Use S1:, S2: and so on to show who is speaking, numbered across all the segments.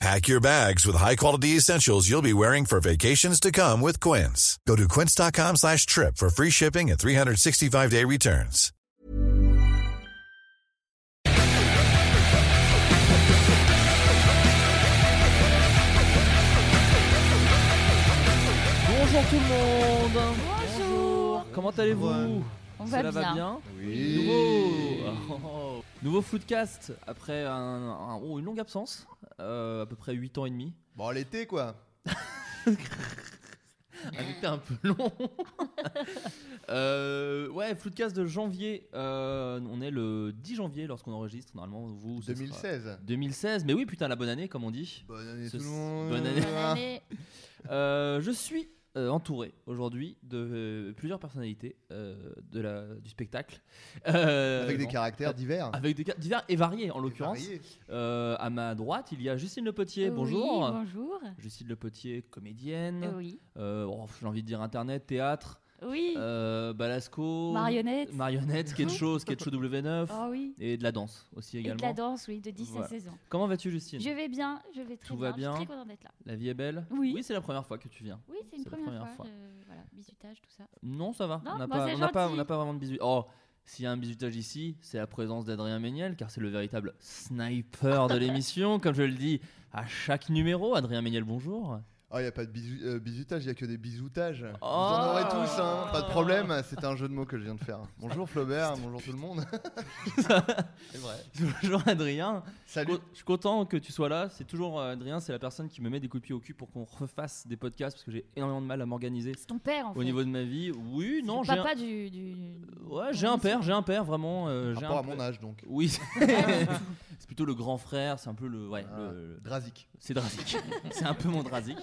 S1: Pack your bags with high-quality essentials you'll be wearing for vacations to come with Quince. Go to quince.com slash trip for free shipping and 365-day returns.
S2: Bonjour tout le monde
S3: Bonjour.
S2: Comment allez-vous
S4: Bonjour.
S3: On va
S2: Cela
S3: bien.
S2: va bien Nouveau Nouveau Floodcast après un- un- oh, une longue absence, euh, à peu près 8 ans et demi.
S4: Bon, l'été quoi.
S2: Un été un peu long. Euh, ouais, Floodcast de janvier. euh, on est le 10 janvier lorsqu'on enregistre. Normalement, vous. ce sera-
S4: 2016.
S2: 2016, mais oui, putain, la bonne année, comme on dit.
S4: Bonne année
S2: Ce-
S4: tout le monde.
S2: bonne année.
S3: Bonne année.
S2: Euh, je suis euh, entouré aujourd'hui de euh, plusieurs personnalités euh, de la, du spectacle. Euh,
S4: Avec des
S2: bon.
S4: caractères divers.
S2: Avec des cas divers et variés Ah, en
S4: Et
S2: l'occurrence.
S4: variés.
S2: Euh, à ma droite, il y a Justine Le Potier.
S3: Oui,
S2: bonjour. Euh,
S3: bonjour. Eh
S2: Justine Le Potier, comédienne.
S3: Oui.
S2: Euh, oh, J'ai envie de dire internet, théâtre,
S3: Oui.
S2: euh, Balasco.
S3: Marionnette.
S2: Marionnette, sketch show, sketch show W9.
S3: Oh oui.
S2: Et de la danse aussi
S3: Et
S2: également.
S3: de la danse, oui, de 10
S2: Voilà.
S3: à 16 ans.
S2: Comment vas-tu, Justine
S3: Je vais bien, je vais très
S2: Tout va
S3: bien.
S2: bien
S3: Je suis très contente d'être là.
S2: La vie est belle
S3: Oui.
S2: c'est la première fois que tu viens.
S3: Oui, c'est une
S2: C'est la
S3: première,
S2: première
S3: fois.
S2: fois.
S3: euh, voilà, bisutage, tout ça.
S2: Non, ça va.
S3: Non,
S2: on n'a
S3: bah,
S2: pas,
S3: c'est
S2: on n'a pas, on
S3: gentil.
S2: n'a pas vraiment de bisous. Oh, s'il y a un bisutage ici, c'est la présence d'Adrien Méniel, car c'est le véritable sniper de l'émission, comme je le dis à chaque numéro. Adrien Méniel, bonjour.
S4: Oh, il n'y a pas de bisu- euh, bisutage, il n'y a que des bisoutages. Vous
S2: Oh.
S4: en aurez tous, hein. Pas de problème, c'était un jeu de mots que je viens de faire. Bonjour Flaubert, bonjour tout le monde. C'est vrai.
S2: Bonjour Adrien.
S4: Salut.
S2: Je suis content que tu sois là. C'est toujours euh, Adrien, c'est la personne qui me met des coups de pied au cul pour qu'on refasse des podcasts parce que j'ai énormément de mal à m'organiser
S3: C'est ton père, en fait.
S2: au niveau de ma vie. Oui,
S3: C'est
S2: non,
S3: le
S2: j'ai un...
S3: papa du. du- Ah,
S2: Ouais,
S3: ton
S2: j'ai un
S3: fils.
S2: père, j'ai un père vraiment. euh, j'ai
S4: Rapport
S2: un
S4: à mon
S2: père.
S4: âge donc.
S2: Oui, c'est c'est plutôt le grand frère, c'est un peu le. Ouais,
S4: Ah,
S2: le- le-
S4: Drazik.
S2: c'est Drasic. c'est un peu mon Drasic.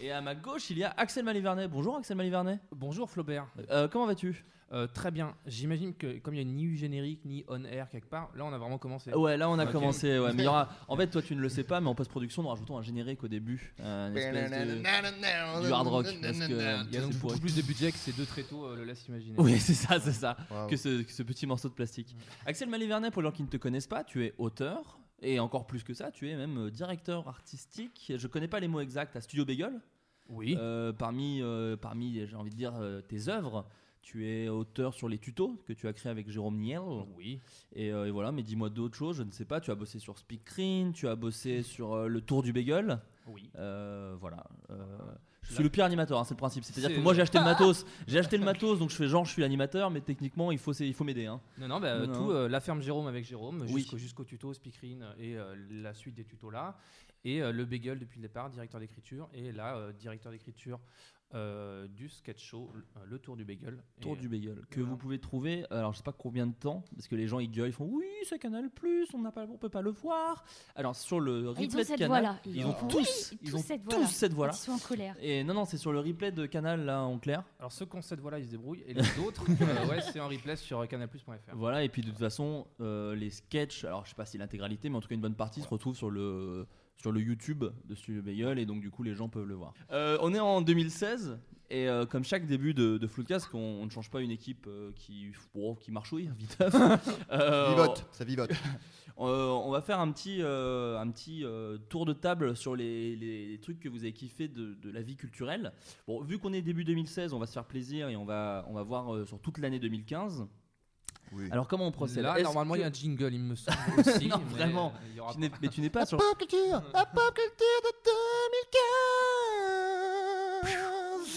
S2: Et à ma gauche, il y a Axel Malivernet. Bonjour Axel Malivernet.
S5: Bonjour Flaubert.
S2: Euh, comment vas-tu
S5: Euh, très bien. J'imagine que comme il n'y a ni eu générique ni on air quelque part, là on a vraiment commencé.
S2: Ouais, là on a
S5: Ok.
S2: commencé. Ouais, mais il y aura... En fait, toi tu ne le sais pas, mais en post-production, nous rajoutons un générique au début. un espèce de-
S4: Du
S2: hard rock, parce que-
S5: Il y a donc
S2: C'est
S5: beaucoup
S2: pour-
S5: plus de budget que ces deux tréteaux euh, le laisse imaginer.
S2: Oui, c'est ça, c'est ça.
S4: Waouh.
S2: que ce, que ce petit morceau de plastique. Axel Malivernet, pour les gens qui ne te connaissent pas, tu es auteur et encore plus que ça, tu es même euh, directeur artistique. Je connais pas les mots exacts à Studio Bagel.
S5: Oui.
S2: Euh, parmi, euh, parmi j'ai envie de dire, euh, tes œuvres, tu es auteur sur les tutos que tu as créé avec Jérôme Niel.
S5: Oui.
S2: Et, euh, et voilà, mais dis-moi d'autres choses, je ne sais pas. Tu as bossé sur Speakreen, tu as bossé sur euh, le tour du bagel.
S5: Oui.
S2: Euh, voilà. euh, je suis
S5: Là-
S2: le pire animateur, hein, c'est le principe. C'est-à-dire
S5: C'est-
S2: que moi j'ai acheté le matos, j'ai acheté le matos, donc je fais genre je suis l'animateur, mais techniquement il faut, c'est- il faut m'aider. hein.
S5: Non, non, bah,
S2: Non,
S5: tout, euh, la ferme Jérôme avec Jérôme,
S2: Oui.
S5: jusqu'au jusqu'au tuto Speakerine et euh, la suite des tutos là. Et euh, le bagel depuis le départ, directeur d'écriture. Et là, euh, directeur d'écriture euh, du sketch show, euh, le tour du bagel.
S2: Tour
S5: Et, euh,
S2: du bagel que
S5: voilà.
S2: vous pouvez trouver. Alors je sais pas combien de temps parce que les gens ils gueulent, ils font oui c'est Canal Plus, on n'a pas, on peut pas le voir. Alors sur le replay
S3: Ils ont
S2: de
S3: cette
S2: Canal,
S3: voix-là.
S2: ils ont tous,
S3: Oui,
S2: ils
S3: tous
S2: ont
S3: cette
S2: tous
S3: voix-là.
S2: cette voix là.
S3: Ils sont en colère.
S2: Et non non c'est sur le replay de Canal là en clair.
S5: Alors ceux qui ont cette voix-là, ils se débrouillent. Et les autres, euh, ouais, c'est en replay sur canalplus.fr.
S2: Voilà et puis de toute façon euh, les sketchs, alors je sais pas si l'intégralité, mais en tout cas une bonne partie se retrouve sur le sur le YouTube de Studio Bagel et donc du coup les gens peuvent le voir. Euh, on est en 2016 et euh, comme chaque début de, de Floodcast, on, on ne change pas une équipe euh, qui oh, qui marchouille vite. Euh,
S4: Vivote, ça vivote.
S2: Euh, on va faire un petit, euh, un petit euh, tour de table sur les, les trucs que vous avez kiffé de, de la vie culturelle. Bon, vu qu'on est début 2016, on va se faire plaisir et on va, on va voir euh, sur toute l'année 2015.
S4: Oui.
S2: Alors comment on procède
S5: Là,
S2: Est-ce
S5: normalement, il y a un
S2: que-
S5: jingle, il me semble aussi.
S2: Non,
S5: mais,
S2: vraiment.
S5: euh, il y aura
S2: tu n'es- mais tu n'es pas sur.
S4: Pop culture, la pop culture de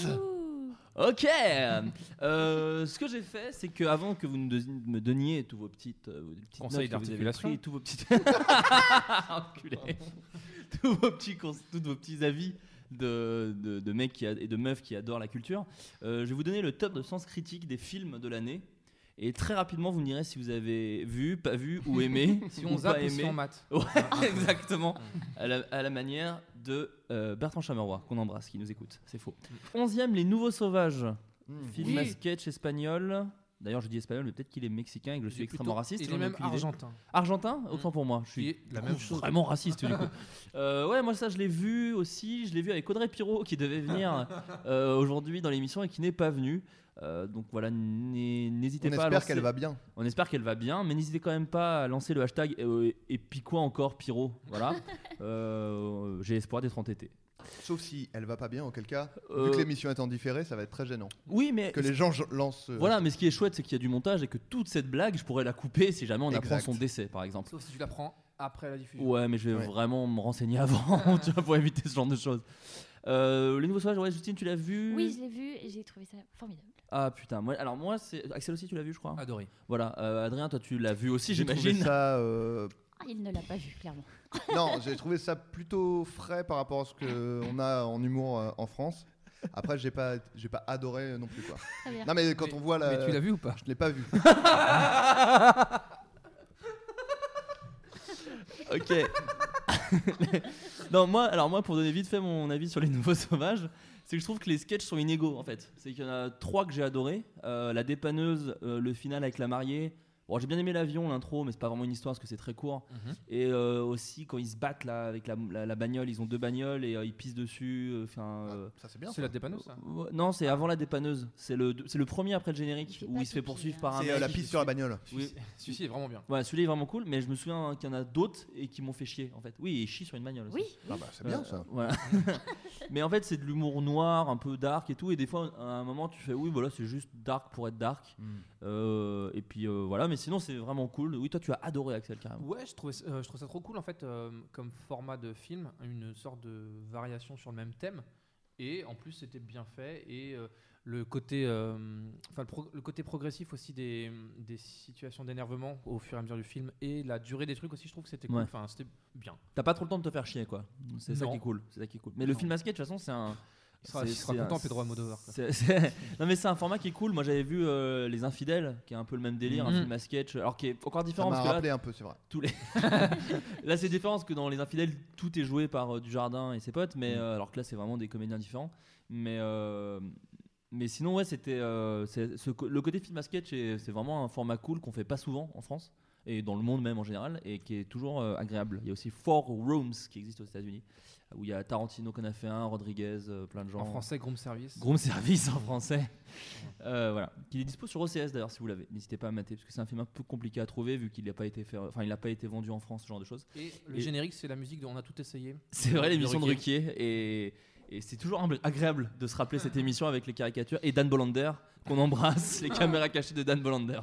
S4: 2015.
S3: Ouh.
S2: Ok Euh, Ce que j'ai fait, c'est que avant que vous ne don- me donniez tous vos petites, euh, vos petites
S5: Conseils
S2: notes que vous avez
S5: d'articulation.
S2: pris, tous vos petits... Enculé. tous, vos petits cons- tous vos petits avis de, de, de mecs qui a- et de meufs qui adorent la culture, euh, je vais vous donner le top de sens critique des films de l'année. Et très rapidement, vous me direz si vous avez vu, pas vu ou aimé.
S5: Si
S2: ou
S5: on zappe
S2: pas
S5: ou si
S2: aimé.
S5: on mate.
S2: Ouais, exactement. À la, à la manière de euh, Bertrand Chameroy, qu'on embrasse, qui nous écoute. C'est faux. Onzième, Les Nouveaux Sauvages.
S4: Hmm.
S2: Film
S5: Mm. Oui.
S2: à sketch espagnol. D'ailleurs, je dis espagnol, mais peut-être qu'il est mexicain et que je suis
S5: Il est
S2: extrêmement
S5: plutôt-
S2: raciste.
S5: Il
S2: j'en
S5: est
S2: ai
S5: même
S2: aucune idée.
S5: argentin.
S2: Argentin Autant pour moi. Je
S5: Qui
S2: suis
S5: est
S4: la même chose.
S2: vraiment raciste, du coup. Euh, ouais, moi, ça, je l'ai vu aussi. Je l'ai vu avec Audrey Pirot, qui devait venir euh, aujourd'hui dans l'émission et qui n'est pas venue. Euh, donc voilà, n'hé- n'hésitez
S4: On
S2: pas à
S4: espère qu'elle
S2: lancer-
S4: va bien.
S2: on espère qu'elle va bien, mais n'hésitez quand même pas à lancer le hashtag euh, et puis quoi encore Pyro. Voilà. Euh, J'ai espoir d'être entêté.
S4: Sauf si elle va pas bien, auquel cas,
S2: Euh,
S4: vu que l'émission est en différé, ça va être très gênant.
S2: Oui, mais
S4: Que les gens j- lancent. euh,
S2: voilà. Mais ce qui est chouette, c'est qu'il y a du montage et que toute cette blague, je pourrais la couper si jamais on apprend
S4: Exact.
S2: son décès, par exemple.
S5: Sauf si tu la prends après la diffusion.
S2: Ouais, mais je vais
S4: Ouais.
S2: vraiment me renseigner avant, tu vois, pour éviter ce genre de choses. Euh, les nouveaux sauvages, ouais, Justine, tu l'as vu
S3: Oui, je l'ai vu et j'ai trouvé ça formidable.
S2: Ah putain, moi, alors moi, c'est Axel aussi, tu l'as vu, je crois.
S5: Adoré.
S2: Voilà, euh, Adrien, toi, tu l'as vu aussi,
S4: Ah. j'ai trouvé
S2: j'imagine.
S4: ça. euh,
S3: Ah, il ne l'a pas vu, clairement.
S4: Non, j'ai trouvé ça plutôt frais par rapport à ce qu'on a en humour euh, en France. Après, j'ai pas, j'ai pas adoré non plus quoi.
S3: Très bien.
S4: Non mais quand on voit la,
S5: Mais tu l'as vu ou pas
S4: je l'ai pas vu.
S2: Ok. non, moi, alors moi, pour donner vite fait mon avis sur les nouveaux sauvages, c'est que je trouve que les sketchs sont inégaux en fait. C'est qu'il y en a trois que j'ai adoré. Euh, la dépanneuse, euh, le final avec la mariée. Bon, j'ai bien aimé l'avion, l'intro, mais c'est pas vraiment une histoire parce que c'est très court.
S4: Mhm.
S2: Et euh, aussi quand ils se battent là avec la, la- la bagnole, ils ont deux bagnoles et euh, ils pissent dessus. euh, Enfin. euh,
S4: Ah, Ça c'est bien.
S5: C'est la hein. dépanneuse, ça
S2: ouais, non, c'est avant la dépanneuse. C'est le, c'est le premier après le générique
S3: Il fait
S2: où
S3: pas
S2: il se fait
S3: pipi,
S2: poursuivre
S3: hein.
S2: par un
S4: C'est
S2: mec.
S4: euh, la piste sur la bagnole.
S2: Oui.
S5: Celui-ci- Celui-ci est vraiment bien.
S2: Voilà, celui-là est vraiment cool, mais je me souviens qu'il y en a d'autres et qui m'ont fait chier en fait. Oui, et chie sur une bagnole. aussi.
S3: Oui,
S4: Ah bah c'est bien
S2: Euh,
S4: ça.
S2: voilà. mais en fait, c'est de l'humour noir, un peu dark et tout. Et des fois, à un moment, tu fais oui, voilà, c'est juste dark pour être dark.
S5: Mm.
S2: Euh, et puis euh, voilà, mais sinon, c'est vraiment cool. Oui, toi, tu as adoré Axel carrément.
S5: Ouais, je trouvais, ça- euh, je trouve ça trop cool en fait euh, comme format de film, une sorte de variation sur le même thème. Et en plus, c'était bien fait. Et euh, le, côté, euh, enfin, le, pro- le côté progressif aussi des, des situations d'énervement au fur et à mesure du film et la durée des trucs aussi, je trouve que c'était cool.
S2: Ouais.
S5: Enfin, c'était bien.
S2: T'as pas trop le temps de te faire chier, quoi. C'est ça
S5: Non.
S2: qui est cool. C'est ça qui est cool. Mais le
S5: Non.
S2: film à sketch, de toute façon, c'est un.
S5: Il sera-
S2: c'est-
S5: il sera
S2: c'est
S5: content,
S2: un-
S5: Pedro Almodovar, quoi.
S2: c'est- c'est- non, mais c'est un format qui est cool. Moi, j'avais vu euh, Les Infidèles, qui est un peu le même délire, un
S5: Mhm.
S2: film à sketch, alors qui est encore
S4: Ça
S2: différent
S4: m'a
S2: parce que là,
S4: rappelé un peu, c'est vrai.
S2: Là, c'est différent parce que dans Les Infidèles, tout est joué par euh, Dujardin et ses potes, mais
S4: Mm.
S2: euh, alors que là, c'est vraiment des comédiens différents. Mais, euh, mais sinon, ouais, c'était euh, c'est- ce co- le côté film à sketch, est- c'est vraiment un format cool qu'on fait pas souvent en France et dans le monde même en général et qui est toujours euh, agréable. Il y a aussi Four Rooms qui existe aux États-Unis où il y a Tarantino qu'on a fait un, Rodriguez, euh, plein de gens.
S5: En français, Groom Service.
S2: Groom Service en français. Euh, voilà. Qu'il est dispo sur OCS d'ailleurs si vous l'avez. N'hésitez pas à mater parce que c'est un film un peu compliqué à trouver vu qu'il n'a pas été fait, enfin il n'a pas été vendu en France, ce genre de choses.
S5: Et le
S2: Et-
S5: générique, c'est la musique dont on a tout essayé.
S2: C'est vrai,
S5: De
S2: l'émission de
S5: Ruquier.
S2: Ruquier. Et, et c'est toujours humble- agréable de se rappeler cette émission avec les caricatures. Et Dan Bolander, qu'on embrasse, les caméras cachées de Dan Bolander.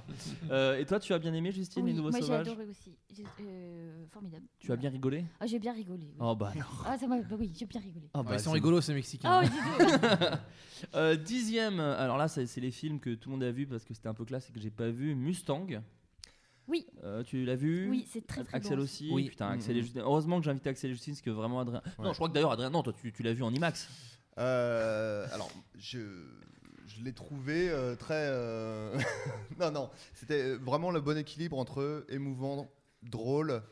S2: Euh, et toi, tu as bien aimé, Justine,
S3: Oui,
S2: Les Nouveaux
S3: moi j'ai
S2: Sauvages
S3: adoré aussi. J'ai- euh, formidable.
S2: Tu as bien rigolé
S3: Ah, j'ai bien rigolé. oui.
S2: Oh bah alors.
S3: Ah, ça m'a. bah oui, j'ai bien rigolé.
S2: Ah,
S5: Ah,
S2: bah,
S5: ils sont
S2: c'est-
S5: rigolos, ces Mexicains.
S3: Ah, oui, dis donc.
S2: Euh, dixième, alors là, c'est c'est les films que tout le monde a vu parce que c'était un peu classe et que j'ai pas vu. Mustang.
S3: Oui.
S2: Euh, tu l'as vu
S3: oui, c'est très très
S2: Axel
S3: bon.
S2: aussi.
S5: Oui.
S2: Putain,
S4: Mm,
S2: Axel
S4: mm.
S2: et Justine. Heureusement que j'ai invité Axel et Justine, parce que vraiment Adrien. Non,
S4: Ouais.
S2: je crois que d'ailleurs Adrien, non, toi tu, tu l'as vu en IMAX.
S4: Euh, alors, je, je l'ai trouvé euh, très. euh, non, non, c'était vraiment le bon équilibre entre émouvant, drôle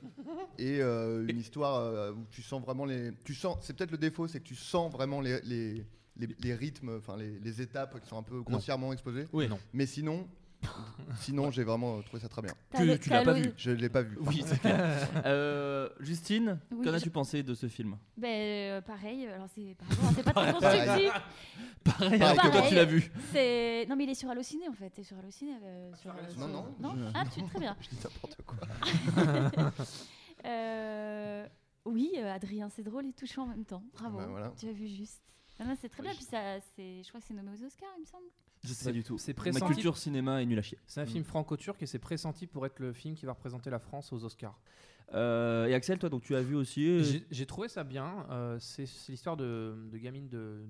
S4: et euh, une histoire euh, où tu sens vraiment les. Tu sens, c'est peut-être le défaut, c'est que tu sens vraiment les, les, les- les rythmes, enfin les, les étapes qui sont un peu grossièrement exposées.
S2: Oui.
S5: Non.
S4: Mais sinon, sinon j'ai vraiment trouvé ça très bien.
S3: T'as
S2: Tu-
S3: le-
S2: tu
S3: t'as
S2: l'as pas
S3: le-
S2: vu.
S4: Je l'ai pas vu.
S2: Oui, c'est clair. Euh, Justine,
S3: Oui,
S2: qu'en
S3: je-
S2: as-tu pensé de ce film
S3: Ben, euh, pareil, alors c'est par rapport, c'est pas très constructif.
S2: Pareil,
S4: Pareil.
S2: alors que toi tu
S3: Pareil.
S2: l'as vu.
S3: C'est non mais il est sur Allociné en fait, t'es sur Allociné. euh, sur,
S4: Non, non,
S3: non.
S4: je-
S3: Ah, tu très bien.
S4: Je dis n'importe quoi.
S3: Euh, Oui, euh, Adrien, c'est drôle et touchant en même temps. Bravo.
S4: Bah, voilà.
S3: Tu as vu juste. Non, non, c'est très
S5: Oui.
S3: bien. Puis ça, c'est, je crois que c'est nommé aux Oscars, il me semble.
S2: Je
S5: sais pas du tout. c'est pressenti.
S2: Ma culture cinéma est nulle à chier.
S5: C'est un film franco-turc et c'est pressenti pour être le film qui va représenter la France aux Oscars.
S2: Euh, et Axel, toi, donc tu as vu aussi. euh,
S5: J'ai- J'ai trouvé ça bien. euh, c'est c'est l'histoire de, de gamines de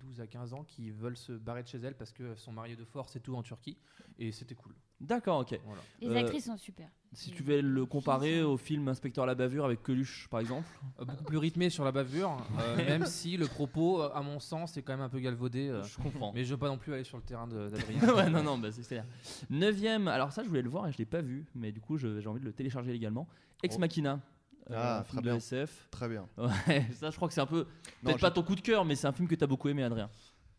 S5: 12 12 à 15 ans qui veulent se barrer de chez elles parce qu'elles sont mariées de force et tout en Turquie. Et c'était cool.
S2: D'accord, ok.
S5: Voilà.
S3: Les
S2: Euh,
S3: actrices sont super.
S2: Si tu veux le comparer au film Inspecteur la bavure avec Coluche, par exemple.
S5: Euh, beaucoup plus rythmé sur la bavure, euh, même si le propos, euh, à mon sens, est quand même un peu galvaudé. euh,
S2: Je comprends.
S5: mais je veux pas non plus aller sur le terrain de- d'Adrien.
S2: ouais, non, non, bah, c'est clair. Neuvième, alors ça, je voulais le voir et je l'ai pas vu, mais du coup, je- j'ai envie de le télécharger également. Ex
S4: Oh.
S2: Machina. euh,
S4: Ah,
S2: un
S4: très
S2: film de
S4: bien.
S2: SF.
S4: Très bien.
S2: Ouais, ça, je crois que c'est un peu.
S4: Non,
S2: Peut-être
S4: je-
S2: pas ton coup de cœur, mais c'est un film que t'as beaucoup aimé, Adrien.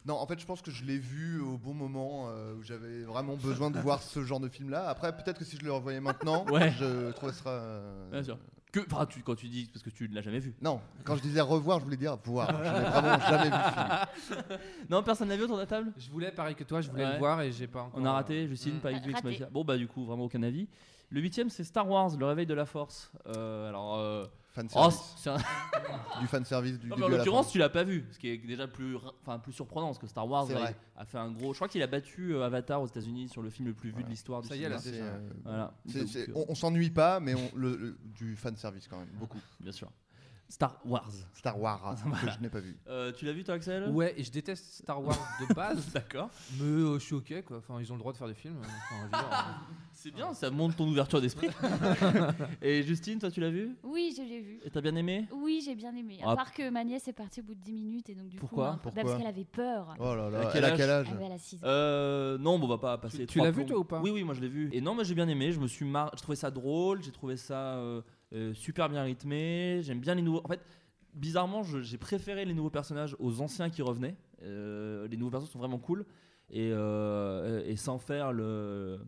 S4: Non, en fait, je pense que je l'ai vu au bon moment euh, où j'avais vraiment besoin de voir ce genre de film-là. Après, peut-être que si je le revoyais maintenant,
S2: Ouais.
S4: je trouve que ce sera. euh,
S2: Bien sûr. Que, enfin, tu, quand tu dis, parce que tu ne l'as jamais vu.
S4: Non, quand je disais revoir, je voulais dire voir. Je n'ai vraiment jamais vu le film.
S2: Non, personne n'a vu autour de la table
S5: Je voulais, pareil que toi, je voulais
S2: Ouais.
S5: le voir et j'ai pas encore.
S2: On a
S5: euh,
S2: raté, Justine,
S5: mm.
S2: pas vu Ex
S3: Raté.
S2: Machina. Bon, bah, du coup, vraiment aucun avis. Le huitième, c'est Star Wars, Le Réveil de la Force. Euh, alors. euh,
S4: Fan
S2: oh,
S4: service.
S2: c'est un-
S4: Du fan service du
S2: Non, mais
S4: début
S2: en
S4: à la
S2: l'occurrence,
S4: fin.
S2: tu l'as pas vu, ce qui est déjà plus, ra- enfin, plus surprenant, parce que Star Wars
S4: C'est
S2: là,
S4: vrai.
S2: a fait un gros. Je crois qu'il a battu euh, Avatar aux États-Unis sur le film le plus vu de l'histoire du
S5: Ça y est,
S2: cinéma.
S5: là,
S4: C'est,
S5: déjà.
S4: euh,
S2: Voilà.
S4: c'est-
S2: Donc,
S4: c'est-
S2: euh,
S4: on, on s'ennuie pas, mais on, le, le- du fan service quand même, beaucoup.
S2: Bien sûr. Star Wars.
S4: Star Wars, que je n'ai pas vu.
S2: Euh, tu l'as vu, toi, Axel
S5: Ouais, et je déteste Star Wars de base,
S2: D'accord.
S5: mais euh, je suis ok quoi. Enfin, ils ont le droit de faire des films. euh, enfin, je veux dire, euh,
S2: C'est bien, ça montre ton ouverture d'esprit. Ah. Et Justine, toi, tu l'as vu
S3: Oui, je l'ai vu.
S2: Et t'as bien aimé
S3: Oui, j'ai bien aimé.
S2: Ah.
S3: À part que ma nièce est partie au bout de 10 minutes et donc du
S2: Pourquoi
S3: coup, on a un problème
S4: Pourquoi
S3: parce qu'elle avait peur.
S4: Oh là là,
S2: Ah. À quel
S4: elle a quel
S3: Ah,
S4: âge
S3: bah, elle a 6 ans.
S2: Euh, non, bon, on va pas passer.
S5: Tu- tu
S2: trois
S5: l'as vu,
S2: plombes.
S5: toi, ou pas
S2: Oui, oui, moi je l'ai vu. Et non, moi j'ai bien aimé. Je me suis mar... j'ai trouvé ça drôle. J'ai trouvé ça euh, euh, super bien rythmé. J'aime bien les nouveaux. En fait, bizarrement, je- j'ai préféré les nouveaux personnages aux anciens qui revenaient. Euh, les nouveaux personnages sont vraiment cool et, euh, et sans faire le,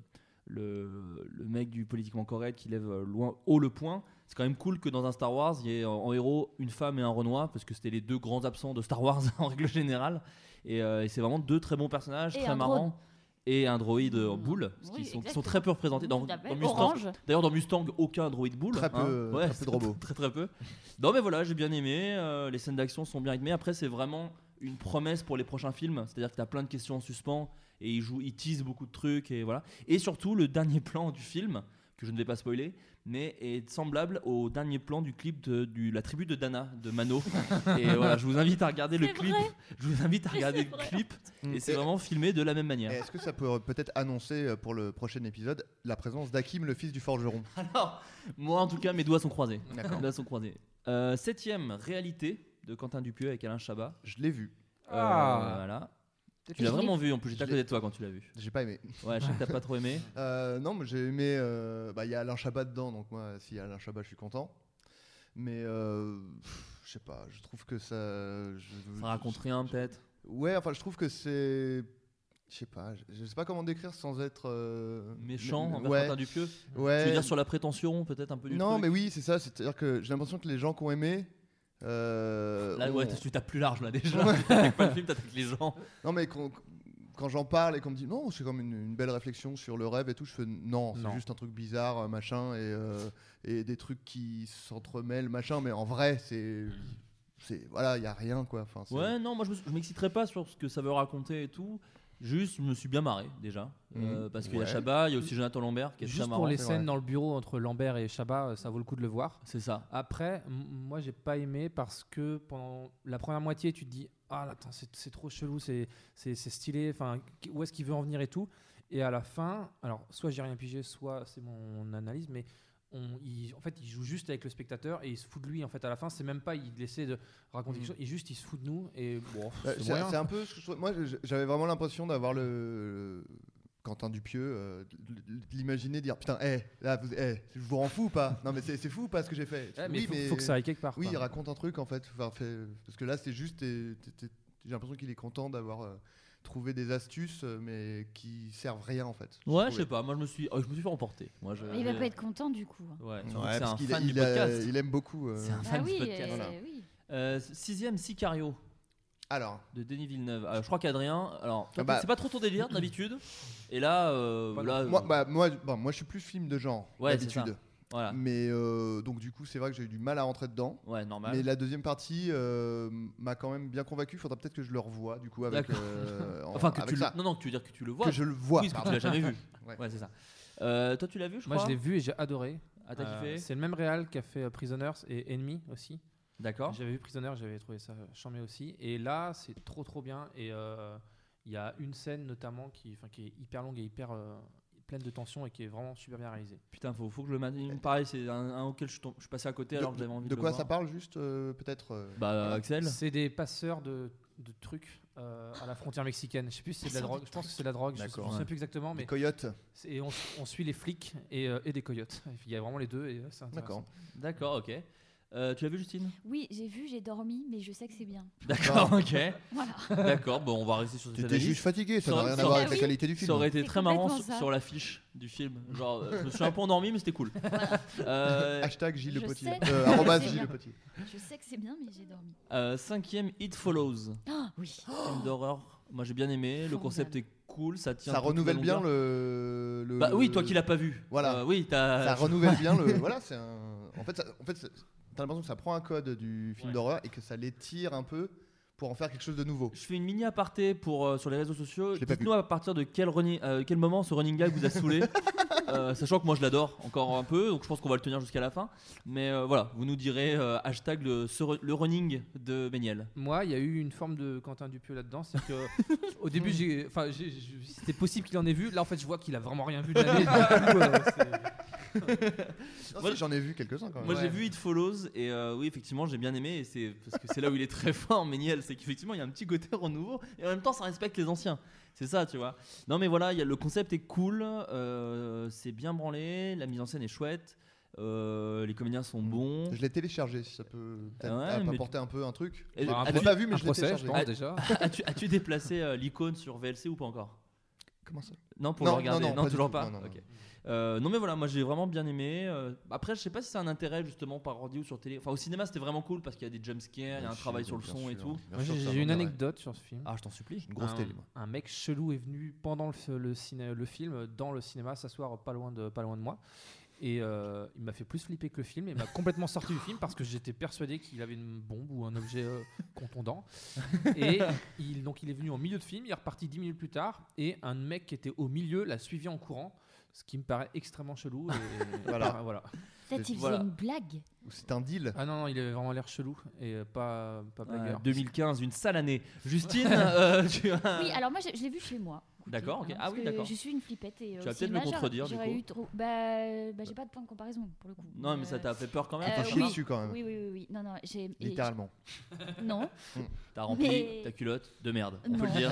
S2: le le mec du politiquement correct qui lève loin haut le point. C'est quand même cool que dans un Star Wars, il y ait en, en héros une femme et un Renoir, parce que c'était les deux grands absents de Star Wars en règle générale. Et, euh, et c'est vraiment deux très bons personnages,
S3: Et
S2: très
S3: un
S2: marrants.
S3: drone.
S2: Et un droïde en
S3: Mmh.
S2: boule, parce
S3: Oui,
S2: qu'ils sont, qui sont
S3: exactement.
S2: très peu représentés. Dans,
S3: Tout à
S2: dans
S3: fait.
S2: Mustang-
S3: Orange.
S2: D'ailleurs, dans Mustang, aucun droïde boule.
S4: Très peu,
S2: hein.
S4: euh, très peu de robots.
S2: Très, très peu. Non, mais voilà, j'ai bien aimé. euh, les scènes d'action sont bien rythmées. Après, c'est vraiment une promesse pour les prochains films. C'est-à-dire que tu as plein de questions en suspens et ils, jouent, ils teasent beaucoup de trucs. Et voilà. Et surtout, le dernier plan du film, que je ne vais pas spoiler, mais est semblable au dernier plan du clip de du- la tribu de Dana, de Mano. et voilà, je vous invite à regarder le
S3: C'est
S2: clip.
S3: vrai.
S2: Je vous invite à regarder le
S3: vrai.
S2: clip. Et c'est
S4: Et-
S2: vraiment filmé de la même
S4: et
S2: manière.
S4: Est-ce que ça peut euh, peut-être annoncer euh, pour le prochain épisode la présence d'Akim, le fils du forgeron
S2: Alors, moi en tout cas, mes doigts sont croisés.
S4: D'accord.
S2: Mes doigts sont croisés. Euh, septième, Réalité de Quentin Dupieux avec Alain Chabat.
S4: Je l'ai vu.
S2: Euh,
S5: Ah.
S2: voilà. Tu
S3: Je
S2: l'as
S3: l'ai
S2: vraiment vu en plus, j'étais à
S4: Je
S2: côté
S4: l'ai-
S2: de toi quand tu l'as vu.
S4: J'ai pas aimé.
S2: Ouais, je sais que t'as pas trop aimé.
S4: Euh, non, mais j'ai aimé. euh, bah, Il y a Alain Chabat dedans, donc moi, s'il y a Alain Chabat, je suis content. Mais euh, pff, je sais pas, je trouve que ça. je-
S2: Ça raconte rien peut-être.
S4: Ouais, enfin, je trouve que c'est. Je sais pas, je- je sais pas comment décrire sans être. euh,
S2: Méchant
S4: mais-
S2: envers
S4: ouais,
S2: Quentin Dupieux.
S4: ouais.
S2: Tu veux dire sur la prétention peut-être un peu du
S4: Non, mais
S2: truc
S4: oui, c'est ça, c'est-à-dire que j'ai l'impression que les gens qui ont aimé. euh,
S2: Là,
S4: ont-
S2: ouais, tu tapes plus large là déjà. T'attaques pas le film, t'attaques les gens.
S4: Non, mais qu'on- quand j'en parle et qu'on me dit non, c'est comme une, une belle réflexion sur le rêve et tout, je fais non, c'est
S5: Non.
S4: juste un truc bizarre, euh, machin, et, euh, et des trucs qui s'entremêlent, machin, mais en vrai, c'est. c'est- Voilà, il n'y a rien, quoi. Enfin, c'est- euh,
S2: Ouais, non, moi je me- je m'exciterai pas sur ce que ça veut raconter et tout. Juste, je me suis bien marré déjà. Euh, parce qu'il y a
S4: Mmh. Ouais.
S2: Chabat, il y a aussi Jonathan Lambert qui est très
S5: Juste
S2: marrant.
S5: pour les
S4: c'est
S5: scènes
S4: vrai.
S5: dans le bureau entre Lambert et Chabat, euh, ça vaut le coup de le voir.
S2: C'est ça.
S5: Après, m- moi, j'ai pas aimé parce que pendant la première moitié, tu te dis Ah, là, attends, c'est c'est trop chelou, c'est c'est- c'est stylé, enfin, qui- où est-ce qu'il veut en venir et tout. Et à la fin, alors, soit j'ai rien pigé, soit c'est mon analyse, mais on, il- en fait, il joue juste avec le spectateur et il se fout de lui. En fait, à la fin, c'est même pas il essaie de raconter
S2: Mm.
S5: quelque chose, il juste il se fout de nous et bon,
S4: Euh,
S5: c'est
S4: C'est
S5: moyen.
S4: c'est un peu. ce que je trouve- Moi, je- j'avais vraiment l'impression d'avoir le. le Quentin Dupieux, euh, de- de- de l'imaginer dire putain, hé, là, vous, eh, je vous rends fou ou pas Non, mais c'est c'est fou ou pas ce que j'ai fait
S5: Ouais, mais
S4: Oui,
S5: faut, faut que ça aille quelque part.
S4: Oui,
S5: quoi.
S4: il raconte un truc en fait. Enfin, fait- parce que là, c'est juste. t'es- t'es- t'es- J'ai l'impression qu'il est content d'avoir euh, trouvé des astuces, euh, mais qui servent rien en fait.
S2: Ouais,
S4: trouvé.
S2: je sais pas. Moi, je me suis, oh, je me suis fait emporter. Moi, je.
S3: Mais il va pas être content du coup.
S2: Ouais, surtout que
S4: Ouais,
S2: c'est
S4: parce
S2: un
S4: qu'il
S2: fan
S4: il
S2: du
S4: a-
S2: podcast.
S4: il aime beaucoup. euh.
S2: C'est un
S3: Bah
S2: fan
S3: oui,
S2: du podcast.
S3: euh,
S4: Voilà.
S3: oui.
S2: Euh, sixième Sicario
S4: Alors,
S2: de Denis Villeneuve. Alors, je crois qu'Adrien. Alors, toi,
S4: Ah bah-
S2: c'est pas trop ton délire d'habitude. Et là, euh,
S5: Pas
S2: là,
S4: moi,
S2: euh,
S4: bah, moi, bon, moi, je suis plus film de genre
S2: Ouais, c'est Ah.
S4: d'habitude.
S2: voilà.
S4: Mais euh, donc, du coup, c'est vrai que j'ai eu du mal à rentrer dedans.
S2: Ouais, normal.
S4: Mais la deuxième partie euh, m'a quand même bien convaincu. Faudra peut-être que je le revoie du coup avec.
S2: D'accord.
S4: euh, en-
S2: Enfin, que
S4: avec
S2: tu le...
S4: ça.
S2: non, non, que tu veux dire que tu le vois.
S4: Que je le vois.
S2: oui, parce que tu l'as
S4: pardon.
S2: jamais vu.
S4: Ouais.
S2: Ouais, c'est ça. Euh, toi, tu l'as vu, je
S5: Moi,
S2: crois.
S5: je l'ai vu et j'ai adoré.
S2: Ah, t'as
S5: Euh,
S2: kiffé
S5: C'est le même réal qui a fait euh, Prisoners et Enemy aussi.
S2: D'accord.
S5: J'avais vu Prisoner, j'avais trouvé ça charmé aussi. Et là, c'est trop trop bien. Et euh, il y a une scène notamment qui, enfin, qui est hyper longue et hyper euh, pleine de tension et qui est vraiment super bien réalisée.
S2: Putain, faut, faut que je le mate. Pareil, c'est un, un auquel je, suis tom- je suis passé à côté alors que j'avais envie de,
S4: de
S2: le
S4: quoi
S2: voir.
S4: ça parle juste euh, peut-être euh,
S2: Bah,
S4: voilà.
S2: Axel
S5: C'est des passeurs de, de trucs euh, à la frontière mexicaine. Je sais plus si c'est de la drogue. Je pense que c'est de la drogue. Je,
S2: D'accord,
S5: je sais
S2: ouais.
S5: plus exactement, mais
S4: Des coyotes.
S5: c'est- et on, on suit les flics et, euh, et des coyotes. Il y a vraiment les deux. et, euh, c'est intéressant.
S4: D'accord.
S2: D'accord, ok. Euh, tu l'as vu, Justine
S3: Oui, j'ai vu, j'ai dormi, mais je sais que c'est bien.
S2: D'accord, ok.
S3: Voilà.
S2: D'accord, bon, on va rester sur cette
S4: T'étais
S2: analyse.
S4: juste fatigué,
S2: Ça
S4: ça n'a
S2: aurait-
S4: rien
S2: ça
S4: à voir
S2: aurait-
S4: avec la
S3: oui.
S4: qualité du
S2: Ça
S4: film.
S2: aurait été
S3: C'est
S2: très marrant
S3: complètement
S2: sur,
S3: ça.
S2: sur l'affiche du film. Genre, euh, je me suis un peu endormi, mais c'était cool. Euh,
S4: Hashtag Gilles
S3: Je
S4: Le Petit.
S3: sais.
S4: Euh, arrobas
S3: Je sais
S4: Gilles Le
S3: bien.
S4: Petit.
S3: Je sais que c'est bien, mais j'ai dormi.
S2: euh, cinquième, It Follows.
S3: Ah oui.
S2: Film d'horreur. Moi, j'ai bien aimé. Le concept est cool. Ça tient.
S4: Ça
S2: tout la
S4: renouvelle bien
S2: longueur.
S4: le. le-
S2: Bah oui,
S4: le-
S2: toi qui l'as pas vu.
S4: Voilà.
S2: Euh, oui, t'as.
S4: Ça renouvelle bien le. Voilà, c'est un. En fait, ça- en fait, ça- t'as l'impression que ça prend un code du film
S2: Ouais.
S4: d'horreur et que ça l'étire un peu pour en faire quelque chose de nouveau.
S2: Je fais une mini aparté pour, euh, sur les réseaux sociaux.
S4: Je l'ai pas
S2: Dites-nous à partir de quel, running- euh, quel moment ce running gag vous a saoulé. Euh, sachant que moi je l'adore encore un peu, donc je pense qu'on va le tenir jusqu'à la fin. Mais euh, voilà, vous nous direz euh, hashtag le, ce re- le running de Méniel.
S5: Moi, il y a eu une forme de Quentin Dupieux là-dedans, c'est que au début, j'ai, enfin, j'ai- j'ai- c'était possible qu'il en ait vu. Là, en fait, je vois qu'il a vraiment rien vu de l'année. Du coup, euh, c'est-
S4: Non,
S2: Moi,
S4: si, J'en ai vu quelques-uns quand même.
S2: Moi
S5: Ouais.
S2: j'ai vu It Follows et euh, oui effectivement j'ai bien aimé et c'est parce que c'est là où il est très fort Méniel c'est qu'effectivement il y a un petit côté renouveau et en même temps ça respecte les anciens c'est ça tu vois non mais voilà il y a- le concept est cool euh, c'est bien branlé la mise en scène est chouette euh, les comédiens sont bons
S4: Mm. Je l'ai téléchargé, si ça peut peut-être
S2: Ah ouais, mais-
S4: apporter un peu un truc.
S2: Et-
S5: Bah, un
S4: Je l'ai
S2: as-tu-
S4: pas vu, mais
S5: un
S4: je Ah, l'ai
S5: procès, je
S4: téléchargé.
S5: pense déjà.
S2: as-tu, as-tu déplacé euh, l'icône sur VLC ou pas encore
S4: Comment ça
S2: non pour
S4: Non,
S2: le regarder
S4: non, non, pas du
S2: toujours
S4: tout.
S2: pas
S4: Non, non,
S2: Ok.
S4: non.
S2: Euh, non, mais voilà moi j'ai vraiment bien aimé Euh, après je sais pas si c'est un intérêt justement par ordi ou sur télé enfin au cinéma c'était vraiment cool parce qu'il y a des jumpscares il y a un travail sur le son et tout
S5: Moi, j'ai, j'ai une anecdote sur ce film.
S2: ah je t'en supplie
S4: Une grosse
S5: un,
S4: télé, moi.
S5: un mec chelou est venu pendant le, f- le, ciné- le film, dans le cinéma, s'asseoir pas loin de, pas loin de moi. Et euh, il m'a fait plus flipper que le film. et Il m'a complètement sorti du film parce que j'étais persuadé qu'il avait une bombe ou un objet euh, contondant. Et il, donc il est venu en milieu de film, il est reparti 10 minutes plus tard. Et un mec qui était au milieu l'a suivi en courant, ce qui me paraît extrêmement chelou. et-
S4: Voilà.
S5: Ah, voilà.
S3: Peut-être il
S2: Voilà.
S3: faisait une blague.
S4: Ou C'est un deal.
S5: Ah non, non, il avait vraiment l'air chelou et euh, pas, pas
S2: Euh,
S5: blagueur.
S2: 2015, une sale année. Justine, euh, tu as.
S3: Oui, alors moi, je, je l'ai vu chez moi. écoutez,
S2: D'accord, ok.
S3: hein,
S2: Ah
S3: parce
S2: oui,
S3: que
S2: d'accord.
S3: Je suis une flippette et. euh,
S2: vas peut-être me contredire, du coup.
S3: Eu trop... Bah, bah, j'ai pas de point de comparaison pour le coup.
S2: Non, mais ça
S3: Euh,
S2: t'a fait peur quand même.
S3: Euh,
S4: T'as
S2: Enfin,
S4: chié
S3: oui.
S4: dessus quand même.
S3: Oui, oui, oui, oui. Non, non, j'ai. et-
S4: Littéralement.
S3: Non.
S2: T'as rempli
S3: Mais-
S2: ta culotte de merde, on peut
S3: Non.
S2: le dire.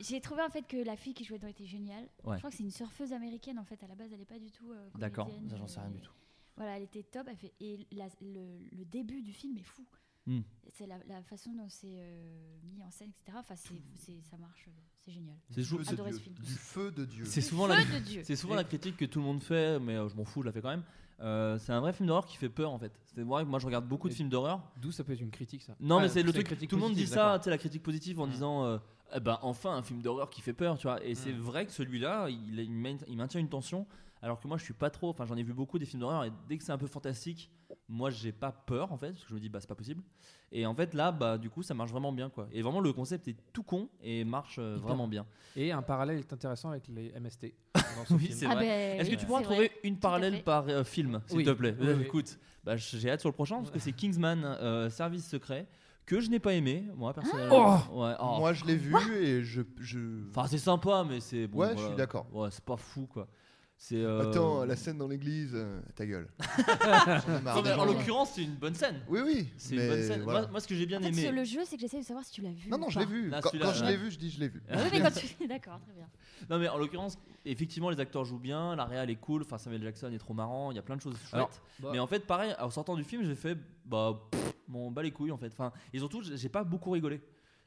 S3: J'ai trouvé en fait que la fille qui jouait dedans était géniale.
S2: Ouais.
S3: Je crois que c'est une surfeuse américaine en fait. À la base, elle est pas du tout. euh,
S2: D'accord,
S3: comédienne,
S2: ça j'en sais rien
S3: euh,
S2: du tout.
S3: Voilà, elle était top. Elle fait... Et la- le, le début du film est fou.
S2: Hmm.
S3: C'est la, la façon dont c'est euh, mis en scène, etc. Enfin, c'est, c'est- ça marche, euh, c'est génial.
S2: C'est
S4: Du
S2: jou-
S4: feu de
S3: Adoré
S4: Dieu.
S3: ce film.
S4: Du feu de Dieu.
S2: C'est
S3: Le
S2: souvent la.
S3: feu de Dieu.
S2: C'est souvent la critique que tout le monde fait, mais euh, je m'en fous, je la fais quand même. Euh, c'est un vrai film d'horreur qui fait peur en fait. C'est vrai que moi je regarde beaucoup de
S5: Et-
S2: films d'horreur.
S5: D'où ça peut être une critique, ça
S2: Non,
S5: Ah,
S2: mais c'est le
S5: une
S2: truc.
S5: critique
S2: Tout le monde dit
S5: positive,
S2: ça,
S5: d'accord.
S2: tu sais, la critique positive en
S5: Mm.
S2: disant, euh, Eh ben enfin un film d'horreur qui fait peur, tu vois. Et c'est
S5: Mm.
S2: vrai que celui-là, il, il main- il maintient une tension. Alors que moi, je suis pas trop. Enfin, j'en ai vu beaucoup des films d'horreur et dès que c'est un peu fantastique, moi, j'ai pas peur en fait, parce que je me dis, bah c'est pas possible. Et en fait, là, bah du coup, ça marche vraiment bien, quoi. Et vraiment, le concept est tout con et marche euh,
S5: Hyper.
S2: vraiment bien.
S5: Et un parallèle est intéressant avec les MST. dans ce
S2: Oui,
S5: film.
S2: c'est
S3: Ah
S2: vrai.
S3: ben,
S2: Est-ce que
S3: oui,
S2: tu pourras
S3: c'est
S2: trouver
S3: vrai.
S2: une
S3: à
S2: parallèle
S3: fait.
S2: par euh, film, s'il
S5: Oui.
S2: te plaît
S5: Oui,
S2: Euh,
S5: oui.
S2: Écoute, bah, j'ai hâte sur le prochain parce que c'est Kingsman, euh, Service secret, que je n'ai pas aimé, moi personnellement. Ouais, oh.
S4: Moi, je l'ai vu et je. je-
S2: Enfin, c'est sympa, mais c'est bon.
S4: Ouais, je
S2: voilà.
S4: suis d'accord.
S2: Ouais, c'est pas fou, quoi. C'est. euh,
S4: Attends, la scène dans l'église, euh, ta gueule. J'en ai marre
S2: Non, mais
S4: des
S2: en
S4: gens.
S2: l'occurrence, c'est une bonne scène.
S4: Oui, oui.
S2: C'est
S4: mais
S2: une bonne scène.
S4: voilà.
S2: Moi, moi, ce que j'ai bien
S3: En fait,
S2: aimé.
S3: sur le jeu, c'est que j'essaie de savoir si tu l'as vu.
S4: Non, non,
S3: ou
S4: je l'ai
S3: pas. Ah
S4: vu.
S2: Là,
S4: quand
S2: celui-là, Ah,
S4: quand je
S2: ouais.
S4: l'ai vu, je dis je l'ai vu.
S3: Oui, mais quand tu. D'accord, très bien.
S2: Non, mais en l'occurrence, effectivement, les acteurs jouent bien, la réal est cool. Enfin, Samuel Jackson est trop marrant. Il y a plein de choses chouettes.
S5: Alors, bah-
S2: Mais en fait, pareil, en sortant du film, j'ai fait bah pff, mon bas les couilles en fait. Enfin, et surtout, j'ai j'ai pas beaucoup rigolé.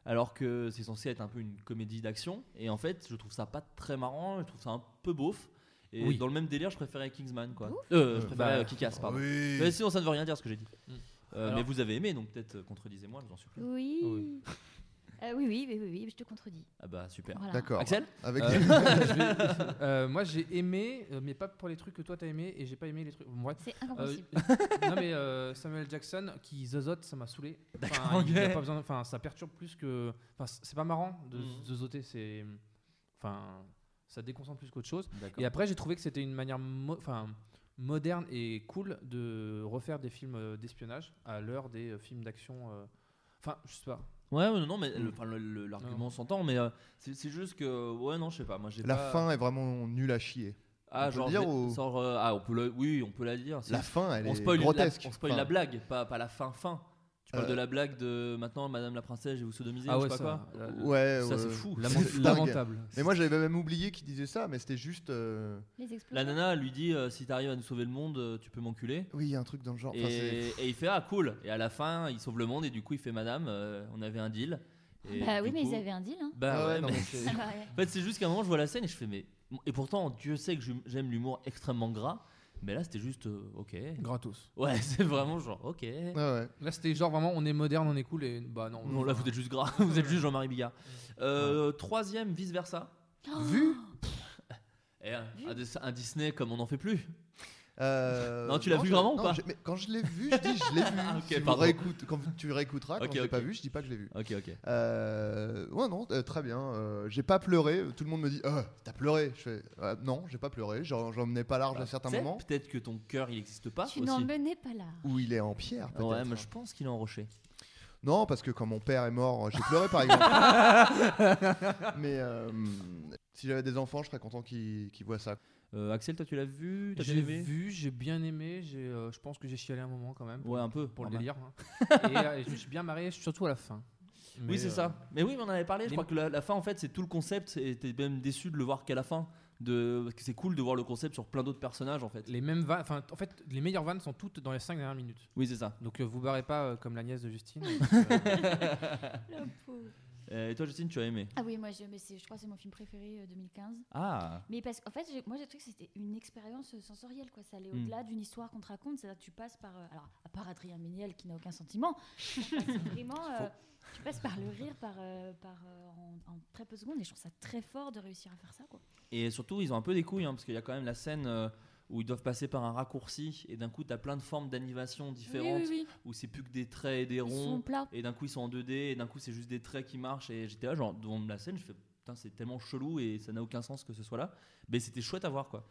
S2: Alors que c'est censé être un peu une comédie d'action. Et en fait, je trouve ça pas très marrant. Je trouve ça un peu beauf. Et
S5: Oui.
S2: dans le même délire, je préférais Kingsman quoi. Euh, je préférais
S5: Bah,
S2: euh, Kick-Ass, pardon.
S4: Oui.
S2: Mais sinon, ça ne veut rien dire ce que j'ai dit.
S5: Mm.
S2: Euh,
S5: Alors-
S2: mais vous avez aimé, donc peut-être euh, contredisez-moi, je vous en supplie.
S3: Oui.
S5: Oui.
S3: Euh, oui, oui, oui, oui, oui, je te contredis.
S2: Ah bah super.
S3: Voilà.
S4: D'accord. Ah,
S2: Axel
S4: Avec
S5: Euh, je vais- euh, moi j'ai aimé, euh, mais pas pour les trucs que toi t'as aimé et j'ai pas aimé les trucs. Bon, bref.
S3: C'est
S5: Euh,
S3: incompréhensible.
S5: non mais euh, Samuel Jackson qui zozote, ça m'a saoulé. Enfin,
S2: D'accord,
S5: il y a
S2: ok.
S5: pas besoin. Enfin, ça perturbe plus que. Enfin, c- c'est pas marrant de
S2: Mhm.
S5: zozoter. C'est. Enfin, ça déconcentre plus qu'autre chose.
S2: D'accord.
S5: Et après j'ai trouvé que c'était une manière, mo- enfin, moderne et cool de refaire des films euh, d'espionnage à l'heure des euh, films d'action. euh, Enfin, je sais pas.
S2: Ouais, ouais, non, non, mais
S5: Hmm.
S2: le- enfin, le- le- l'argument s'entend, mais euh, c'est c'est juste que. Ouais, non, je sais pas. Moi, j'ai
S4: La
S2: pas-
S4: fin est vraiment nulle à chier.
S2: Ah,
S4: on peut
S2: genre.
S4: le dire
S2: j'ai-
S4: ou-
S2: genre, euh, ah, on peut la- oui, on peut la dire. c'est-
S4: La fin, elle
S2: on
S4: est
S2: spoil, la,
S4: grotesque.
S2: on spoil
S4: Enfin,
S2: la blague, pas, pas la fin fin. Tu parles
S4: Euh.
S2: de la blague de maintenant Madame la Princesse, je vais vous sodomiser,
S5: Ah
S2: ou
S5: ouais,
S2: je sais pas
S5: ça,
S2: quoi.
S5: la- la-
S4: Ouais,
S2: Ça, c'est
S4: ouais.
S2: fou.
S4: Lament-
S2: C'est fou.
S4: dingue.
S5: Lamentable.
S4: Mais moi, j'avais même oublié qu'il disait ça, mais c'était juste. euh,
S3: Les explosions.
S2: La nana elle lui dit euh, si t'arrives à nous sauver le monde, euh, tu peux m'enculer.
S4: Oui, il y a un truc dans le genre. Enfin, c'est-
S2: Et, et il fait ah cool. Et à la fin, il sauve le monde et du coup il fait Madame, euh, on avait un deal. Et
S3: Bah
S2: du
S3: oui, mais
S2: coup-
S3: ils avaient un deal. Hein.
S2: Bah
S4: Ah ouais,
S2: ouais,
S4: non,
S2: mais-
S4: mais c'est-
S3: Ça va, ouais.
S2: En fait, c'est juste qu'à un moment, je vois la scène et je fais, mais. Et pourtant, Dieu sait que j'aime- j'aime l'humour extrêmement gras, mais là, c'était juste, euh, ok.
S5: Gratos.
S2: Ouais, c'est vraiment genre, ok.
S4: Ouais, ouais.
S5: Là, c'était genre vraiment, on est moderne, on est cool et bah non.
S2: Non, là, vous êtes juste gras, vous êtes juste Jean-Marie Bigard. Euh, Troisième, vice-versa.
S3: Oh,
S4: Vu
S2: Eh, un, un Dis- un Disney comme on n'en fait plus.
S4: Euh,
S2: Non, tu l'as vu
S4: je-
S2: vraiment ou
S4: non,
S2: pas
S4: je- mais Quand je l'ai vu, je dis je l'ai vu.
S2: Ah, ok,
S4: Si vous
S2: pardon.
S4: réécoute- quand vous- tu réécouteras, quand
S2: Ok,
S4: je l'ai
S2: ok.
S4: pas vu, je dis pas que je l'ai vu.
S2: Ok, ok.
S4: Euh, ouais, non, euh, très bien. euh, j'ai pas pleuré. Tout le monde me dit Ah, T'as pleuré Je fais Ah, Non, j'ai pas pleuré. J'en j'en menais pas large à certains
S2: Bah, Tu sais,
S4: moments.
S2: Peut-être que ton cœur, il n'existe pas
S3: Tu n'en
S2: hein, aussi.
S3: menais pas là.
S4: Où il est en pierre, peut-être.
S2: Ouais, mais je pense qu'il est en rocher.
S4: Non, parce que quand mon père est mort, euh, j'ai pleuré par exemple. mais euh, si j'avais des enfants, je serais content qu'ils qu'ils voient ça.
S2: Euh, Axel, toi, tu l'as vu T'as bien
S5: J'ai
S2: aimé
S5: vu, j'ai bien aimé, j'ai, euh, je pense que j'ai chialé un moment quand même. pour-
S2: Ouais, un peu.
S5: pour le
S4: Ah,
S2: normal.
S5: délire. hein. et, euh, et je me suis bien marré, surtout à la fin. Mais,
S2: Oui, c'est
S5: euh,
S2: ça. Mais oui, mais on en avait parlé. Je
S5: les-
S2: crois que la, la fin, en fait, c'est tout le concept. Et t'es même déçu de le voir qu'à la fin. De... Parce que c'est cool de voir le concept sur plein d'autres personnages, en fait.
S5: Les mêmes vannes, enfin, en fait, les meilleures vannes sont toutes dans les 5 dernières minutes.
S2: Oui, c'est ça.
S5: Donc euh, vous barrez pas euh, comme la nièce de Justine.
S2: Euh, Et toi, Justine, tu as aimé
S3: Ah oui, moi, je, mais c'est- je crois que c'est mon film préféré euh, 2015.
S2: Ah
S3: Mais parce qu'en fait, j'ai- moi j'ai trouvé que c'était une expérience euh, sensorielle, quoi. Ça allait
S2: Mm.
S3: au-delà d'une histoire qu'on te raconte. C'est-à-dire que tu passes par. euh, alors, à part Adrien Méniel qui n'a aucun sentiment, ça passe vraiment. euh, tu passes par le rire par, euh, par, euh, en, en très peu de secondes. Et je trouve ça très fort de réussir à faire ça, quoi.
S2: Et surtout, ils ont un peu des couilles, hein, parce qu'il y a quand même la scène euh, où ils doivent passer par un raccourci, et d'un coup, t'as plein de formes d'animation différentes,
S3: oui, oui.
S2: où c'est plus que des traits et des
S3: Ils sont
S2: ronds,
S3: plats.
S2: et d'un coup, ils sont en 2D, et d'un coup, c'est juste des traits qui marchent. Et j'étais là, genre, devant la scène, je fais putain, c'est tellement chelou, et ça n'a aucun sens que ce soit là. Mais c'était chouette à voir, quoi.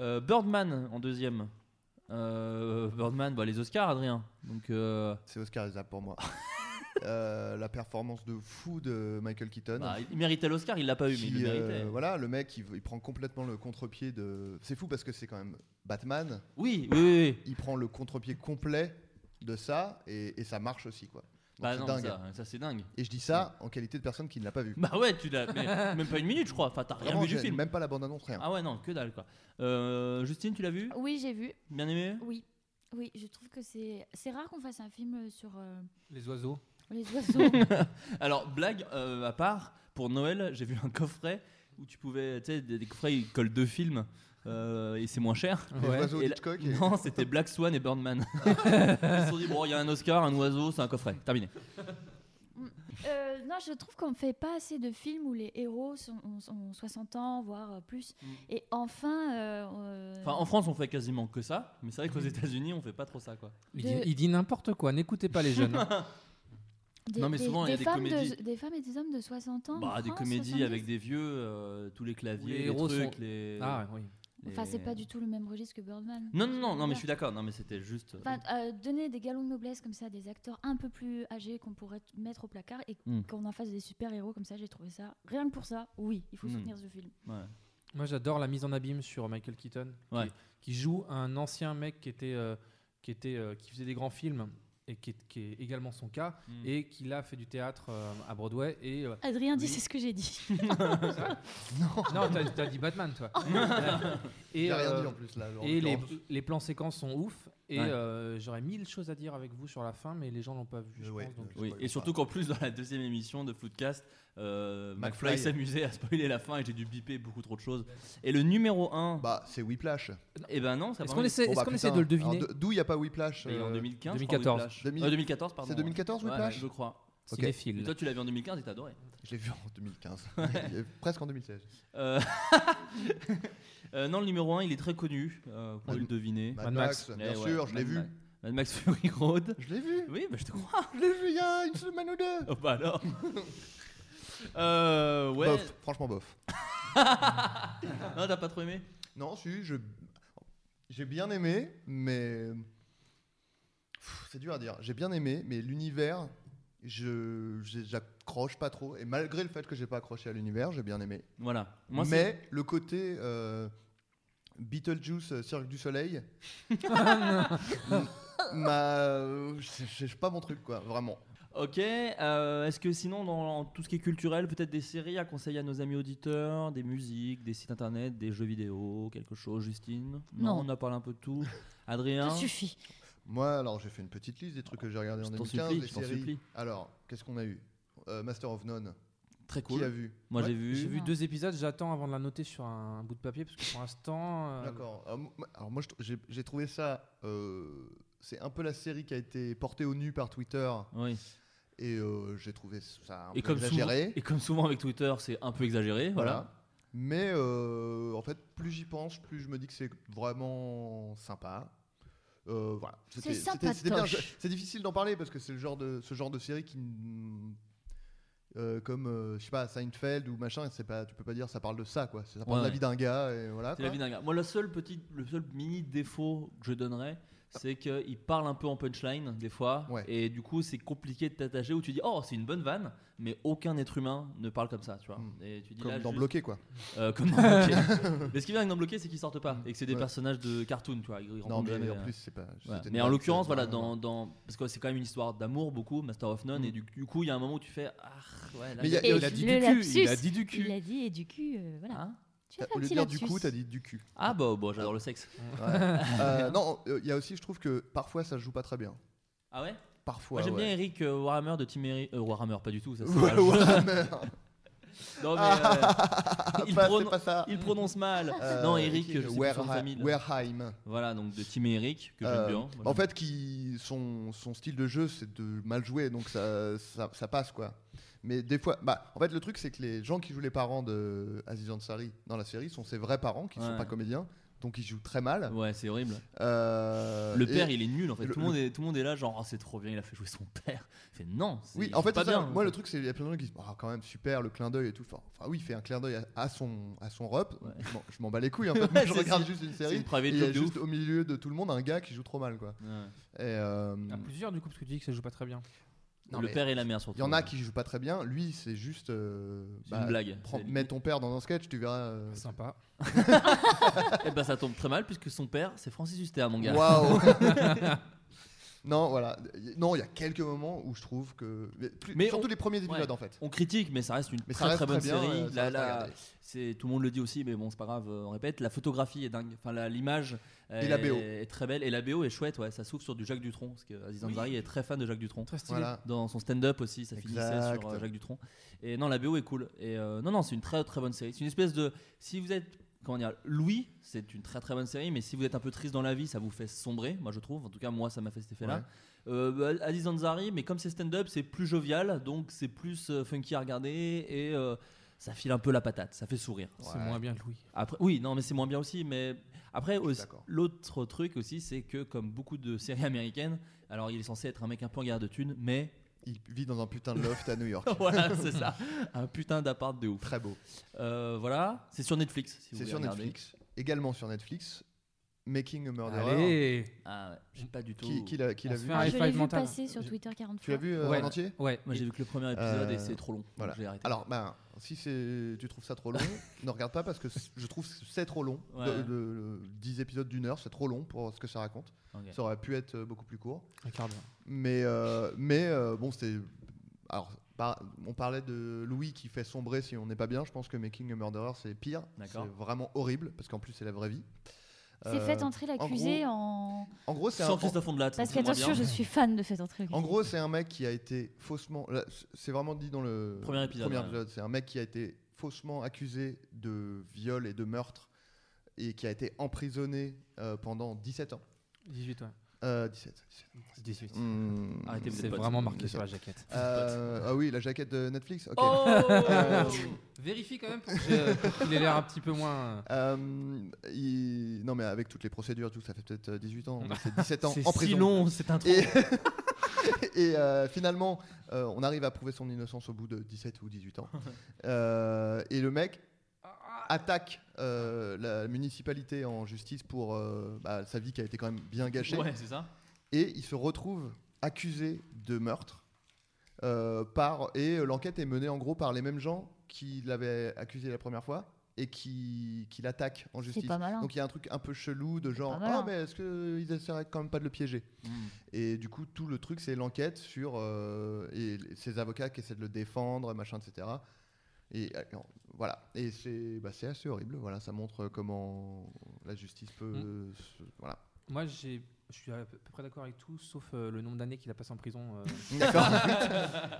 S2: Euh, Birdman en deuxième. Euh, Birdman, bah, les Oscars, Adrien. Donc, euh,
S4: C'est Oscar Isaac pour moi. Euh, la performance de fou de Michael Keaton.
S2: bah, il méritait l'Oscar, il l'a pas eu, mais
S4: qui,
S2: il le méritait.
S4: euh, voilà, le mec, il, il prend complètement le contre-pied de. C'est fou parce que c'est quand même Batman.
S2: Oui, oui, oui. oui.
S4: Il prend le contre-pied complet de ça et, et ça marche aussi, quoi. Donc
S2: Bah
S4: c'est
S2: non,
S4: dingue.
S2: ça, ça, c'est dingue.
S4: Et je dis ça en qualité de personne qui ne l'a pas vu.
S2: Bah ouais, tu l'as. mais- Même pas une minute, je crois. Enfin, t'as rien
S4: Vraiment,
S2: vu du
S4: j'ai
S2: film.
S4: même pas la bande-annonce, rien.
S2: Ah ouais, non, que dalle quoi. Euh, Justine, tu l'as
S4: Ah
S2: vu
S3: Oui, j'ai vu.
S2: Bien aimé
S3: Oui. Oui, je trouve que c'est c'est rare qu'on fasse un film sur euh,
S5: les oiseaux.
S3: les oiseaux.
S2: Alors, blague euh, à part, pour Noël, j'ai vu un coffret où tu pouvais. Tu sais, des, des coffrets, ils collent deux films euh, et c'est moins cher.
S4: Les
S5: Ouais.
S4: oiseaux
S2: Et la-
S4: d'Hitchcock. et-
S2: Non, c'était Black Swan et Birdman. Ils se sont dit, bon, il y a un Oscar, un oiseau, c'est un coffret. Terminé.
S3: Euh, non, je trouve qu'on ne fait pas assez de films où les héros sont, ont, ont 60 ans, voire euh, plus.
S2: Mm.
S3: Et enfin, euh, euh,
S2: Enfin, en France, on fait quasiment que ça, mais c'est vrai
S3: Mm.
S2: qu'aux États-Unis, on fait pas trop ça quoi.
S5: Il
S3: De-
S5: dit, il dit n'importe quoi, n'écoutez pas les jeunes. hein.
S3: des,
S2: non, mais
S3: des-
S2: souvent, il y a des
S3: femmes
S2: comédies.
S3: de- des femmes et des hommes de 60 ans. en
S2: Bah, des
S3: France,
S2: comédies
S3: 70.
S2: avec des vieux, euh, tous les claviers,
S5: Où les
S2: les,
S5: héros
S2: trucs,
S5: sont-
S2: les.
S5: Ah oui.
S2: les-
S3: Enfin, c'est pas du tout le même registre que Birdman.
S2: Non, non, non, non, mais je suis d'accord. Non, mais c'était juste.
S3: Enfin, euh, donner des galons de noblesse comme ça à des acteurs un peu plus âgés qu'on pourrait t- mettre au placard et
S2: Mm.
S3: qu'on en fasse des super-héros comme ça, j'ai trouvé ça. Rien que pour ça, oui, il faut
S2: Mm.
S3: soutenir ce film.
S2: Ouais.
S5: Moi j'adore la mise en abîme sur Michael Keaton qui-
S2: Ouais.
S5: qui, joue un ancien mec qui était euh, qui était euh, qui faisait des grands films et qui est, qui est également son cas
S2: Mm.
S5: et qui là fait du théâtre euh, à Broadway et euh,
S3: Adrien dit
S5: Oui.
S3: c'est ce que j'ai dit.
S5: non t'as t'as dit Batman toi et
S4: J'ai rien
S5: euh,
S4: dit en plus là. en
S5: Et les,
S4: l'occurrence.
S5: les plans séquences sont ouf. Et
S2: Ouais.
S5: euh, j'aurais mille choses à dire avec vous sur la fin, mais les gens l'ont pas vu. Je
S4: Ouais.
S5: pense, donc-
S2: Oui,
S4: spoil
S2: et
S4: pas.
S2: surtout qu'en plus, dans la deuxième émission de Floodcast, euh, McFly
S4: McFly.
S2: s'amusait à spoiler la fin et j'ai dû biper beaucoup trop de choses. Et le numéro 1,
S4: Bah, c'est Whiplash.
S2: et ben non, ça
S5: Est-ce
S2: va
S5: qu'on
S2: pas.
S5: essaie,
S4: Bon,
S5: est-ce
S4: bah,
S5: qu'on essaie
S4: putain.
S5: de le deviner
S4: Alors, de- D'où il n'y a pas Whiplash
S2: Mais en
S4: euh,
S2: 2015,
S5: 2014.
S2: 2014.
S4: 2000.
S2: 2014, pardon.
S4: C'est 2014
S2: Ouais,
S4: Whiplash
S2: Je crois.
S4: ok.
S5: Cinéphile.
S2: Et toi, tu l'as vu en 2015 et t'as adoré.
S4: Je l'ai vu en 2015. Il est Presque en 2016.
S2: Euh, euh, non, le numéro 1, il est très connu, euh, vous pouvez
S4: Mad-
S2: le deviner.
S4: Mad,
S5: Mad
S4: Max,
S5: Max.
S4: bien
S2: Eh ouais,
S4: sûr, je l'ai
S2: Mad
S4: vu.
S2: Ma- Mad Max Fury Road.
S4: Je l'ai vu.
S2: Oui, bah, je te crois.
S4: Je l'ai vu il y a une semaine ou deux.
S2: Oh, bah alors. Euh, ouais.
S4: Bof, franchement bof.
S2: Non, t'as pas trop aimé
S4: Non, si, je. J'ai bien aimé, mais. Pff, C'est dur à dire. J'ai bien aimé, mais l'univers, je j'ai- j'accroche pas trop. Et malgré le fait que j'ai pas accroché à l'univers, j'ai bien aimé.
S2: Voilà. Moi, c'est-
S4: mais le côté euh, Beetlejuice, euh, Cirque du Soleil, m- m'a. euh, c'est- C'est pas mon truc, quoi, vraiment.
S2: Ok, euh, est-ce que sinon, dans tout ce qui est culturel, peut-être des séries à conseiller à nos amis auditeurs, des musiques, des sites internet, des jeux vidéo, quelque chose, Justine
S3: Non.
S2: on a parlé un peu de tout. Adrien
S3: Ça suffit.
S4: Moi, alors, j'ai fait une petite liste des trucs que j'ai regardé en
S2: Je t'en
S4: 2015.
S2: supplie,
S4: les
S2: je t'en
S4: séries.
S2: supplie.
S4: Alors, qu'est-ce qu'on a eu Euh, Master of None.
S2: Très
S4: Qui
S2: cool.
S4: a vu
S2: Moi,
S4: Ouais.
S2: j'ai vu.
S5: J'ai vu
S3: Non.
S5: deux épisodes, j'attends avant de la noter sur un bout de papier parce que pour l'instant. euh,
S4: D'accord. Alors, moi- Alors moi, je tr- j'ai j'ai trouvé ça. euh, c'est un peu la série qui a été portée au nu par Twitter
S2: Oui.
S4: et euh, j'ai trouvé ça un
S2: Et
S4: peu
S2: comme, souvent,
S4: exagéré.
S2: et comme souvent avec Twitter, c'est un peu exagéré. Voilà.
S4: Mais euh, en fait, plus j'y pense, plus je me dis que c'est vraiment sympa. Euh, voilà. C'était-
S3: C'est
S4: c'était-
S3: sympatoche.
S4: c'était bien. Je- C'est difficile d'en parler parce que c'est le genre de ce genre de série qui, mm, euh, comme euh, je sais pas, Seinfeld ou machin, c'est pas, tu peux pas dire ça parle de ça quoi. Ça parle
S2: Ouais,
S4: de la
S2: ouais.
S4: vie d'un gars et voilà.
S2: C'est la
S4: quoi.
S2: vie d'un gars. Moi, le seul petit, le seul mini défaut que je donnerais, c'est qu'il parle un peu en punchline des fois,
S4: Ouais.
S2: et du coup, c'est compliqué de t'attacher. Où tu dis, oh, c'est une bonne vanne, mais aucun être humain ne parle comme ça, tu vois.
S4: Mm.
S2: Et tu dis
S4: Comme
S2: là,
S4: dans
S2: juste-
S4: bloqué quoi.
S2: Euh, comme dans Bloqué. mais ce qui vient avec dans bloqué, c'est qu'ils sortent pas et que c'est des
S4: Ouais.
S2: personnages de cartoon, tu vois. ils
S4: Non
S2: rencontrent
S4: mais
S2: jamais,
S4: en
S2: euh,
S4: plus c'est pas.
S2: voilà.
S4: c'était une
S2: Mais en
S4: blague,
S2: l'occurrence,
S4: c'est-
S2: voilà, dans, dans- parce que c'est quand même une histoire d'amour beaucoup, Master of None,
S5: Mm.
S2: et du, du coup, il y a un moment où tu fais, ah, ouais, là,
S4: Mais il y a-
S2: j'ai-
S3: Et
S5: il a dit
S3: le
S5: du cul, il a
S3: lapsus.
S5: dit du
S3: Il
S5: cul.
S3: a dit et du cul, euh, voilà.
S2: Hein
S3: Tu as fait
S4: Au
S3: un
S4: lieu de
S3: petit
S4: dire du
S3: lapsus.
S4: coup, t'as dit du cul.
S2: ah bah, bon, j'adore le sexe.
S4: Euh, non, euh, il y a aussi, je trouve que parfois ça se joue pas très bien.
S2: Ah ouais
S4: Parfois.
S2: Moi j'aime
S4: ouais.
S2: bien Eric euh, Warhammer de Team Eric. euh, Warhammer, pas du tout, ça c'est
S4: Ouais,
S2: un jeu.
S4: Warhammer.
S2: Non mais. euh, il,
S4: Pas-
S2: pronon-
S4: c'est pas ça.
S2: il prononce mal.
S4: Euh,
S2: non, Eric, je sais plus son
S4: Werha-
S2: famille.
S4: Werheim.
S2: Voilà, donc de Team Eric, que
S4: Euh,
S2: j'aime bien.
S4: en fait, qui, son, son style de jeu, c'est de mal jouer, donc ça, ça, ça passe quoi. Mais des fois, bah, en fait, le truc, c'est que les gens qui jouent les parents de Aziz Ansari dans la série sont ses vrais parents, qui ne
S2: Ouais.
S4: sont pas comédiens, donc ils jouent très mal.
S2: Ouais, c'est horrible.
S4: Euh,
S2: Le
S4: et-
S2: père, il est nul en fait.
S4: le-
S2: tout, le monde est, tout le monde est là, genre, oh, c'est trop bien, il a fait jouer son père. Il fait non, c'est-
S4: Oui,
S2: il
S4: en fait,
S2: joue pas
S4: c'est ça.
S2: bien.
S4: moi le truc c'est il y a plein de gens qui disent Ah, quand même super le clin d'œil et tout. Enfin, enfin, oui, il fait un clin d'œil à, à son à son rep.
S2: Ouais.
S4: Je m'en- Je m'en bats les couilles. En fait. Moi, je
S2: c'est-
S4: regarde
S2: c'est-
S4: juste une
S2: c'est
S4: série.
S2: une private
S4: et il y a
S2: joke de
S4: juste au milieu de tout le monde un gars qui joue trop mal quoi.
S2: Ouais.
S4: Et, euh,
S5: À plusieurs, du coup, parce que tu dis que ça joue pas très bien.
S4: non,
S2: le
S4: mais
S2: père et la mère surtout.
S4: Il y en a qui jouent pas très bien. Lui, c'est juste. euh,
S2: C'est une blague.
S4: prends-
S2: C'est-
S4: mets ton père dans un sketch, tu verras. euh,
S5: Sympa.
S2: Eh ben ça tombe très mal puisque son père, c'est Francis Huster, mon gars.
S4: Waouh. Non, voilà. Y- Non, il y a quelques moments où je trouve que. Mais, plus-
S2: Mais
S4: surtout
S2: on-
S4: les premiers épisodes
S2: ouais.
S4: en fait.
S2: On critique, mais ça reste une
S4: Mais ça
S2: très
S4: reste
S2: très bonne
S4: très bien,
S2: série.
S4: euh, ça
S2: La-
S4: reste à
S2: la-
S4: regarder.
S2: c'est tout le monde le dit aussi, mais bon, c'est pas grave, euh, on répète. La photographie est dingue. Enfin, la- l'image est,
S4: la BO.
S2: est très belle et la BO est chouette. Ouais, ça s'ouvre sur du Jacques Dutronc, parce que Aziz Ansari est très fan de Jacques Dutronc.
S5: Très stylé.
S4: Voilà.
S2: Dans son stand-up aussi, ça finissait
S4: Ah. Exact.
S2: sur euh, Jacques Dutronc. Et non, la BO est cool. Et euh, non, non, c'est une très très bonne série. C'est une espèce de, si vous êtes Comment dire Louis, c'est une très très bonne série, mais si vous êtes un peu triste dans la vie, ça vous fait sombrer, moi je trouve. En tout cas, moi, ça m'a fait cet effet-là.
S4: Ouais.
S2: Euh, bah, Aziz Ansari, mais comme c'est stand-up, c'est plus jovial, donc c'est plus euh, funky à regarder et euh, ça file un peu la patate, ça fait sourire.
S5: C'est moins bien que Louis.
S2: Après, oui, non, mais c'est moins bien aussi, mais après,
S4: suis
S2: aussi-
S4: d'accord.
S2: l'autre truc aussi, c'est que comme beaucoup de séries américaines, alors il est censé être un mec un peu en guerre de thunes, mais
S4: Il vit dans un putain de loft à New York.
S2: voilà, c'est ça, un putain d'appart de ouf.
S4: Très beau.
S2: Euh, voilà, c'est sur Netflix. Si vous
S4: C'est
S2: voulez
S4: sur
S2: regarder.
S4: Netflix. Également sur Netflix. Making a Murderer.
S5: Allez
S2: Ah ouais, j'ai pas du tout.
S4: Qui, qui l'a qui
S5: On
S4: l'a
S5: se
S4: vu
S5: fait un
S3: Ah,
S5: high
S3: je l'ai
S5: five
S3: vu
S5: mental.
S3: passer sur
S5: Je-
S3: Twitter 40
S4: Tu l'as
S3: fois.
S4: vu euh,
S5: Ouais.
S4: en entier
S5: Ouais.
S2: Moi j'ai vu que le premier épisode
S4: Euh,
S2: et c'est trop long. donc
S4: voilà.
S2: J'ai arrêté.
S4: Alors, ben, si c'est- tu trouves ça trop long, ne regarde pas parce que c- je trouve que c'est trop long.
S2: Ouais.
S4: De- de- de- 10 épisodes d'une heure, c'est trop long pour ce que ça raconte.
S2: Ok.
S4: Ça aurait pu être euh, beaucoup plus court.
S5: Un quart d'heure.
S4: Mais, euh, mais euh, bon, c'était. Alors, par- on parlait de Louis qui fait sombrer si on n'est pas bien. Je pense que Making a Murderer, c'est pire. C'est
S2: D'accord.
S4: vraiment horrible parce qu'en plus, c'est la vraie vie.
S3: C'est
S4: Euh,
S3: fait entrer l'accusé
S4: gros,
S3: en.
S4: En gros, c'est un.
S2: Sans Christophe Ondelat.
S3: Parce
S2: c'est moins
S3: qu'attention, je
S2: bien.
S3: suis fan de fait entrer
S4: En
S3: l'accusé.
S4: gros, c'est un mec qui a été faussement. là, c- C'est vraiment dit dans le
S2: Premier épisode, ouais.
S4: C'est un mec qui a été faussement accusé de viol et de meurtre et qui a été emprisonné euh, pendant 17 ans.
S5: 18, ouais.
S4: Euh, 17. 17.
S5: 18.
S4: Hmm.
S2: Arrêtez
S5: C'est
S2: potes.
S5: vraiment marqué sur la jaquette.
S4: Euh, ah oui, la jaquette de Netflix. ok.
S2: Oh
S5: Vérifie quand même pour que j'ai, euh, qu'il ait l'air un petit peu moins.
S4: Euh, il- Non, mais avec toutes les procédures, et tout ça fait peut-être euh, 18 ans. mais C'est 17 ans
S2: C'est
S4: en
S2: si
S4: prison.
S2: long, c'est un truc.
S4: Et, et, euh, finalement, euh, on arrive à prouver son innocence au bout de 17 ou 18 ans. Euh, et le mec, attaque euh, la municipalité en justice pour euh, bah, sa vie qui a été quand même bien gâchée.
S2: Ouais, c'est ça.
S4: Et il se retrouve accusé de meurtre. euh, par, et l'enquête est menée en gros par les mêmes gens qui l'avaient accusé la première fois et qui, qui l'attaquent en
S3: C'est
S4: justice.
S3: pas malin.
S4: Donc il y a un truc un peu chelou de genre
S3: pas malin.
S4: Ah, mais est-ce qu'ils essaieraient quand même pas de le piéger Et du coup, tout le truc, c'est l'enquête sur euh, et l- ses avocats qui essaient de le défendre, machin, etc. Et euh, non, voilà. Et c'est bah, c'est assez horrible. Voilà, ça montre comment la justice peut. euh, se- voilà.
S5: Moi, j'ai- je suis à peu près d'accord avec tout, sauf euh, le nombre d'années qu'il a passé en prison. euh,
S4: D'accord.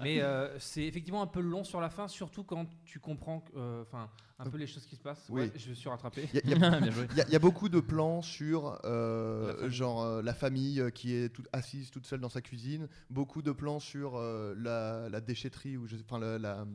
S5: Mais euh, c'est effectivement un peu long sur la fin, surtout quand tu comprends que, euh, enfin, un peu les choses qui se passent.
S4: Oui.
S5: Ouais, je me suis rattrapé.
S4: Il y, a-
S2: Bien joué.
S4: il y a- il y a beaucoup de plans sur euh,
S5: Ah, La famille.
S4: genre euh, la famille euh, qui est toute assise toute seule dans sa cuisine. Beaucoup de plans sur euh, la, la déchetterie ou je sais- enfin la, la,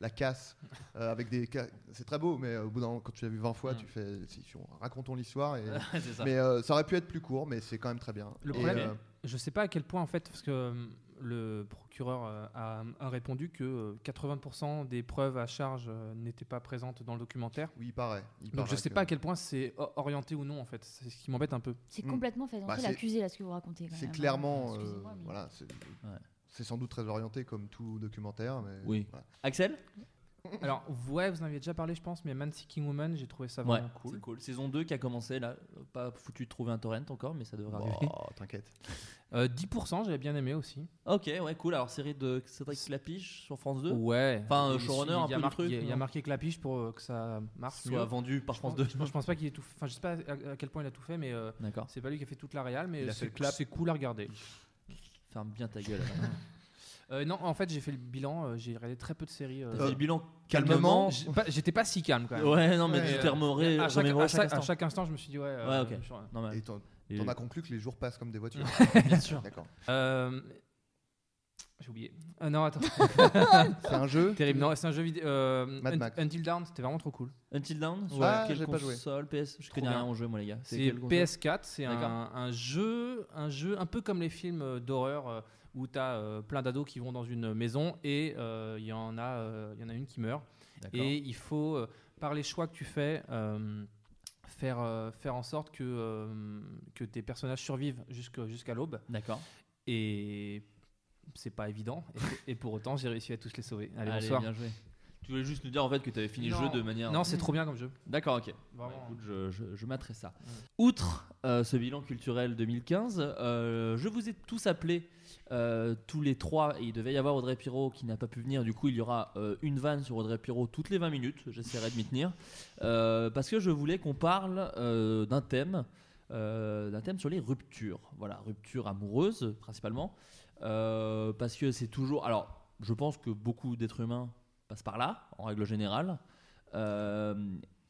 S4: la casse euh, avec des. ca- C'est très beau, mais euh, au bout d'un quand tu l'as vu 20 fois,
S5: Mm.
S4: tu fais si, si, on- racontons l'histoire et.
S2: c'est ça.
S4: Mais euh, ça aurait pu être plus court, mais c'est quand même très bien.
S5: Le
S4: Et,
S5: problème-
S4: euh,
S5: Je sais pas à quel point, en fait, parce que euh, le procureur euh, a, a répondu que euh, 80% des preuves à charge euh, n'étaient pas présentes dans le documentaire.
S4: oui, il paraît. il
S5: Donc je
S4: paraît
S5: sais
S4: que-
S5: pas à quel point c'est o- orienté ou non, en fait. C'est ce qui m'embête un peu.
S3: C'est
S4: Hmm.
S3: complètement fait
S4: Bah,
S3: entrer
S4: c'est-
S3: l'accusé là ce que vous racontez. quand
S4: C'est
S3: même, hein.
S4: clairement. euh,
S3: Excusez-moi, mais-
S4: voilà, c'est
S2: Ouais.
S4: c'est sans doute très orienté comme tout documentaire, mais.
S2: Oui.
S4: voilà.
S2: Axel
S5: Alors, ouais, vous en aviez déjà parlé, je pense, mais Man Seeking Woman, j'ai trouvé ça vraiment cool.
S2: C'est cool. Saison 2 qui a commencé là. Pas foutu de trouver un torrent encore, mais ça devrait arriver.
S4: Oh, T'inquiète.
S5: Euh, 10%, j'avais bien aimé aussi.
S2: Ok, ouais, cool. Alors, série de Cédric Clapiche sur France 2.
S5: Ouais.
S2: Enfin, euh,
S5: Il-
S2: showrunner,
S5: il
S2: un peu
S5: y a
S2: le
S5: marqué-
S2: truc,
S5: Il y a
S2: non
S5: marqué Clapiche pour euh, que ça marche.
S2: soit
S5: mieux.
S2: vendu par
S5: Je
S2: France
S5: pense-
S2: 2.
S5: Je, pense- je pense pas qu'il ait tout. fait. Enfin, je sais pas à, à quel point il a tout fait, mais euh,
S2: D'accord.
S5: c'est pas lui qui a fait toute la réal, mais
S4: Il a fait
S5: c'est
S4: le clap.
S5: c'est cool à regarder.
S2: Ferme bien ta gueule.
S5: Euh, non, en fait, j'ai fait le bilan. euh, j'ai regardé très peu de séries. euh,
S2: T'as fait le bilan
S4: calmement.
S2: calmement.
S5: j'ai pas- J'étais pas si calme quand même.
S2: Ouais, non, mais
S4: Ouais,
S2: tu
S4: euh,
S2: t'es remoré,
S5: à, chaque,
S2: remémoré
S5: à chaque- à
S2: instant.
S5: chaque instant, je me suis dit ouais. euh,
S2: Ouais, ok.
S5: je suis-
S2: Non, mais-
S4: Et t'en
S2: et-
S4: t'en as conclu que les jours passent comme des voitures.
S5: bien sûr.
S4: D'accord.
S5: Euh, j'ai oublié. Ah non, attends.
S4: C'est un jeu.
S5: Terrible. Non, c'est un jeu vidéo. euh,
S4: Mad
S5: Un-
S4: Max.
S5: Until Dawn, c'était vraiment trop cool.
S2: Until
S5: Ah,
S2: Dawn Sur
S4: Ouais,
S2: quelle
S4: j'ai pas joué.
S2: console PS Je
S5: Trop
S2: connais
S5: bien.
S2: rien en jeu, moi, les gars.
S5: C'est
S2: quelle console
S5: PS4, c'est un,
S2: D'accord.
S5: un jeu, un jeu un peu comme les films euh, d'horreur euh, où tu as plein d'ados qui vont dans une maison et euh, il y en a, euh, il y en a une qui meurt
S2: D'accord.
S5: et il faut euh, par les choix que tu fais euh, faire euh, faire en sorte que euh, que tes personnages survivent jusque- jusqu'à l'aube
S2: D'accord.
S5: et c'est pas évident et, et pour autant j'ai réussi à tous les sauver. Allez,
S2: Allez,
S5: bonsoir.
S2: bien joué. Tu voulais juste nous dire en fait que t'avais fini le
S5: Non.
S2: jeu de manière. Mm.
S5: Non, c'est trop bien comme jeu.
S2: D'accord, ok.
S5: Vraiment. hein.
S2: Bah, écoute, je, je, je mâterai ça. Outre euh, ce bilan culturel 2015, euh, je vous ai tous appelés, euh, tous les trois, et il devait y avoir Audrey Pirot qui n'a pas pu venir. Du coup, il y aura euh, une vanne sur Audrey Pirot toutes les 20 minutes. J'essaierai de m'y tenir. Euh, parce que je voulais qu'on parle euh, d'un thème. euh, d'un thème sur les ruptures, voilà, rupture amoureuse principalement, Euh, parce que c'est toujours. Alors, je pense que beaucoup d'êtres humains passent par là, en règle générale, Euh,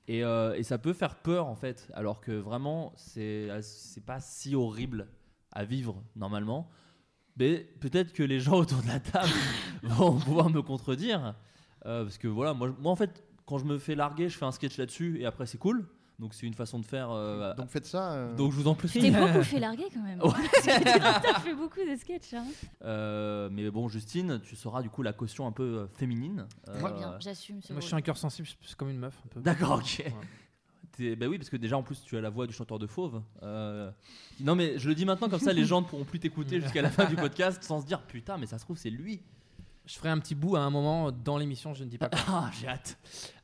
S2: et, euh, et ça peut faire peur en fait, alors que vraiment c'est c'est pas si horrible à vivre normalement. Mais peut-être que les gens autour de la table vont pouvoir me contredire, Euh, parce que voilà, moi, je- moi en fait quand je me fais larguer, je fais un sketch là-dessus et après c'est cool. Donc c'est une façon de faire. euh,
S4: Donc faites ça. euh,
S2: donc je vous en
S3: Tu
S2: prie.
S3: t'es beaucoup fait larguer quand même.
S2: Ouais.
S3: Putain, je fais beaucoup de sketchs. Hein.
S2: Euh, mais bon Justine, tu seras du coup la caution un peu euh, féminine.
S3: Très
S2: Euh,
S3: bien, j'assume ce
S5: Moi, je suis
S3: rôle.
S5: un cœur sensible, c'est comme une meuf un peu.
S2: D'accord, ok.
S5: Ouais.
S2: T'es- Bah oui, parce que déjà en plus tu as la voix du chanteur de Fauve. Euh, Non mais je le dis maintenant comme ça, les gens ne pourront plus t'écouter jusqu'à la fin du podcast sans se dire putain mais ça se trouve c'est lui.
S5: Je ferai un petit bout à un moment dans l'émission, je ne dis pas quoi.
S2: Ah j'ai hâte.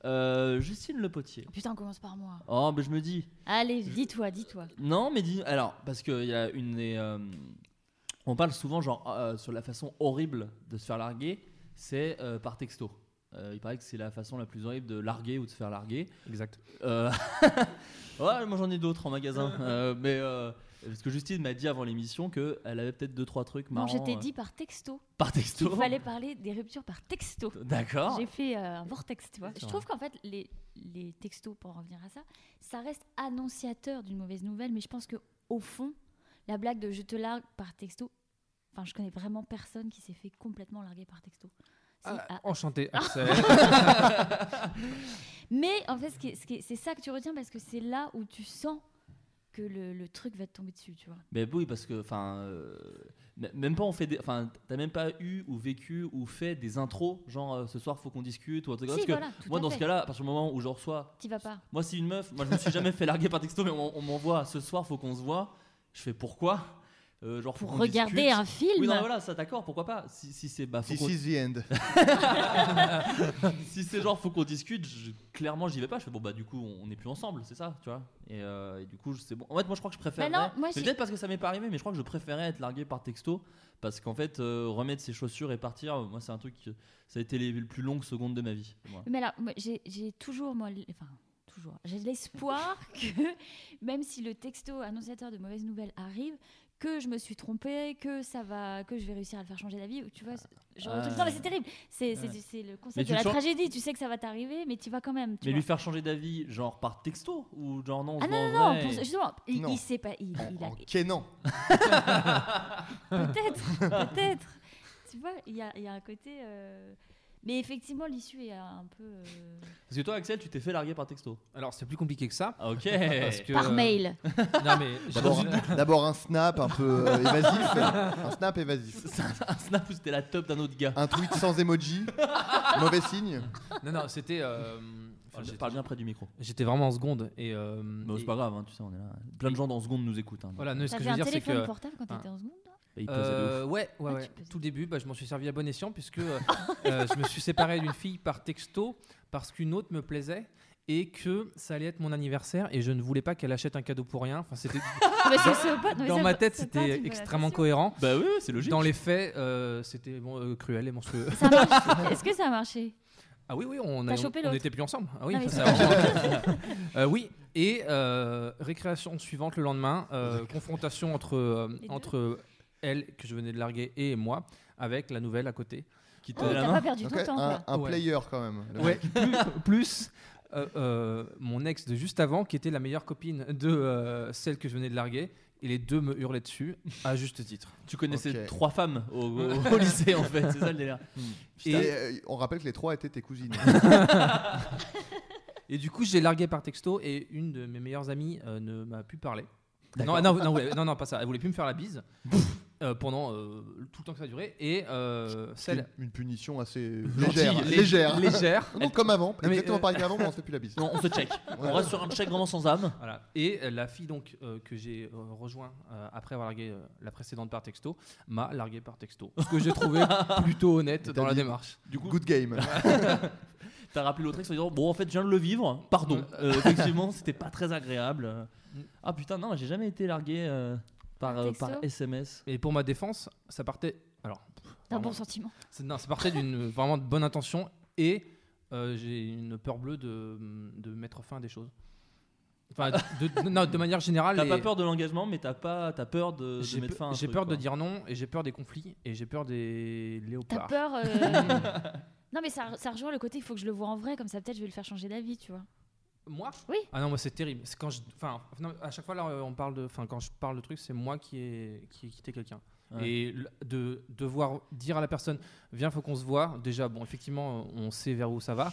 S2: Euh, Justine Le Potier.
S3: Putain, on commence par moi.
S2: Oh mais je me dis
S3: Allez, dis-toi, dis-toi.
S2: non mais dis alors parce qu'il y a une des, euh, on parle souvent genre euh, sur la façon horrible de se faire larguer, c'est euh, par texto. Euh, il paraît que c'est la façon la plus horrible de larguer ou de se faire larguer.
S5: Exact.
S2: Euh, ouais, moi j'en ai d'autres en magasin. Euh, mais euh, parce que Justine m'a dit avant l'émission que elle avait peut-être deux trois trucs
S3: Non,
S2: marrants
S3: je t'ai
S2: euh,
S3: dit par texto
S2: par
S3: qu'il
S2: texto.
S3: fallait parler des ruptures par texto.
S2: D'accord.
S3: J'ai fait euh, un vortex, tu vois. Je
S2: D'accord.
S3: trouve qu'en fait, les, les textos, pour en revenir à ça, ça reste annonciateur d'une mauvaise nouvelle, mais je pense que au fond, la blague de je te largue par texto, enfin, je connais vraiment personne qui s'est fait complètement larguer par texto. Si,
S5: Ah,
S3: ah.
S5: Enchanté, Axel.
S3: Mais en fait, ce qui est- ce qui est- c'est ça que tu retiens parce que c'est là où tu sens que le, le truc va te tomber dessus, tu vois.
S2: Ben oui, parce que, enfin, euh, m- même pas on fait des. Enfin, t'as même pas eu ou vécu ou fait des intros, genre euh, ce soir faut qu'on discute ou un truc comme ça.
S3: si,
S2: Parce que
S3: voilà, tout
S2: moi,
S3: à
S2: dans
S3: fait.
S2: ce cas-là, à partir du moment où je reçois.
S3: T'y vas pas.
S2: Moi, si une meuf, moi je me suis jamais fait larguer par texto, mais on, on m'envoie ce soir faut qu'on se voit, je fais pourquoi Euh, Genre, faut
S3: Pour
S2: qu'on
S3: regarder
S2: discute.
S3: un film
S2: Oui, non, voilà, ça d'accord, pourquoi pas Si, si c'est bah, faut
S4: This
S2: qu'on-
S4: is the end.
S2: si c'est genre faut qu'on discute, je- clairement j'y vais pas. Je fais bon bah du coup on n'est plus ensemble, c'est ça, tu vois. Et, euh, et du coup je- c'est bon. En fait moi je crois que je préfère.
S3: Bah non, moi, j'ai-
S2: peut-être parce que ça m'est pas arrivé, mais je crois que je préférais être largué par texto parce qu'en fait euh, remettre ses chaussures et partir, euh, moi c'est un truc que- ça a été les, les plus longues secondes de ma vie. Voilà.
S3: Mais alors, moi, j'ai j'ai toujours, moi, l- enfin, toujours, j'ai l'espoir que, même si le texto annonciateur de mauvaises nouvelles arrive, que je me suis trompée, que ça va, que je vais réussir à le faire changer d'avis, ou tu vois, c'est- genre,
S2: Ah.
S3: tout le temps, mais c'est terrible, c'est c'est-
S2: Ouais.
S3: c'est le concept
S2: tu
S3: de la
S2: le sens-
S3: tragédie, tu sais que ça va t'arriver, mais tu vas quand même. tu
S2: Mais
S3: vois.
S2: lui faire changer d'avis, genre par texto ou genre non on
S3: Ah
S2: se voit
S3: non,
S2: en
S3: non, non,
S2: vrai
S3: pour-
S2: et-
S3: justement, il,
S4: Non.
S3: il sait pas, il, il
S4: En,
S3: a-
S4: en quénant.
S3: peut-être, peut-être, tu vois, il y a, il y a un côté. euh, Mais effectivement, l'issue est un peu. euh,
S2: Parce que toi Axel tu t'es fait larguer par texto.
S5: Alors c'est plus compliqué que ça.
S2: Ah, ok. Bah,
S5: Parce que,
S3: Par
S5: euh,
S3: mail.
S5: Non mais j'ai-
S4: D'abord, d'abord un snap un peu euh, évasif. un snap évasif.
S2: C'est un- un snap où c'était la top d'un autre
S5: Ah,
S2: gars.
S4: Un tweet sans emoji. Mauvais signe.
S5: non non c'était. euh, enfin,
S2: Parle-
S5: j'étais-
S2: Oh, Parle bien près du micro.
S5: J'étais vraiment en seconde et. euh,
S2: Bah,
S5: et-
S2: c'est pas grave, hein, tu sais, on est là. Plein de gens dans seconde nous écoutent. hein.
S5: Voilà, non, ce que je
S3: T'avais
S5: veux
S3: un
S5: dire c'est
S3: téléphone
S5: que.
S3: portable quand
S5: Ah.
S3: t'étais en seconde
S2: Et ils pesaient de ouf.
S5: Euh, ouais, ouais,
S3: Ah,
S5: ouais.
S3: tu peux-
S5: Tout début, bah, je m'en suis servi à bon escient puisque euh, euh, je me suis séparé d'une fille par texto parce qu'une autre me plaisait et que ça allait être mon anniversaire et je ne voulais pas qu'elle achète un cadeau pour rien. Enfin, c'était
S3: Mais c'est- c'est pas- non, mais
S5: dans
S3: ça-
S5: ma tête,
S3: c'est pas une
S5: c'était
S3: bonne
S5: extrêmement
S3: attention.
S5: cohérent.
S2: Bah oui, c'est logique.
S5: Dans les faits, euh, c'était bon, euh, cruel et monstrueux.
S3: Ça marche- Est-ce que ça a marché
S5: Ah oui, oui, on
S3: T'as
S5: a-
S3: chopé
S5: on
S3: l'autre.
S5: n'était plus ensemble. Ah oui,
S3: Ah oui,
S5: ça,
S3: c'est
S5: c'est vraiment- Euh, oui. Et euh, récréation suivante le lendemain, euh, confrontation entre, euh,
S3: deux.
S5: entre elle que je venais de larguer et moi avec la nouvelle à côté.
S2: Qui te
S3: Oh,
S2: donnent la
S3: T'as
S2: main.
S3: pas perdu
S4: Donc,
S3: ton temps,
S4: un
S3: quoi.
S4: un
S5: Ouais.
S4: player quand même. le
S5: Ouais,
S4: mec.
S5: plus, plus, euh, euh, mon ex de juste avant, qui était la meilleure copine de euh, celle que je venais de larguer, et les deux me hurlaient dessus, à juste titre.
S2: Tu connaissais
S4: Ok.
S2: trois femmes au, au- au lycée en fait, c'est ça le délire.
S4: Et
S5: Et,
S4: euh, on rappelle que les trois étaient tes cousines.
S5: et du coup, j'ai largué par texto, et une de mes meilleures amies euh, ne m'a plus parlé. Non, non, non, ouais, non, non, pas ça. Elle voulait plus me faire la bise euh, pendant euh, tout le temps que ça durait. Et euh, celle.
S4: Une- Une punition assez
S2: Gentille,
S4: légère.
S2: lé-
S4: Légère.
S5: Légère.
S4: Non, comme avant,
S5: mais,
S4: exactement
S5: euh,
S4: pareil qu'avant, mais on se fait plus la bise.
S2: Non, on se check. On reste sur un check vraiment sans âme.
S5: Voilà. Et euh, la fille donc euh, que j'ai euh, rejoint euh, après avoir largué euh, la précédente par texto m'a largué par texto. Ce que j'ai trouvé plutôt honnête
S4: T'as
S5: dans la
S4: dit-
S5: démarche.
S2: Du coup,
S4: Good game.
S2: t'as rappelé l'autre ex en disant Bon, en fait, je viens de le vivre, pardon. Euh, effectivement, c'était pas très agréable.
S5: Mm.
S2: Ah putain, non, j'ai jamais été largué euh, par, euh,
S3: Texto
S2: par SMS.
S5: Et pour ma défense, ça partait. Alors, pff,
S3: T'as un
S5: vraiment,
S3: bon sentiment.
S5: c'est- non, ça partait d'une vraiment de bonne intention et euh, j'ai une peur bleue de, de mettre fin à des choses. Enfin, de, de- non, de manière générale.
S2: Ah. T'as
S5: les-
S2: pas peur de l'engagement, mais t'as pas, t'as peur de, de
S5: J'ai
S2: mettre
S5: pe-
S2: fin. à un
S5: j'ai
S2: truc,
S5: peur
S2: quoi.
S5: de dire non et j'ai peur des conflits et j'ai peur des
S3: T'as
S5: léopards.
S3: peur. euh, Non, mais ça, ça rejoint le côté, il faut que je le vois en vrai, comme ça peut-être je vais le faire changer d'avis, tu vois.
S5: Moi
S3: Oui.
S5: Ah non, moi c'est terrible. C'est quand je, enfin, non, à chaque fois là, on parle de, enfin, quand je parle de truc, c'est moi qui ai, qui ai quitté quelqu'un.
S2: Ouais.
S5: Et l- de devoir dire à la personne, viens, faut qu'on se voit. Déjà, bon, effectivement, on sait vers où ça va.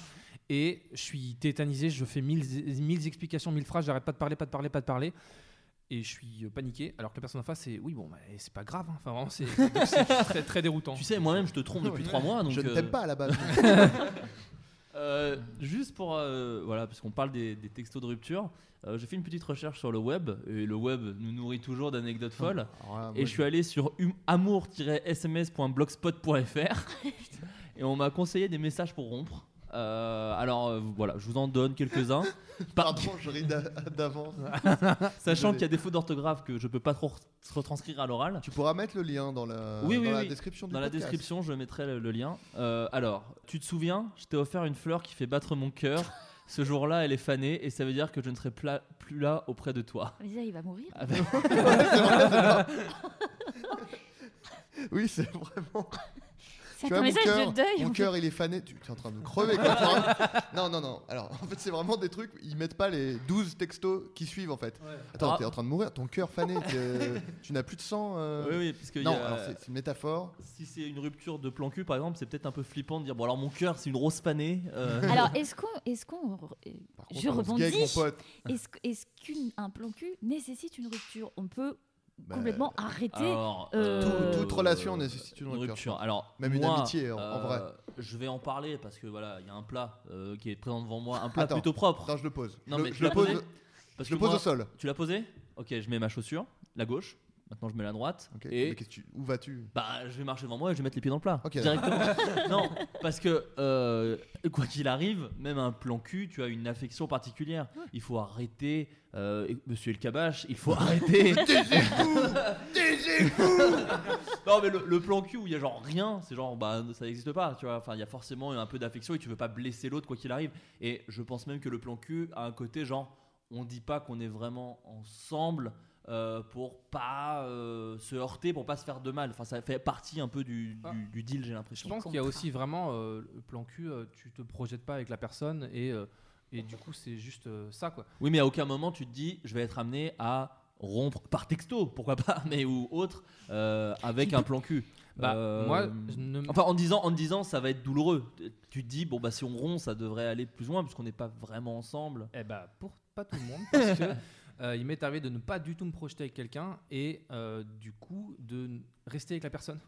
S5: Et je suis tétanisé, je fais mille, mille explications, mille phrases, j'arrête pas de parler, pas de parler, pas de parler. Et je suis euh, paniqué, alors que la personne en face, c'est oui, bon, bah, c'est pas grave. hein. Enfin, vraiment, c'est donc c'est très, très déroutant.
S2: Tu sais, moi-même, je te trompe depuis trois mois. Donc,
S4: Je ne
S2: euh,
S4: t'aime pas à la base.
S2: Euh, juste pour euh, voilà parce qu'on parle des, des textos de rupture euh, j'ai fait une petite recherche sur le web et le web nous nourrit toujours d'anecdotes folles
S4: Alors là, Ah, moi,
S2: et je suis allé sur hum- amour-sms.blogspot.fr et on m'a conseillé des messages pour rompre Euh, alors euh, voilà je vous en donne quelques-uns Par-
S4: Pardon, je ris d'a- d'avance.
S2: sachant qu'il y a des fautes d'orthographe que je peux pas trop re- retranscrire à l'oral
S4: Tu pourras mettre le lien dans la,
S2: Oui,
S4: dans
S2: oui,
S4: la
S2: oui.
S4: description du
S2: Dans la
S4: podcast.
S2: description, je mettrai le, le lien. Euh, alors, tu te souviens, je t'ai offert une fleur qui fait battre mon cœur. Ce jour-là, elle est fanée et ça veut dire que je ne serai pla- plus là auprès de toi.
S3: Mais ça, il va mourir.
S2: Ah ben,
S4: Ouais, c'est vrai, c'est vrai. oui, c'est vraiment.
S3: C'est
S4: Tu vois,
S3: un
S4: mon
S3: message
S4: cœur,
S3: de deuil.
S4: mon
S3: en fait.
S4: cœur, il est fané. Tu es en train de me crever. quoi, Franck. non, non, non. Alors, en fait, c'est vraiment des trucs. Ils mettent pas les 12 textos qui suivent, en fait. Attends,
S2: Ah.
S4: t'es en train de mourir. Ton cœur fané. t'es- tu n'as plus de sang. euh,
S2: Oui, oui, parce que
S4: Non,
S2: il y a-
S4: alors c'est c'est une métaphore.
S2: si c'est une rupture de plan cul, par exemple, c'est peut-être un peu flippant de dire bon, alors mon cœur, c'est une rose panée. euh,
S3: Alors, est-ce qu'on. Est qu'on re- euh,
S4: Par
S3: je
S4: on se gueule avec
S3: rebondis.
S4: mon pote.
S3: Est-ce que- est-ce qu'un plan cul nécessite une rupture On peut
S4: Bah,
S3: complètement arrêter.
S2: alors,
S3: euh,
S4: Tout- toute relation nécessite une rupture.
S2: Alors,
S4: Même une
S2: moi, euh,
S4: amitié, en- en vrai.
S2: Je vais en parler parce que voilà, il y a un plat euh, qui est présent devant moi, un plat
S4: Attends.
S2: plutôt propre.
S4: Non, je le pose.
S2: Non,
S4: je,
S2: mais
S4: je
S2: tu
S4: le
S2: l'as
S4: pose.
S2: posé Parce
S4: Je le
S2: que
S4: pose
S2: moi-
S4: au sol.
S2: Tu l'as posé Ok, je mets ma chaussure, la gauche. Maintenant, je mets la droite.
S4: Ok,
S2: Et
S4: mais qu'est-ce que tu- où vas-tu
S2: Bah, je vais marcher devant moi et je vais mettre les pieds dans le plat.
S4: Ok.
S2: Directement. non, parce que euh, quoi qu'il arrive, même un plan cul, tu as une affection particulière. Il faut arrêter, euh, et- monsieur le cabache, il faut arrêter. non, mais le, le plan cul où il y a genre rien, c'est genre, bah, ça n'existe pas, tu vois. Enfin, il y a forcément un peu d'affection et tu veux pas blesser l'autre, quoi qu'il arrive. Et je pense même que le plan cul a un côté genre, on dit pas qu'on est vraiment ensemble euh, pour pas euh, se heurter, pour pas se faire de mal. Enfin, ça fait partie un peu du, du-
S5: Ah.
S2: du deal, j'ai
S5: Je
S2: l'impression.
S5: pense qu'il y a aussi vraiment euh, le plan cul, euh, tu te projettes pas avec la personne et, euh, et du coup c'est juste euh, ça quoi.
S2: Oui, mais à aucun moment tu te dis, je vais être amené à rompre par texto, pourquoi pas, mais ou autre, euh, avec un plan cul.
S5: Bah
S2: Euh,
S5: moi je ne
S2: Enfin, en disant, en disant, ça va être douloureux. Tu te dis, bon, bah, si on rompt, ça devrait aller plus loin, puisqu'on n'est pas vraiment ensemble.
S5: Eh bah pour pas tout le monde parce que euh, il m'est arrivé de ne pas du tout me projeter avec quelqu'un et euh, du coup de n- rester avec la personne.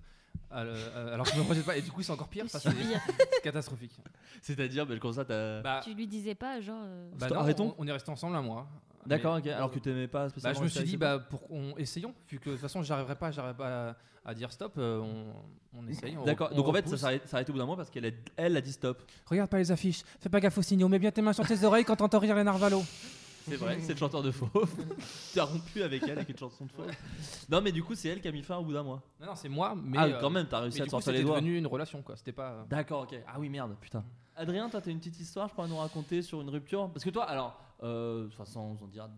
S5: Alors, euh, alors que je me projette pas et du coup c'est encore pire, ça, c'est c'est catastrophique.
S2: C'est-à-dire, bah, comme ça, t'as.
S5: Bah,
S3: Tu lui disais pas, genre. euh,
S5: bah
S2: Stop,
S5: non,
S2: arrêtons.
S5: On, on est resté ensemble un mois.
S2: D'accord,
S5: Mais-
S2: ok. Alors que tu t'aimais pas
S5: Bah,
S2: spécialement.
S5: je me suis
S2: rester
S5: dit,
S2: avec cette
S5: bah, pour, on, essayons, vu que de toute façon, j'arriverai pas, j'arriverai pas à, à dire stop, euh, on, on essaye. on-
S2: personne D'accord.
S5: on
S2: Donc en fait, ça
S5: repousse.
S2: s'arrête ça s'arrête au bout d'un moment parce qu'elle a, elle a dit stop.
S5: Regarde pas les affiches, fais pas gaffe aux signaux, mets bien tes mains sur tes oreilles quand t'entends rire les narvalos.
S2: C'est vrai, c'est le chanteur de fauve. T'as rompu avec elle avec une chanson de fauve. Non, mais du coup, c'est elle qui a mis fin au bout d'un mois.
S5: Non, non, c'est moi, mais.
S2: ah,
S5: euh,
S2: quand même, t'as
S5: mais
S2: réussi à
S5: du
S2: te
S5: coup,
S2: sortir les
S5: c'était
S2: doigts.
S5: devenu une relation, quoi. C'était pas. euh,
S2: D'accord, ok. Ah oui, merde, putain. Adrien, toi, t'as une petite histoire, je crois, à nous raconter sur une rupture Parce que toi, alors, euh, enfin, sans en dire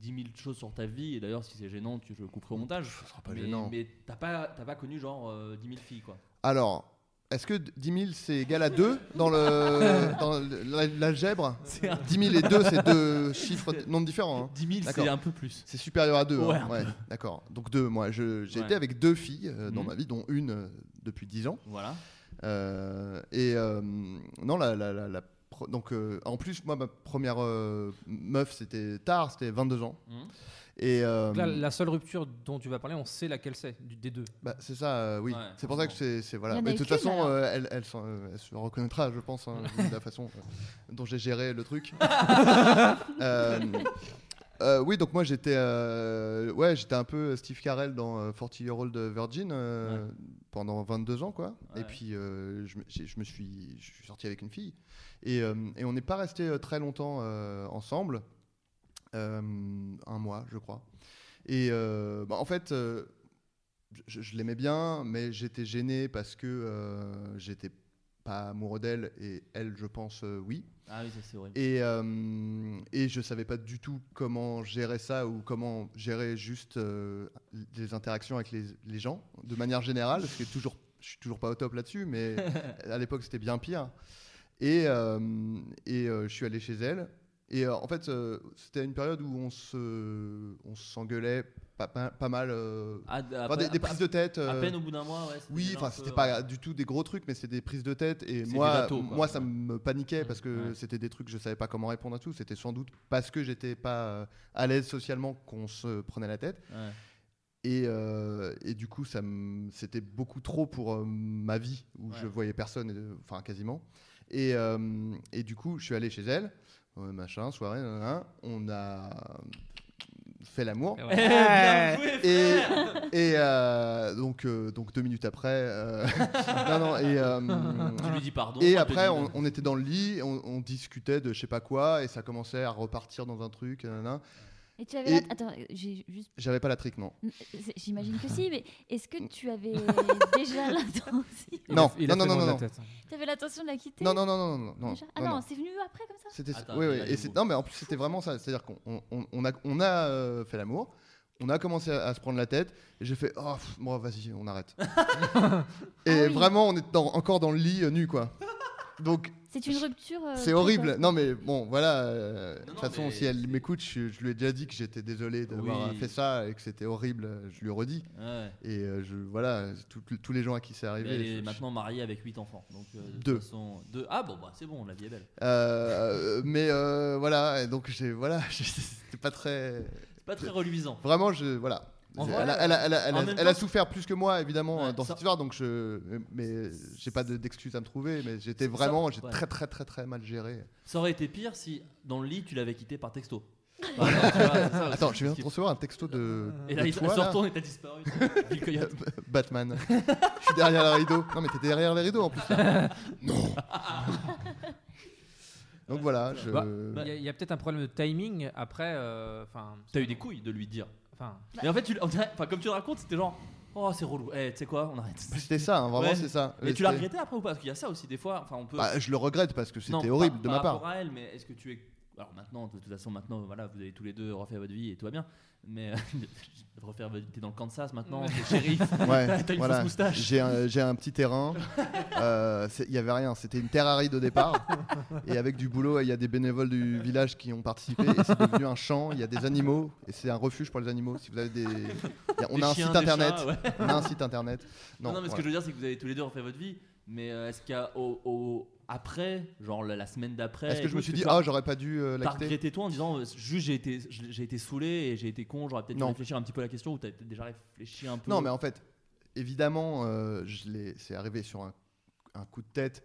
S2: 10 000 choses sur ta vie, et d'ailleurs, si c'est gênant, tu, je le couperai au montage.
S4: Ça sera pas
S2: mais
S4: gênant.
S2: mais t'as pas, t'as pas connu genre euh, 10 000 filles, quoi.
S4: Alors, est-ce que d- 10 000 c'est égal à 2 dans le dans le- la- l'algèbre
S2: C'est un
S4: 10 000 et 2 c'est deux chiffres, nombres différents. hein.
S2: 10 000,
S4: D'accord.
S2: c'est un peu plus.
S4: C'est supérieur à 2.
S2: Ouais, un
S4: d'accord. Donc 2, moi je- j'ai
S2: Ouais.
S4: été avec deux filles euh, dans
S2: Mhm.
S4: ma vie, dont une euh, depuis 10 ans.
S2: Voilà.
S4: Euh, et euh, non, la, la- la- la pro- donc, euh, en plus, moi ma première euh, meuf c'était tard, c'était 22 ans.
S2: Mhm.
S4: Et euh,
S5: donc là, la seule rupture dont tu vas parler, on sait laquelle c'est, du- des deux.
S4: bah, c'est ça, euh, oui.
S2: Ouais,
S4: c'est pour ça que c'est c'est- voilà.
S3: Il y en
S4: Mais
S3: a hein.
S4: de
S3: eu
S4: toute
S3: qu'une,
S4: façon,
S3: alors.
S4: euh, elle, elle, s'en- euh, elle se reconnaîtra, je pense, hein, de la façon euh, dont j'ai géré le truc. Euh, euh, oui, donc moi j'étais, euh, ouais, j'étais un peu Steve Carell dans euh, 40 Year Old Virgin euh,
S2: Ouais.
S4: pendant 22 ans, quoi.
S2: Ouais.
S4: Et puis euh, je, me- j'ai- je me suis, je suis sorti avec une fille et, euh, et on n'est pas resté euh, très longtemps euh, ensemble, Euh, un mois, je crois. Et euh, bah, en fait. euh, je, je l'aimais bien, mais j'étais gêné parce que euh, j'étais pas amoureux d'elle et elle, je pense, euh, oui.
S2: Ah oui, ça c'est horrible.
S4: Et, euh, et je savais pas du tout comment gérer ça ou comment gérer juste euh, les interactions avec les, les gens de manière générale, parce que toujours, je suis toujours pas au top là-dessus, mais à l'époque c'était bien pire. Et, euh, et euh, je suis allé chez elle. Et euh, en fait, euh, c'était une période où on se, on s'engueulait pas, pas, pas mal. euh,
S2: Ah, d-
S4: enfin,
S2: après-
S4: des, des
S2: à-
S4: prises de tête.
S2: à
S4: euh,
S2: peine au bout d'un mois, ouais.
S4: oui,
S2: déjà un
S4: enfin,
S2: peu,
S4: c'était
S2: ouais.
S4: pas du tout des gros trucs, mais c'était des prises de tête. Et
S2: C'est
S4: moi,
S2: des atos, quoi.
S4: moi, ça
S2: Ouais.
S4: me paniquait parce que
S2: Ouais.
S4: c'était des trucs, je savais pas comment répondre à tout. C'était sans doute parce que j'étais pas euh, à l'aise socialement qu'on se prenait la tête.
S2: Ouais.
S4: Et, euh, et du coup, ça me- c'était beaucoup trop pour euh, ma vie où
S2: Ouais.
S4: je voyais personne, euh, enfin quasiment. Et, euh, et du coup, je suis allé chez elle, euh, machin, soirée, nanana. on a fait l'amour.
S5: Et
S2: Eh, bien
S5: voilà.
S2: joué,
S4: Et,
S2: frère
S4: et euh, donc, euh, donc deux minutes après. euh, non, non, et, euh,
S2: Tu lui dis pardon.
S4: et
S2: elle te
S4: après,
S2: dit-
S4: on, on était dans le lit, on, on discutait de je sais pas quoi, et ça commençait à repartir dans un truc. euh, nanana.
S3: Et tu avais.
S4: Et-
S3: la- Attends, j'ai juste.
S4: J'avais pas la trique, non.
S3: N- c'est- J'imagine que si, mais est-ce que tu avais déjà l'intention
S5: Il
S4: Non,
S5: a- il a
S4: non,
S5: fait
S4: non, non,
S5: le de la
S4: non.
S5: tête. hein.
S3: Tu avais l'intention de la quitter
S4: Non, non, non, non, non, non,
S3: déjà Ah
S4: non,
S3: non,
S4: non.
S3: c'est venu après comme ça
S4: C'était
S2: Attends,
S4: oui,
S2: il
S4: oui,
S2: y a
S4: et
S2: les
S4: c'est-
S2: mots.
S4: non mais en plus c'était vraiment ça, c'est-à-dire qu'on on, on a on a euh, fait l'amour, on a commencé à, à se prendre la tête. Et j'ai fait, oh, pff, moi, vas-y, on arrête. et
S3: Ah oui.
S4: vraiment, on est dans- encore dans le lit euh, nu, quoi. Donc,
S3: C'est une rupture. euh,
S4: c'est horrible.
S3: précoce.
S4: Non, mais bon, voilà. euh, De
S2: Non,
S4: toute
S2: non,
S4: façon,
S2: mais
S4: si elle
S2: c'est-
S4: m'écoute, je, je lui ai déjà dit que j'étais désolé d'avoir
S2: Oui.
S4: fait ça et que c'était horrible. euh, Je lui redis.
S2: Ouais.
S4: Et euh, je, voilà, tout- tous les gens à qui c'est
S2: Mais
S4: arrivé.
S2: elle
S4: je-
S2: est
S4: je-
S2: maintenant mariée avec 8 enfants. Donc, euh, de toute
S4: Deux.
S2: façon- deux. Ah bon, bah, c'est bon, la vie est belle.
S4: Euh, mais euh, voilà, et donc j'ai voilà, j'ai- c'était pas très.
S2: C'est pas très reluisant.
S4: Vraiment, je voilà.
S2: En
S4: Elle
S2: vrai,
S4: a, elle a- elle a- elle a-
S2: en même
S4: elle a
S2: temps-
S4: souffert plus que moi évidemment hein,
S2: Ouais,
S4: dans
S2: ça-
S4: cette histoire, donc je mais j'ai pas de- d'excuses à me trouver, mais j'étais
S2: Ça-
S4: vraiment j'ai
S2: ouais.
S4: très très très très mal géré.
S2: Ça aurait été pire si dans le lit tu l'avais quitté par texto. Par exemple, tu vois, c'est ça,
S4: Attends,
S2: c'est-
S4: je viens
S2: Ah, c'est-
S4: de recevoir un texto de,
S2: Et
S4: de
S2: là, il se
S4: toi, là. Euh, bah.
S2: retourne et t'as disparu. c'est- Ville coyote.
S4: Batman. je suis derrière le rideau. Non mais t'étais derrière le rideau en plus. là. non. donc voilà, je.
S5: Bah, Il y a- il y a, peut-être un problème de timing après. euh, Enfin,
S2: T'as eu des couilles de lui dire.
S5: enfin,
S2: Mais en fait, tu, l- on dirait- enfin, comme tu le racontes, c'était genre, oh, c'est relou. Eh, tu sais quoi, on arrête.
S4: C'était ça, hein, vraiment
S2: Ouais.
S4: c'est ça.
S2: Mais
S4: Euh,
S2: tu l'as
S4: c'était-
S2: regretté après ou pas Parce qu'il y a ça aussi, des fois. Enfin, on peut.
S4: Bah, je le regrette parce que
S2: Non,
S4: c'était
S2: pas-
S4: horrible de
S2: par
S4: ma part.
S2: rapport à elle, mais est-ce que tu es. Alors maintenant, de toute façon, maintenant, voilà, vous avez tous les deux refait votre vie et tout va bien. Mais euh, refaire, votre- t'es dans le Kansas maintenant, t'es shérif.
S4: Ouais,
S2: T'as- t'as une
S4: voilà.
S2: fausse moustache.
S4: J'ai un, j'ai un petit terrain. Euh, c'est- Il y avait rien. C'était une terre aride au départ. et avec du boulot, il y a des bénévoles du village qui ont participé. Et c'est devenu un champ. Il y a des animaux. Et c'est un refuge pour les animaux. Si vous avez des, il y a- on
S2: Des
S4: a un
S2: chiens,
S4: site
S2: des
S4: internet.
S2: chats, ouais.
S4: On a un site internet.
S2: Non,
S4: Non,
S2: non, mais ce que
S4: voilà.
S2: je veux dire, c'est que vous avez tous les deux refait votre vie. Mais euh, est-ce qu'il y a au, au- après, genre la, la semaine d'après.
S4: Est-ce
S2: et
S4: que je
S2: tout,
S4: me suis dit,
S2: tu as-
S4: ah, j'aurais pas dû euh, la
S2: T'as
S4: quitter
S2: regretté toi en disant euh, juste j'ai été je- j'ai été saoulé et j'ai été con j'aurais peut-être dû
S4: Non.
S2: réfléchir un petit peu à la question ou t'avais peut-être déjà réfléchi un peu
S4: Non, mais en fait, évidemment, euh, je l'ai- c'est arrivé sur un, un coup de tête.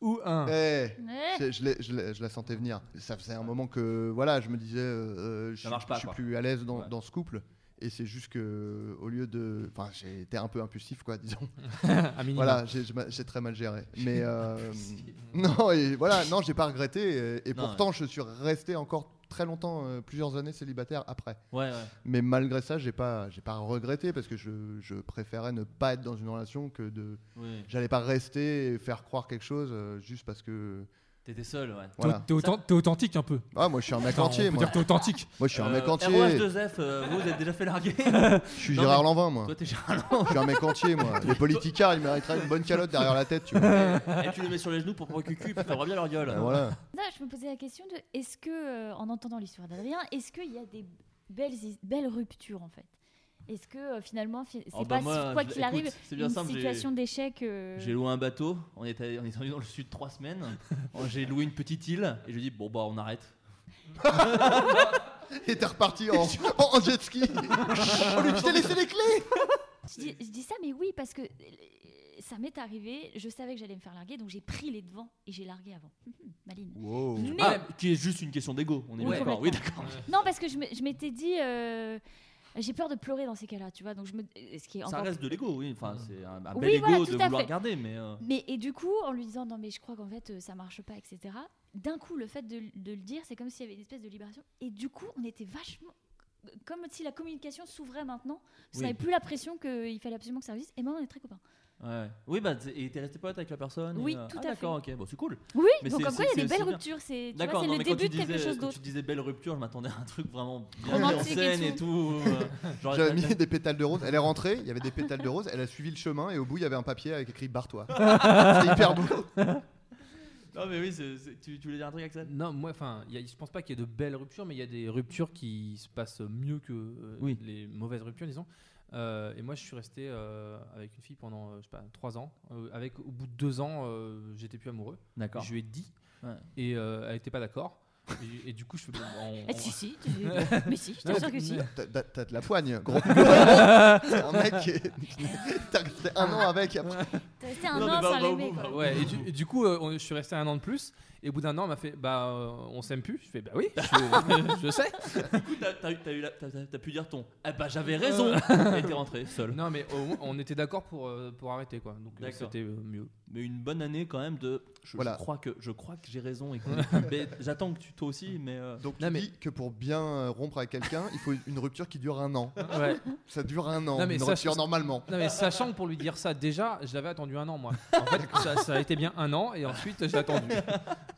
S5: ou
S2: Ah.
S5: un.
S4: Eh,
S3: Ouais.
S4: Je, je l'ai- je l'ai- je la sentais venir. Ça faisait un moment que voilà, je me disais, euh, je,
S2: Ça
S4: suis-
S2: marche pas,
S4: je suis
S2: quoi.
S4: plus à l'aise dans,
S2: Ouais.
S4: dans ce couple. Et c'est juste que, au lieu de. Enfin, j'ai été un peu impulsif, quoi, disons.
S5: un
S2: Mm.
S5: minimum.
S4: Voilà, j'ai- j'ai ma- j'ai très mal géré. Mais. euh, non, et voilà, non, j'ai pas regretté. Et, et
S2: Non,
S4: pourtant, je suis resté encore très longtemps, euh, plusieurs années célibataire après.
S2: ouais ouais
S4: Mais malgré ça, j'ai pas, j'ai pas regretté parce que je, je préférais ne pas être dans une relation que de.
S2: ouais.
S4: J'allais pas rester et faire croire quelque chose euh, juste parce que.
S2: t'étais seul ouais
S5: T'es au-
S4: Voilà.
S5: t'es autant- t'es authentique un peu.
S4: Ah, moi je suis un mec
S5: Enfin, on
S4: entier,
S5: peut
S4: moi.
S5: dire que t'es authentique.
S4: Moi je
S2: Euh,
S4: suis un mec entier.
S2: ROH2F euh, vous vous êtes déjà fait larguer
S4: Je suis
S2: Non,
S4: Gérard
S2: mais-
S4: Lanvin, moi.
S2: toi t'es Gérard Lanvin.
S4: Je suis un mec entier, moi. Les politicards, ils mériteraient une bonne calotte derrière la tête, tu vois.
S2: et tu les mets sur les genoux pour prendre cucu puis t'auras bien leur gueule
S4: Ben voilà.
S3: Non, je me posais la question de est-ce que, euh, en entendant l'histoire d'Adrien, est-ce qu'il y a des belles, is- belles ruptures en fait Est-ce que euh, finalement, fi- c'est
S2: Oh, bah,
S3: pas
S2: moi,
S3: quoi
S2: je-
S3: qu'il arrive
S2: écoute, c'est bien
S3: une
S2: simple, j'ai-
S3: situation d'échec euh,
S2: j'ai loué un bateau on est allé, on est allé dans le sud trois semaines j'ai loué une petite île et je dis bon bah on arrête
S4: Et t'es reparti en, en- en jet ski. On lui dit, je t'ai laissé les clés.
S3: Je dis, je dis ça, mais oui, parce que euh, ça m'est arrivé. Je savais que j'allais me faire larguer, donc j'ai pris les devants et j'ai largué avant. Hum, hum, Maline. Mais-
S2: ah, qui est juste une question d'ego on est
S3: Oui,
S2: bien d'accord oui d'accord
S3: Non, parce que je me- je m'étais dit, euh, j'ai peur de pleurer dans ces cas-là, tu vois. Donc je me, euh, ce qui est
S2: ça
S3: encore
S2: reste de l'ego oui enfin c'est un, un
S3: Oui,
S2: bel ego de
S3: voilà, tout à
S2: vouloir
S3: fait.
S2: garder mais euh,
S3: Mais et du coup, en lui disant non mais je crois qu'en fait euh, ça marche pas, etc. D'un coup, le fait de, de le dire, c'est comme s'il y avait une espèce de libération. Et du coup, on était vachement comme si la communication s'ouvrait maintenant. Parce
S2: Oui.
S3: qu'on n'avait plus la pression qu'il fallait absolument que ça réussisse. Et maintenant, on est très copains.
S2: Ouais. Oui, bah, t'es- et t'es resté pote avec la personne et,
S3: Oui,
S2: euh, ah,
S3: tout à fait.
S2: D'accord, ok, bon, c'est cool.
S3: Oui.
S2: Mais
S3: donc
S2: c'est-
S3: comme quoi, il
S2: c'est-
S3: y
S2: c'est
S3: a des belles
S2: aussi bien.
S3: ruptures. C'est tu vois,
S2: D'accord,
S3: c'est
S2: non,
S3: le
S2: mais quand
S3: début
S2: tu,
S3: de quelque
S2: disais,
S3: chose
S2: quand tu
S3: d'autre.
S2: disais belle rupture, je m'attendais à un truc vraiment bien mis en
S3: Romantique et
S2: scène et
S3: tout.
S2: tout. euh, genre,
S4: J'avais
S2: la-
S4: mis
S2: la-
S4: des pétales de rose. Elle est rentrée, il y avait des pétales de rose. Elle a suivi le chemin et au bout, il y avait un papier avec écrit Barre-toi. C'était hyper beau.
S2: Non, mais oui, c'est- c'est- tu, tu voulais dire un truc, Axel
S5: Non, moi, enfin, il y a- je pense pas qu'il y ait de belles ruptures, mais il y a des ruptures qui se passent mieux que euh,
S2: Oui.
S5: les mauvaises ruptures, disons. Euh, et moi, je suis resté euh, avec une fille pendant, euh, je sais pas, trois ans. Euh, avec, au bout de deux ans, euh, j'étais plus amoureux.
S2: D'accord.
S5: Je lui ai dit,
S2: Ouais.
S5: et euh, elle était pas d'accord. Et, et du coup, je fais bon, on-
S3: Ah,
S5: on-
S3: si si. tu- mais si, je t'assure que si.
S4: T'as- T'as t'as de la poigne, gros. C'est un mec qui. est- T'as resté un an avec et après.
S3: T'es resté un
S2: Non, mais
S3: an
S2: va-
S3: sans
S2: va au
S3: l'aimer.
S2: bout,
S3: quoi.
S2: va au bout.
S5: Ouais, et du, et du coup, euh, on- je suis resté un an de plus. Et au bout d'un an, elle m'a fait Bah, euh, on s'aime plus. Je fais Bah oui, je, je sais.
S2: Du coup, t'as- t'as eu- t'as eu la- t'as- t'as- t'as pu dire ton Ah bah j'avais raison
S3: Euh.
S2: Et t'es rentré seul.
S5: Non, mais au moins, on était d'accord pour, euh, pour arrêter, quoi. Donc, euh,
S2: D'accord.
S5: c'était euh, mieux.
S2: Mais une bonne année quand même de. Je, je
S4: Voilà.
S2: crois que je crois que j'ai raison et qu'on est plus bête. J'attends que tu toi aussi, mais. euh,
S4: Donc,
S5: Non,
S4: tu
S5: mais-
S4: dis que pour bien euh, rompre avec quelqu'un, il faut une rupture qui dure un an.
S5: Ouais.
S4: Ça dure un an,
S5: Non, mais
S4: une
S5: ça,
S4: rupture
S5: je-
S4: normalement.
S5: Non mais sachant que pour lui dire ça déjà, je l'avais attendu attendu un an, moi. En fait, ça, ça a été bien un an, et ensuite, j'ai attendu.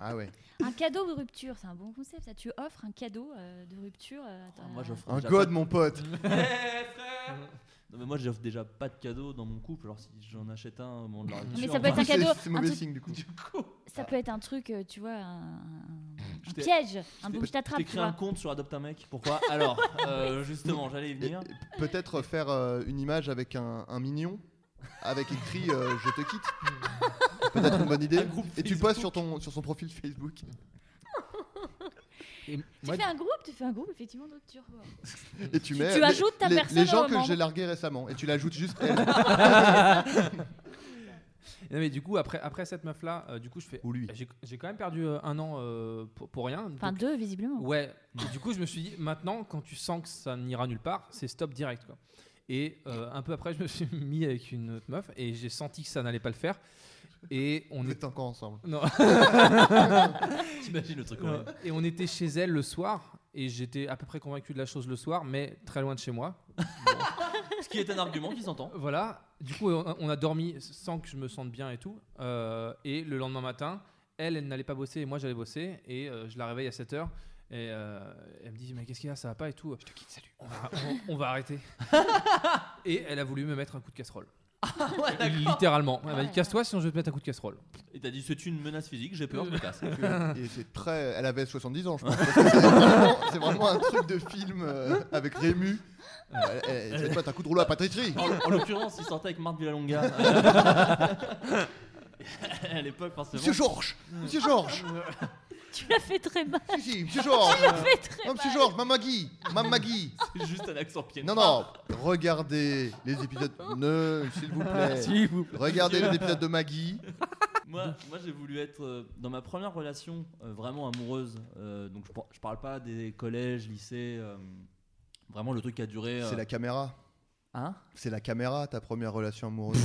S4: Ah ouais.
S3: Un cadeau de rupture, c'est un bon concept. Ça, tu offres un cadeau euh, de rupture. euh,
S2: Ah,
S3: à-
S2: moi, j'offre
S4: Un
S2: déjà
S4: god,
S2: pas-
S4: mon pote.
S2: Non, mais moi, j'offre déjà pas de cadeaux dans mon couple. Alors, si j'en achète un au moment de la rupture,
S3: ça peut être un
S4: C'est-
S3: cadeau,
S4: C'est
S3: un
S4: mauvais
S3: truc-
S4: signe du coup.
S3: Ça peut être un truc, euh, tu vois, un, un-
S2: Je
S3: un
S2: t'ai-
S3: piège, un boum,
S2: T'écris
S3: je t'attrape, tu
S2: un
S3: vois.
S2: compte sur Adopte un mec. Pourquoi Alors, euh, justement, j'allais y
S4: Et-
S2: venir.
S4: et Peut-être faire euh, une image avec un, un mignon, avec écrit euh, Je te quitte. Peut-être une bonne idée.
S2: Un groupe
S4: Et tu postes sur, ton, sur son profil Facebook.
S5: Et
S3: Tu
S5: moi,
S3: fais un groupe, tu fais un groupe, effectivement, de rupture. quoi.
S4: Et tu mets.
S3: tu
S4: les-
S3: ajoutes ta
S4: les,
S3: personne
S4: Les
S3: au
S4: gens que
S3: moment.
S4: j'ai largués récemment. Et tu l'ajoutes juste elle.
S5: Non, mais du coup, après, après cette meuf-là, euh, du coup, je fais.
S4: Ou lui.
S5: J'ai j'ai quand même perdu euh, un an euh, pour, pour rien.
S3: Enfin,
S5: donc-
S3: deux, visiblement.
S5: ouais. Et du coup, je me suis dit, maintenant, quand tu sens que ça n'ira nulle part, c'est stop direct. Quoi. Et euh, un peu après, je me suis mis avec une autre meuf et j'ai senti que ça n'allait pas le faire. Et on
S4: On
S5: est.
S4: est encore ensemble.
S5: Non.
S2: T'imagines le truc
S5: Ouais. Et on était chez elle le soir, et j'étais à peu près convaincu de la chose le soir, mais très loin de chez moi.
S2: Ce qui est un argument qui s'entend.
S5: Voilà. Du coup, on a- on a dormi sans que je me sente bien et tout. Euh, et le lendemain matin, elle, elle n'allait pas bosser et moi, j'allais bosser. Et euh, je la réveille à 7 h Et euh, elle me dit Mais qu'est-ce qu'il y a Ça va pas et tout. Je te quitte, salut. On va, on- on va arrêter. et elle a voulu me mettre un coup de casserole. Littéralement. Elle m'a dit Casse-toi, sinon je vais te mettre un coup de casserole.
S2: Et t'as dit c'est une menace physique, j'ai peur, je me
S4: Euh.
S2: casse.
S4: Et c'est très. Elle avait 70 ans, je pense. parce que C'est vraiment, c'est vraiment un truc de film euh, avec Rému. Euh, Elle- elle- elle- Cette t'as un coup de rouleau à pâtisserie.
S2: En, en l'occurrence, il sortait avec Marthe Villalonga. Euh, à l'époque, forcément.
S4: Monsieur Georges Monsieur Georges
S3: Tu l'as fait très mal.
S4: Si, si, Monsieur Georges
S2: Euh,
S3: Fait très
S4: Non,
S3: mal.
S4: Monsieur Georges, Maman Guy Maman Guy
S2: C'est juste un accent pied.
S4: Non, non, regardez les épisodes. Ne, s'il vous
S5: Ah,
S4: plaît. Regardez les épisodes de Maggie.
S2: Moi, moi j'ai voulu être euh, dans ma première relation euh, vraiment amoureuse. euh, donc, je, par- je parle pas des collèges, lycées. euh, vraiment le truc qui a duré. euh,
S4: C'est la caméra.
S2: Hein
S4: C'est la caméra, ta première relation amoureuse.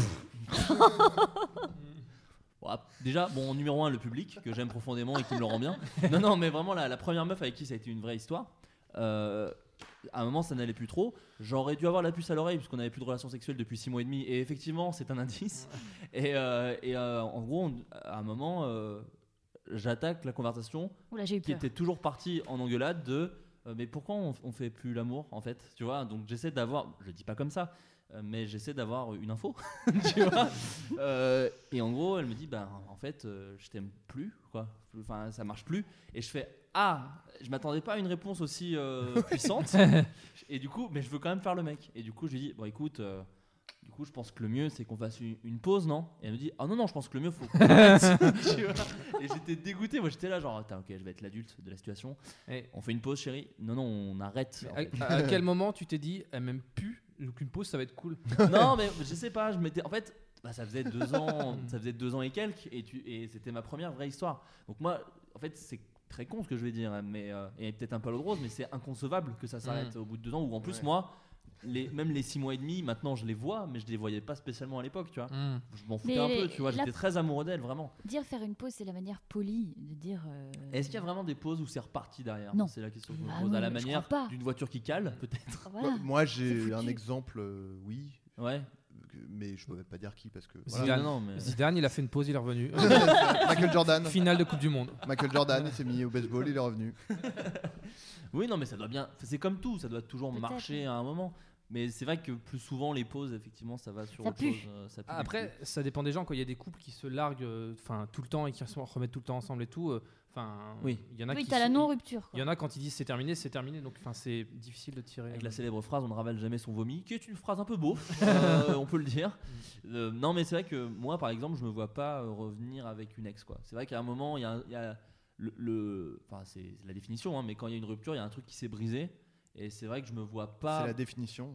S2: Bon, ah, déjà, bon, numéro un, le public, que j'aime profondément et qui me le rend bien. Non, non, mais vraiment, la, la première meuf avec qui ça a été une vraie histoire, euh, à un moment, ça n'allait plus trop. J'aurais dû avoir la puce à l'oreille, puisqu'on n'avait plus de relation sexuelle depuis 6 mois et demi. Et effectivement, c'est un indice. Et, euh, et, euh, en gros, on- à un moment, euh, j'attaque la conversation
S3: Oula, j'ai eu
S2: qui
S3: peur.
S2: était toujours partie en engueulade de euh, mais pourquoi on, on fait plus l'amour en fait tu vois donc j'essaie d'avoir je dis pas comme ça euh, mais j'essaie d'avoir une info tu vois Euh, et en gros elle me dit ben en fait euh, je t'aime plus quoi enfin ça marche plus et je fais ah je m'attendais pas à une réponse aussi euh, puissante et du coup mais je veux quand même faire le mec et du coup je lui dis bon écoute euh, du coup, je pense que le mieux, c'est qu'on fasse une, une pause, non Et elle me dit, ah non, non, je pense que le mieux, faut qu'on arrête. Tu vois Et j'étais dégoûté. Moi, j'étais là, genre, Attends, ok, je vais être l'adulte de la situation.
S5: Et-
S2: On fait une pause, chérie Non, non, on arrête. en
S5: à,
S2: fait.
S5: à quel moment tu t'es dit Elle m'aime plus, donc une pause, ça va être cool
S2: non, mais je sais pas. Je m'étais, en fait, bah, ça faisait deux ans, ça faisait deux ans et quelques, et, tu- et c'était ma première vraie histoire. Donc moi, en fait, c'est très con ce que je vais dire, hein, mais euh, et peut-être un peu le rose, mais c'est inconcevable que ça s'arrête au bout de deux ans. Ou en plus,
S4: Ouais.
S2: moi, les, même les six mois et demi, maintenant, je les vois, mais je les voyais pas spécialement à l'époque, tu vois.
S5: Hmm.
S2: Je m'en foutais
S3: Mais
S2: un peu,
S3: les-
S2: tu vois,
S3: la-
S2: j'étais très amoureux d'elle, vraiment.
S3: Dire faire une pause, c'est la manière polie de dire. euh,
S2: Est-ce qu'il y a vraiment des pauses où c'est reparti derrière
S3: Non.
S2: C'est la question que je me
S3: Ah
S2: pose, à
S3: non,
S2: la
S3: mais je
S2: manière
S3: crois pas.
S2: d'une voiture qui cale, peut-être.
S3: voilà.
S4: Moi,
S3: C'est
S4: j'ai
S3: foutu.
S4: un exemple, euh, oui,
S2: Ouais.
S4: que- mais je peux même pas dire qui parce que.
S5: Voilà.
S2: Zidane, non, mais...
S5: Zidane, il a fait une pause, il est revenu.
S4: Michael Jordan.
S5: Finale de Coupe du Monde.
S4: Michael Jordan, il s'est mis au baseball, il est revenu.
S2: Oui, non, mais ça doit bien. C'est comme tout, ça doit toujours
S3: Peut-être,
S2: marcher
S3: ouais.
S2: à un moment. Mais c'est vrai que plus souvent les pauses, effectivement, ça va sur
S3: Ça
S2: autre
S3: pue.
S2: chose. euh, ça pue
S5: Ah,
S2: du
S5: Après,
S2: cul.
S5: ça dépend des gens. Quand il y a des couples qui se larguent euh, enfin tout le temps et qui se remettent tout le temps ensemble et tout, euh, enfin,
S2: Oui.
S5: il y en a
S3: Oui,
S5: qui
S3: t'as la
S5: se-
S3: non-rupture.
S5: Il
S3: quoi.
S5: y en a quand ils disent c'est terminé, c'est terminé. Donc, enfin, c'est difficile de tirer.
S2: avec la célèbre phrase "on ne ravale jamais son vomi", qui est une phrase un peu beau, euh, on peut le dire. Euh, non, mais c'est vrai que moi, par exemple, je me vois pas euh, revenir avec une ex. Quoi. C'est vrai qu'à un moment, il y a, il y a le, le- enfin, c'est c'est la définition, hein, mais quand il y a une rupture, il y a un truc qui s'est brisé. Et c'est vrai que je me vois pas.
S4: C'est la définition.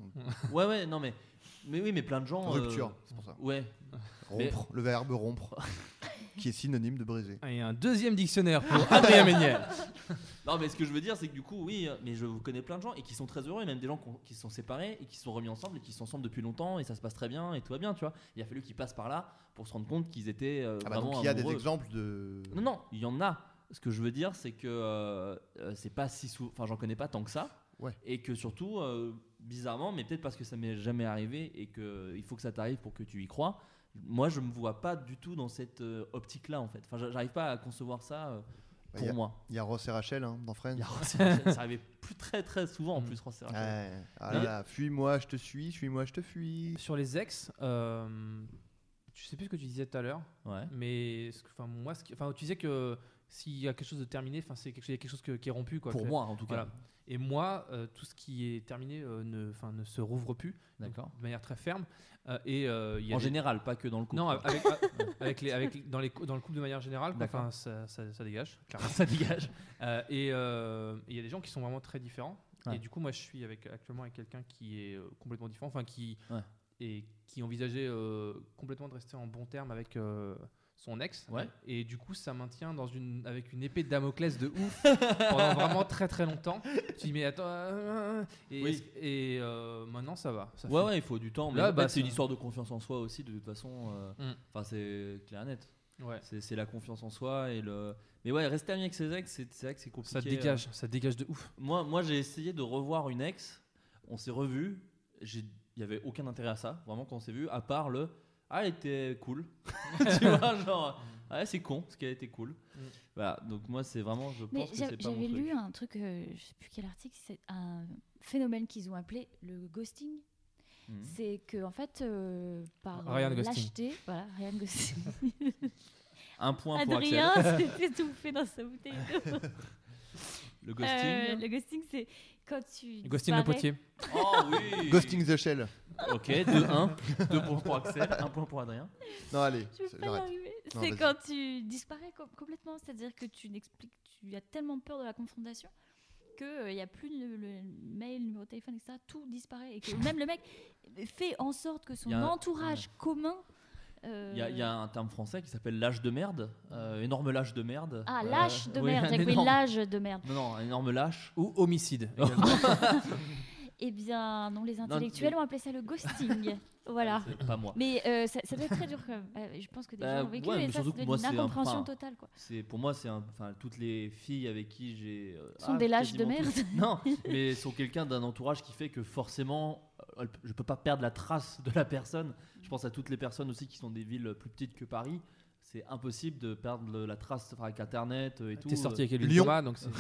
S2: Ouais, ouais, non, mais, mais oui, mais plein de gens. euh,
S4: Rupture, c'est pour ça.
S2: Ouais. Mais-
S4: Rompre, le verbe rompre, qui est synonyme de briser.
S5: Et un deuxième dictionnaire pour Adrien Méniel.
S2: Non, mais ce que je veux dire, c'est que du coup, oui, mais je connais plein de gens et qui sont très heureux, et même des gens qu'on- qui se sont séparés et qui se sont remis ensemble et qui sont ensemble depuis longtemps et ça se passe très bien et tout va bien, tu vois. Il a fallu qu'ils passent par là pour se rendre compte qu'ils étaient euh,
S4: Ah bah
S2: vraiment
S4: donc il y a des
S2: amoureux.
S4: exemples de.
S2: Non, non, il y en a. Ce que je veux dire, c'est que euh, euh, c'est pas si souvent. Enfin, j'en connais pas tant que ça.
S4: Ouais.
S2: Et que surtout, euh, bizarrement, mais peut-être parce que ça m'est jamais arrivé et que euh, il faut que ça t'arrive pour que tu y crois. Moi, je me vois pas du tout dans cette euh, optique-là, en fait. Enfin, j'a- j'arrive pas à concevoir ça euh,
S4: Bah,
S2: pour
S4: y a-
S2: moi.
S4: Il y a Ross et Rachel hein, dans Friends.
S2: Il y a Ross et Rachel, ça arrivait plus très très souvent en
S5: Mm.
S2: plus. Ross et Rachel.
S4: Ouais. Ah là
S5: Mais-
S4: là, fuis-moi, je te suis, fuis-moi, je te fuis.
S5: Sur les ex, euh, je sais plus ce que tu disais tout à l'heure,
S2: Ouais.
S5: mais ce que- enfin moi, ce qui- enfin tu disais que s'il y a quelque chose de terminé, enfin c'est quelque chose, il y a quelque chose que- qui est rompu quoi.
S2: Pour
S5: que-
S2: moi, en tout cas.
S5: Voilà. Et moi, euh, tout ce qui est terminé euh, ne, enfin, ne se rouvre plus donc,
S2: D'accord.
S5: de manière très ferme. Euh, et euh, il y a
S2: En
S5: des-
S2: général, pas que dans le couple.
S5: Non,
S2: quoi.
S5: avec, avec les, avec les- dans, les, cou- dans le couple de manière générale, quoi.
S2: D'accord.
S5: Enfin, ça, ça- ça dégage. clairement.
S2: ça dégage.
S5: Euh, et euh, il y a des gens qui sont vraiment très différents.
S2: Ouais.
S5: Et du coup, moi, je suis avec, actuellement avec quelqu'un qui est euh, complètement différent, enfin, qui,
S2: Ouais.
S5: et qui envisageait euh, complètement de rester en bon terme avec euh, son ex.
S2: Ouais.
S5: Et du coup, ça maintient dans une, avec une épée de Damoclès de ouf pendant vraiment très très longtemps. Tu dis, mais attends. euh, euh, et
S2: Oui.
S5: et, euh, maintenant, ça va. Ça
S2: Ouais,
S5: fait-
S2: ouais, il faut du temps. Mais en
S5: Là,
S2: fait,
S5: bah,
S2: c'est une
S5: ça-
S2: histoire de confiance en soi aussi, de toute façon. euh,
S5: Mm.
S2: Enfin, c'est clair et net.
S5: Ouais.
S2: C'est c'est la confiance en soi et le. Mais ouais, rester ami avec ses ex, c'est c'est vrai que c'est compliqué. euh,
S5: Ça dégage, ça dégage de ouf.
S2: Moi, moi j'ai essayé de revoir une ex. On s'est revus. J'ai- Il n'y avait aucun intérêt à ça, vraiment, quand on s'est vu, à part le. Ah, elle était cool. tu vois, genre. Ah, c'est con, parce qu'elle était cool.
S5: Mm.
S2: Voilà, donc moi, c'est vraiment. Je
S3: Mais
S2: pense que
S3: j'a-
S2: c'est pas mon
S3: j'avais
S2: truc.
S3: lu un truc, euh, je sais plus quel article, c'est un phénomène qu'ils ont appelé le ghosting.
S2: Mhm.
S3: C'est que en fait, euh, par
S2: Ah,
S3: euh,
S5: Ryan Gosling.
S3: lâcheté, voilà, Ryan Gosling.
S2: Un point pour
S3: Adrien
S2: Axel.
S3: s'est étouffé dans sa bouteille. d'eau.
S2: Le ghosting.
S3: Euh, le ghosting, c'est quand tu.
S5: Ghosting le
S3: disparais.
S5: potier.
S2: Oh oui
S4: Ghosting the Shell.
S2: Ok, 2-1. 2 points pour Axel, 1 point pour Adrien.
S4: Non, allez,
S3: Je veux pas y
S4: j'arrête.
S3: arriver.
S4: Non,
S3: C'est
S4: vas-y.
S3: quand tu disparais com- complètement, c'est-à-dire que tu n'expliques, tu as tellement peur de la confrontation que il y a plus le, le mail, le numéro de téléphone, etc. Tout disparaît et que même le mec fait en sorte que son
S2: Y a un-
S3: entourage commun. euh,
S2: Il y, a- il y a un terme français qui s'appelle lâche de merde, euh, énorme lâche de merde.
S3: Ah,
S2: Euh,
S3: lâche de
S2: oui,
S3: merde,
S2: un
S3: j'ai compris,
S2: énorme-
S3: lâche de merde.
S2: Non, non, un énorme lâche. Oh,
S5: Ou homicide.
S3: Eh bien, non, les
S2: mais-
S3: intellectuels ont appelé ça le ghosting. voilà.
S2: C'est pas moi.
S3: Mais euh, ça, ça doit être très dur quand même. Euh, je pense que des
S2: Bah,
S3: gens ont vécu
S2: ouais,
S3: et
S2: mais
S3: ça,
S2: surtout
S3: c'est
S2: que moi,
S3: une
S2: c'est un-
S3: incompréhension
S2: enfin,
S3: totale. Quoi.
S2: C'est pour moi, c'est un- enfin toutes les filles avec qui j'ai euh,
S3: Sont des lâches de
S2: quasiment
S3: merde.
S2: toutes- Non, mais sont quelqu'un d'un entourage qui fait que forcément, euh, elle- je peux pas perdre la trace de la personne. Je pense à toutes les personnes aussi qui sont des villes plus petites que Paris. C'est impossible de perdre le- la trace enfin, avec Internet euh, et tout.
S5: T'es sorti avec Elvin
S4: Lyon.
S5: Thomas, donc c'est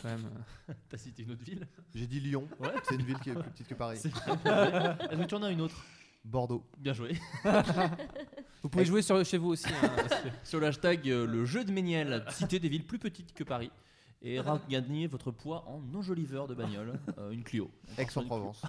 S5: quand même. euh,
S2: T'as cité une autre ville.
S4: J'ai dit Lyon.
S2: Ouais.
S4: C'est une ville qui est plus petite que Paris.
S2: C'est très bien. Est-ce que Ah, tu en as une autre
S4: Bordeaux.
S2: Bien joué.
S5: Vous pouvez jouer sur, chez vous aussi. hein, parce que-
S2: Sur le hashtag euh, le jeu de Méniel, citez des villes plus petites que Paris et ra- gagnez votre poids en non-joliveur de bagnole, euh, une Clio.
S4: Aix-en-Provence.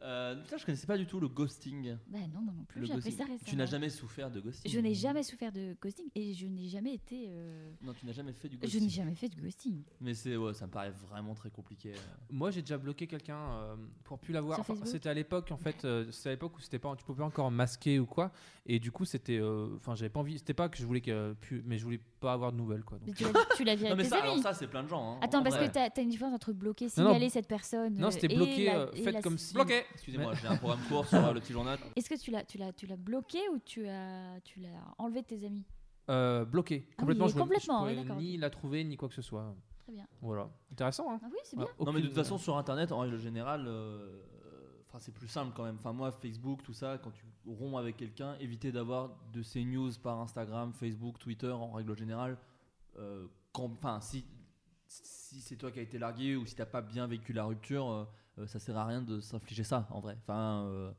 S2: Euh, putain, je connaissais pas du tout le ghosting.
S3: Bah non, moi non plus,
S2: Le
S3: j'ai appris
S2: ghosting.
S3: ça récemment.
S2: Tu n'as jamais souffert de ghosting
S3: Je n'ai jamais souffert de ghosting et je n'ai jamais été. euh,
S2: Non, tu n'as jamais fait du
S3: Je
S2: ghosting.
S3: n'ai jamais fait de ghosting.
S2: Mais c'est, ouais, ça me paraît vraiment très compliqué.
S5: Moi, j'ai déjà bloqué quelqu'un euh, pour plus l'avoir.
S3: Sur
S5: Enfin,
S3: Facebook
S5: c'était à l'époque, en fait, euh, c'était à l'époque où c'était pas, tu pouvais pas encore masquer ou quoi. Et du coup, c'était, euh, enfin, j'avais pas envie. C'était pas que je voulais que, plus, mais je voulais pas avoir de nouvelles, quoi. donc.
S3: Mais tu l'as- tu l'as vu
S2: Non,
S3: avec
S2: mais
S3: tes
S2: ça, alors
S3: amis.
S2: ça, c'est plein de gens. hein, en
S3: Attends, parce
S2: vrai.
S3: que t'as as une différence entre bloquer,
S5: Non, non.
S3: signaler cette personne.
S5: Non,
S3: euh,
S5: c'était
S3: et
S5: bloqué.
S3: la-
S5: euh,
S3: et
S5: faites
S3: la-
S5: comme si.
S2: Bloqué Excusez-moi, j'ai un programme court sur euh, le petit journal.
S3: Est-ce que tu l'as, tu l'as, tu l'as bloqué ou tu as, tu l'as enlevé de tes amis
S5: Euh, bloqué. Complètement.
S3: mais
S5: je me- je
S3: Ah complètement,
S5: pouvais
S3: oui, d'accord,
S5: ni la trouver ni quoi que ce soit.
S3: Très bien.
S5: Voilà. Intéressant. Hein.
S3: Ah oui, c'est
S5: Ouais,
S2: Non, mais
S3: bien.
S2: de
S5: aucune- euh,
S2: toute façon, sur Internet, en règle générale, euh, enfin, c'est plus simple quand même. Enfin, moi, Facebook, tout ça, quand tu romps avec quelqu'un, éviter d'avoir de ces news par Instagram, Facebook, Twitter, en règle générale. euh, quand- Enfin, si, si c'est toi qui as été largué ou si t'as pas bien vécu la rupture, euh, euh, ça sert à rien de s'infliger ça, en vrai. Enfin, euh,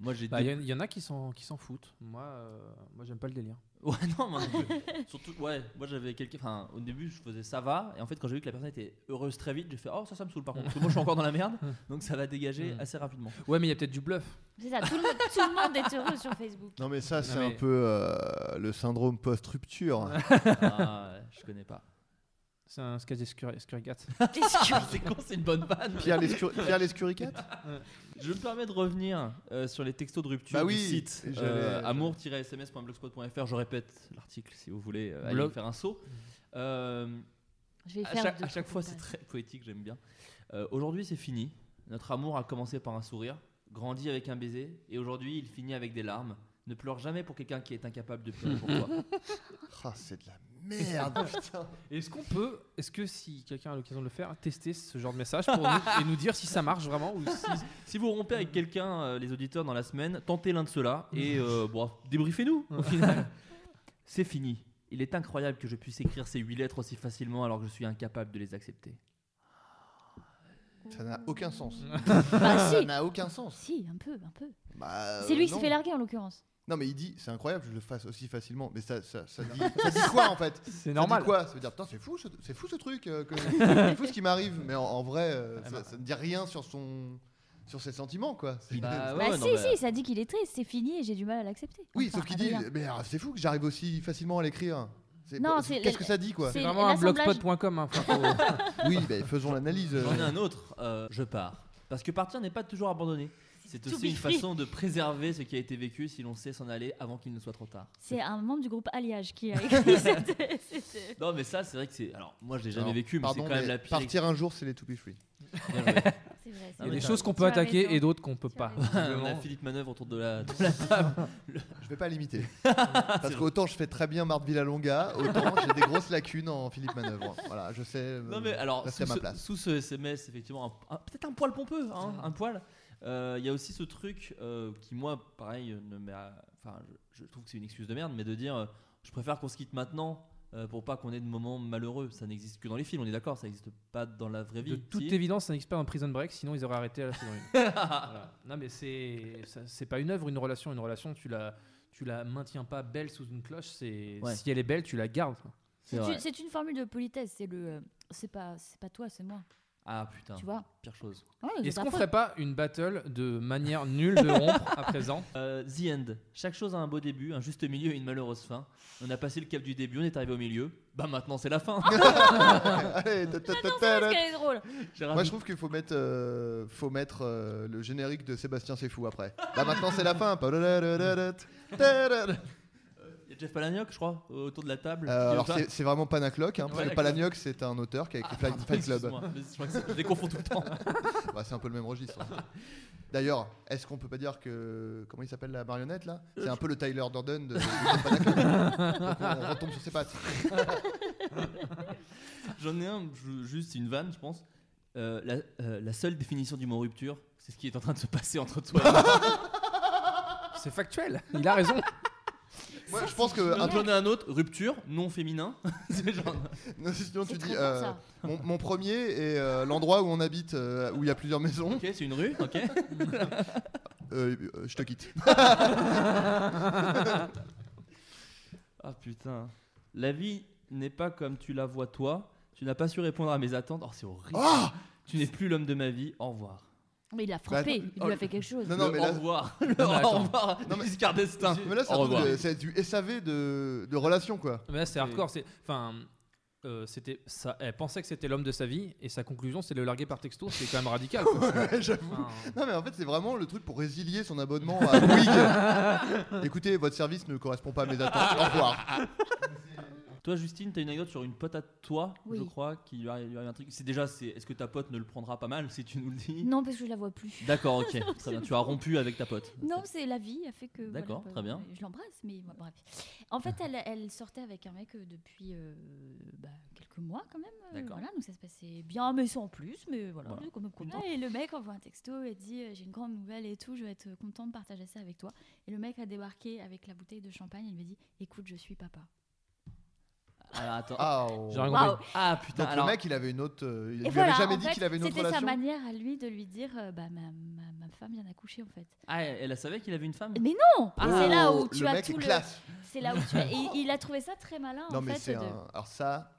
S2: moi, j'ai.
S5: Bah,
S2: dé-
S5: Il y, en- il y en a qui s'en qui s'en foutent. Moi, euh, moi, j'aime pas le délire.
S2: Ouais, non, mais surtout, ouais, moi j'avais quelqu'un. Enfin, au début, je faisais ça va, et en fait, quand j'ai vu que la personne était heureuse très vite, j'ai fait oh, ça, ça me saoule par contre, parce que moi je suis encore dans la merde, donc ça va dégager
S5: Mm.
S2: assez rapidement.
S5: Ouais, mais il y a peut-être du bluff.
S3: C'est ça. Tout le, monde- tout le monde est heureux sur Facebook.
S4: Non, mais ça, c'est
S5: mais-
S4: un peu euh, le syndrome post-rupture.
S2: Ah, ouais, je connais pas.
S5: C'est un sketch des Scurry- Scurrycat.
S2: Ah, c'est con, c'est une bonne vanne. mais-
S4: Pierre Lescur- Pierre Lescuricat
S2: Je me permets de revenir euh, sur les textos de rupture
S4: Bah
S2: du
S4: oui,
S2: site
S4: j'allais-
S2: euh, amour-sms.blogspot.fr. Je répète l'article si vous voulez euh, aller
S5: Blog.
S2: faire un saut. Euh,
S3: Je vais
S2: À
S3: faire.
S2: chaque,
S3: deux
S2: à chaque
S3: trucs
S2: fois,
S3: de
S2: c'est
S3: pareil.
S2: très poétique, j'aime bien. Euh, aujourd'hui, c'est fini. Notre amour a commencé par un sourire, grandi avec un baiser, et aujourd'hui, il finit avec des larmes. Ne pleure jamais pour quelqu'un qui est incapable de pleurer pour toi.
S4: Ah, c'est de la Merde, putain.
S5: Est-ce qu'on peut, est-ce que si quelqu'un a l'occasion de le faire, tester ce genre de message pour nous et nous dire si ça marche vraiment ou si
S2: Si vous rompez avec quelqu'un, euh, les auditeurs, dans la semaine, tentez l'un de ceux-là et euh, bon, débriefez-nous au final. C'est fini. Il est incroyable que je puisse écrire ces huit lettres aussi facilement alors que je suis incapable de les accepter.
S4: Ça n'a aucun sens.
S3: Bah,
S4: Ça
S3: si,
S4: n'a aucun sens.
S3: si, un peu, un peu.
S4: Bah,
S3: C'est lui
S4: euh,
S3: qui
S4: non.
S3: s'est fait larguer en l'occurrence.
S4: Non, mais il dit, c'est incroyable que je le fasse aussi facilement. Mais ça, ça, ça, dit, ça dit quoi en fait
S5: c'est
S4: Ça
S5: normal.
S4: dit quoi Ça veut dire, putain, c'est fou, ce- c'est fou ce truc. euh, que- c'est fou ce qui m'arrive. Mais en, en vrai, euh,
S2: bah.
S4: ça, ça ne dit rien sur son. Sur ses sentiments, quoi. C'est-
S2: Bah, ouais,
S3: bah,
S2: non,
S3: si,
S2: bah,
S3: si, ça dit qu'il est triste, c'est fini et j'ai du mal à l'accepter.
S4: Oui,
S3: Enfin,
S4: sauf qu'il
S3: à vrai
S4: dit,
S2: euh,
S3: dire.
S4: mais ah, c'est fou que j'arrive aussi facilement à l'écrire. C'est-
S3: Non,
S4: bah,
S3: c'est-
S4: Qu'est-ce que ça dit, quoi
S3: c'est-
S5: C'est vraiment un
S3: l'assemblage-
S5: blogspot.com. hein, enfin, faut-
S4: Oui, bah, faisons l'analyse. euh.
S2: J'en ai un autre. euh, je pars. Parce que partir n'est pas toujours abandonné. C'est
S3: To
S2: aussi
S3: be
S2: une
S3: free.
S2: façon de préserver ce qui a été vécu si l'on sait s'en aller avant qu'il ne soit trop tard.
S3: C'est un membre du groupe Alliage qui a écrit cette. cette-
S2: Non, mais ça, c'est vrai que c'est. Alors, moi, je l'ai jamais
S4: Alors,
S2: vécu, mais c'est
S4: pardon,
S2: quand même la pire.
S4: Partir un jour, c'est les to be free.
S2: Bien joué.
S3: C'est vrai. c'est
S5: Il y a
S2: mais
S3: vrai.
S5: des
S2: t'as-
S5: choses qu'on
S3: tu
S5: peut
S3: as
S5: attaquer
S3: raison.
S5: et d'autres qu'on peut
S3: Tu as
S5: pas.
S3: raison.
S2: On a Philippe Manœuvre autour de la, de la table.
S4: Je vais pas l'imiter. Parce qu'autant je fais très bien Marthe Villalonga, autant j'ai des grosses lacunes en Philippe Manœuvre. Voilà, je sais. euh,
S2: Non mais alors
S4: ça
S2: sous
S4: serait ma
S2: ce,
S4: place.
S2: sous ce SMS effectivement un- un- peut-être un poil pompeux hein, un poil. Euh, Il y a aussi ce truc euh, qui moi pareil ne m'a- enfin je, je trouve que c'est une excuse de merde mais de dire euh, je préfère qu'on se quitte maintenant euh, pour pas qu'on ait de moments malheureux ça n'existe que dans les films on est d'accord ça n'existe pas dans la vraie vie.
S5: De toute
S2: Si
S5: évidence, c'est un expert en Prison Break, sinon ils auraient arrêté à la saison 1. Non, mais c'est ça- c'est pas une œuvre, une relation. Une relation, tu la, tu la maintiens pas belle sous une cloche. C'est
S2: Ouais.
S5: Si elle est belle, tu la gardes. quoi.
S2: C'est
S3: C'est
S2: vrai.
S3: une- C'est une formule de politesse, c'est le. euh, C'est pas, c'est pas toi, c'est moi.
S2: Ah putain
S3: Tu vois
S2: pire chose.
S3: Ouais, c'est
S5: Est-ce
S3: ta
S5: qu'on
S3: faute.
S5: ferait pas une battle de manière nulle de rompre à présent
S2: Euh, the end chaque chose a un beau début un juste milieu et une malheureuse fin. On a passé le cap du début on est arrivé au milieu bah maintenant c'est la fin.
S4: Allez, ta- ta- ta- ta-
S3: Parce qu'elle est drôle.
S2: J'ai
S4: Moi je
S2: rajouté-
S4: trouve qu'il faut mettre, euh, faut mettre euh, le générique de Sébastien C'est fou après. Là maintenant c'est la fin. Euh, Padadadadadat, tadadada.
S2: Il y a Jeff Palahniuk je crois autour de la table.
S4: Euh,
S2: Qui-
S4: alors
S2: toi-
S4: c'est c'est vraiment Panacloc, hein, parce
S2: Ouais,
S4: que Panacloc c'est un auteur qui a écrit Flight- Fight Club.
S2: Excuse-moi, mais je crois que c'est- je les confonds tout le temps.
S4: Bah, c'est un peu le même registre. hein. D'ailleurs, est-ce qu'on peut pas dire que comment il s'appelle la marionnette là C'est un peu le Tyler Durden de, de Panacloc. Donc, on retombe sur ses pattes.
S2: J'en ai un, je- juste une vanne, je pense. Euh, la, euh, la seule définition du mot rupture, c'est ce qui est en train de se passer entre toi. et moi.
S5: C'est factuel. Il a raison.
S4: Moi, je pense que
S2: J'en ai un autre, rupture, non féminin. C'est genre-
S4: Non, sinon tu
S3: C'est
S4: dis
S3: très bon,
S4: euh,
S3: ça.
S4: mon, mon premier est euh, l'endroit où on habite, euh, où il y a plusieurs maisons.
S2: ok, c'est une rue, ok.
S4: Euh, euh, je te quitte.
S2: Ah putain. La vie n'est pas comme tu la vois toi. Tu n'as pas su répondre à mes attentes. Oh, c'est horrible.
S4: Ah
S2: tu n'es plus l'homme de ma vie. Au revoir.
S3: Mais il l'a frappé,
S4: attends,
S3: il
S4: oh,
S3: lui a fait quelque chose.
S4: Non, non,
S2: Le
S4: mais
S2: au
S4: là-
S2: revoir. Le
S5: mais
S2: au
S5: attends.
S2: revoir.
S4: Non, mais-
S2: Giscard d'Estaing.
S4: Mais là, c'est,
S2: Au
S4: un truc
S2: revoir.
S4: de- c'est du SAV de, de relation quoi.
S5: Mais là, c'est hardcore. C'est, enfin, euh, c'était, ça, elle pensait que c'était l'homme de sa vie, et sa conclusion, c'est de le larguer par texto. C'est quand même radical. quoi.
S4: Ouais, j'avoue.
S5: Enfin,
S4: Non mais en fait c'est vraiment le truc pour résilier son abonnement à Bouygues. Écoutez, votre service ne correspond pas à mes attentes. Au revoir.
S2: Toi, Justine, t'as une anecdote sur une pote à toi,
S3: Oui.
S2: je crois, qui lui arrive, lui arrive un truc. C'est déjà, c'est est-ce que ta pote ne le prendra pas mal si tu nous le dis
S3: Non, parce que je la vois plus.
S2: D'accord, ok, très bien. Tu as rompu avec ta pote.
S3: Non, c'est la vie, a fait que. voilà,
S2: D'accord,
S3: bah,
S2: très bien.
S3: Je l'embrasse, mais bah, bref. En fait, elle, elle sortait avec un mec euh, depuis euh, bah, quelques mois quand même. euh,
S2: D'accord.
S3: Voilà, donc ça se passait bien, mais sans plus, mais voilà,
S2: Voilà.
S3: on est quand même content. Et le mec envoie un texto et dit euh, J'ai une grande nouvelle et tout, je vais être content de partager ça avec toi. Et le mec a débarqué avec la bouteille de champagne et il lui a dit Écoute, je suis papa.
S2: Alors, attends. Ah,
S4: Ah, oh.
S5: j'ai rien
S3: Waouh.
S5: compris.
S2: Ah, putain,
S4: Donc
S2: alors.
S4: le mec il avait une autre. euh, il
S3: Et
S4: lui
S3: voilà,
S4: avait jamais
S3: en
S4: dit
S3: fait,
S4: qu'il avait une autre
S3: C'était sa
S4: relation.
S3: manière à lui de lui dire euh, Bah, ma, ma, ma femme vient d'accoucher en fait.
S2: Ah, elle elle savait qu'il avait une femme
S3: Mais non
S2: Ah,
S3: C'est là
S4: Oh,
S3: où tu
S4: le
S3: as
S4: mec
S3: tout
S4: est
S3: le.
S4: classe.
S3: C'est là où tu as. Et il a trouvé ça très malin
S4: Non
S3: en
S4: mais
S3: fait.
S4: c'est
S3: de-
S4: un. Alors ça.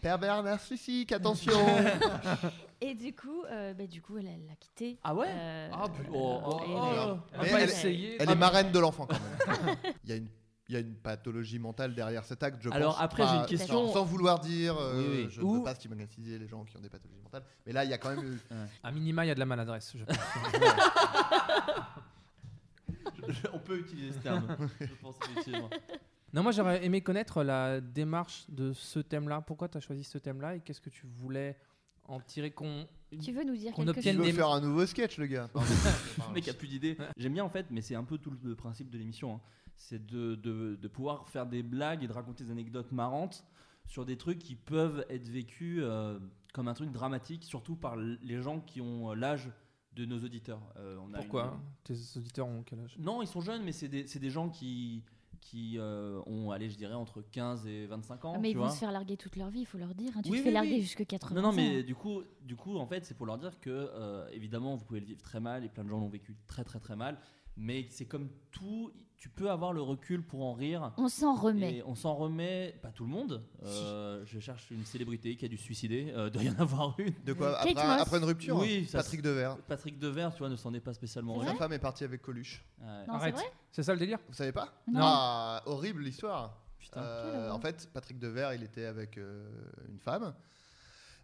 S4: Pervers narcissique, attention.
S3: Et du coup, euh, bah, du coup, elle elle l'a quitté.
S2: Ah ouais
S3: Euh,
S2: Ah, bu- oh, oh,
S3: et-
S2: oh.
S5: On
S4: Mais
S5: va
S4: elle-
S5: essayer. Ah,
S4: Elle est marraine de l'enfant quand même. Il y a une il y a une pathologie mentale derrière cet acte, je
S2: Alors,
S4: pense.
S2: après, j'ai
S4: Pas-
S2: une question.
S4: Sans, sans vouloir dire, euh,
S2: Oui, oui.
S4: je
S2: Ou-
S4: ne veux pas stigmatiser les gens qui ont des pathologies mentales, mais là, il y a quand même eu-
S5: À minima, il y a de la maladresse. je pense.
S2: On peut utiliser ce terme. je pense, effectivement.
S5: non, moi, j'aurais aimé connaître la démarche de ce thème-là. Pourquoi tu as choisi ce thème-là et qu'est-ce que tu voulais en en tirer qu'on. une-
S2: oh.
S6: Tu veux nous dire
S5: Qu'on
S6: quelque
S4: Il
S5: obtienne
S6: chose
S4: veut
S5: des-
S4: faire un nouveau sketch, le gars.
S2: Le mec a plus d'idées. J'aime bien en fait, mais c'est un peu tout le principe de l'émission. hein. C'est de, de- de pouvoir faire des blagues et de raconter des anecdotes marrantes sur des trucs qui peuvent être vécus euh, comme un truc dramatique, surtout par l- les gens qui ont euh, l'âge de nos auditeurs. Euh, on a
S5: Pourquoi Tes auditeurs ont quel âge
S2: une- Non, ils sont jeunes, mais c'est des, c'est des gens qui, qui euh, ont, allez, je dirais, entre 15 et 25 ans.
S3: Ah, mais
S2: tu
S3: ils vont
S2: vois.
S3: se faire larguer toute leur vie, il faut leur dire. hein. Tu
S2: Oui,
S3: te fais
S2: oui,
S3: larguer
S2: oui.
S3: jusqu'à 80
S2: Non, non,
S3: ans.
S2: mais du coup, du coup, en fait, c'est pour leur dire que, euh, évidemment, vous pouvez le vivre très mal et plein de gens l'ont vécu très, très, très mal. Mais c'est comme tout, tu peux avoir le recul pour en rire.
S3: On s'en remet.
S2: Et on s'en remet, pas tout le monde. Euh, je cherche une célébrité qui a dû se suicider, euh, de rien avoir une.
S4: De quoi
S3: Kate
S4: après,
S3: Moss.
S4: après une rupture
S2: Oui,
S4: hein,
S2: ça-
S4: Patrick Devers.
S2: Patrick Devers, tu vois, ne s'en est pas spécialement
S4: Sa
S2: remis.
S4: femme est partie avec Coluche.
S2: Ouais. Ah,
S3: Non, c'est
S5: Arrête.
S3: vrai
S5: C'est ça le délire
S4: Vous savez pas
S3: Non.
S4: Ah, horrible l'histoire.
S2: Putain.
S4: Euh,
S3: Quelle horreur.
S4: en fait, Patrick Devers, il était avec euh, une femme.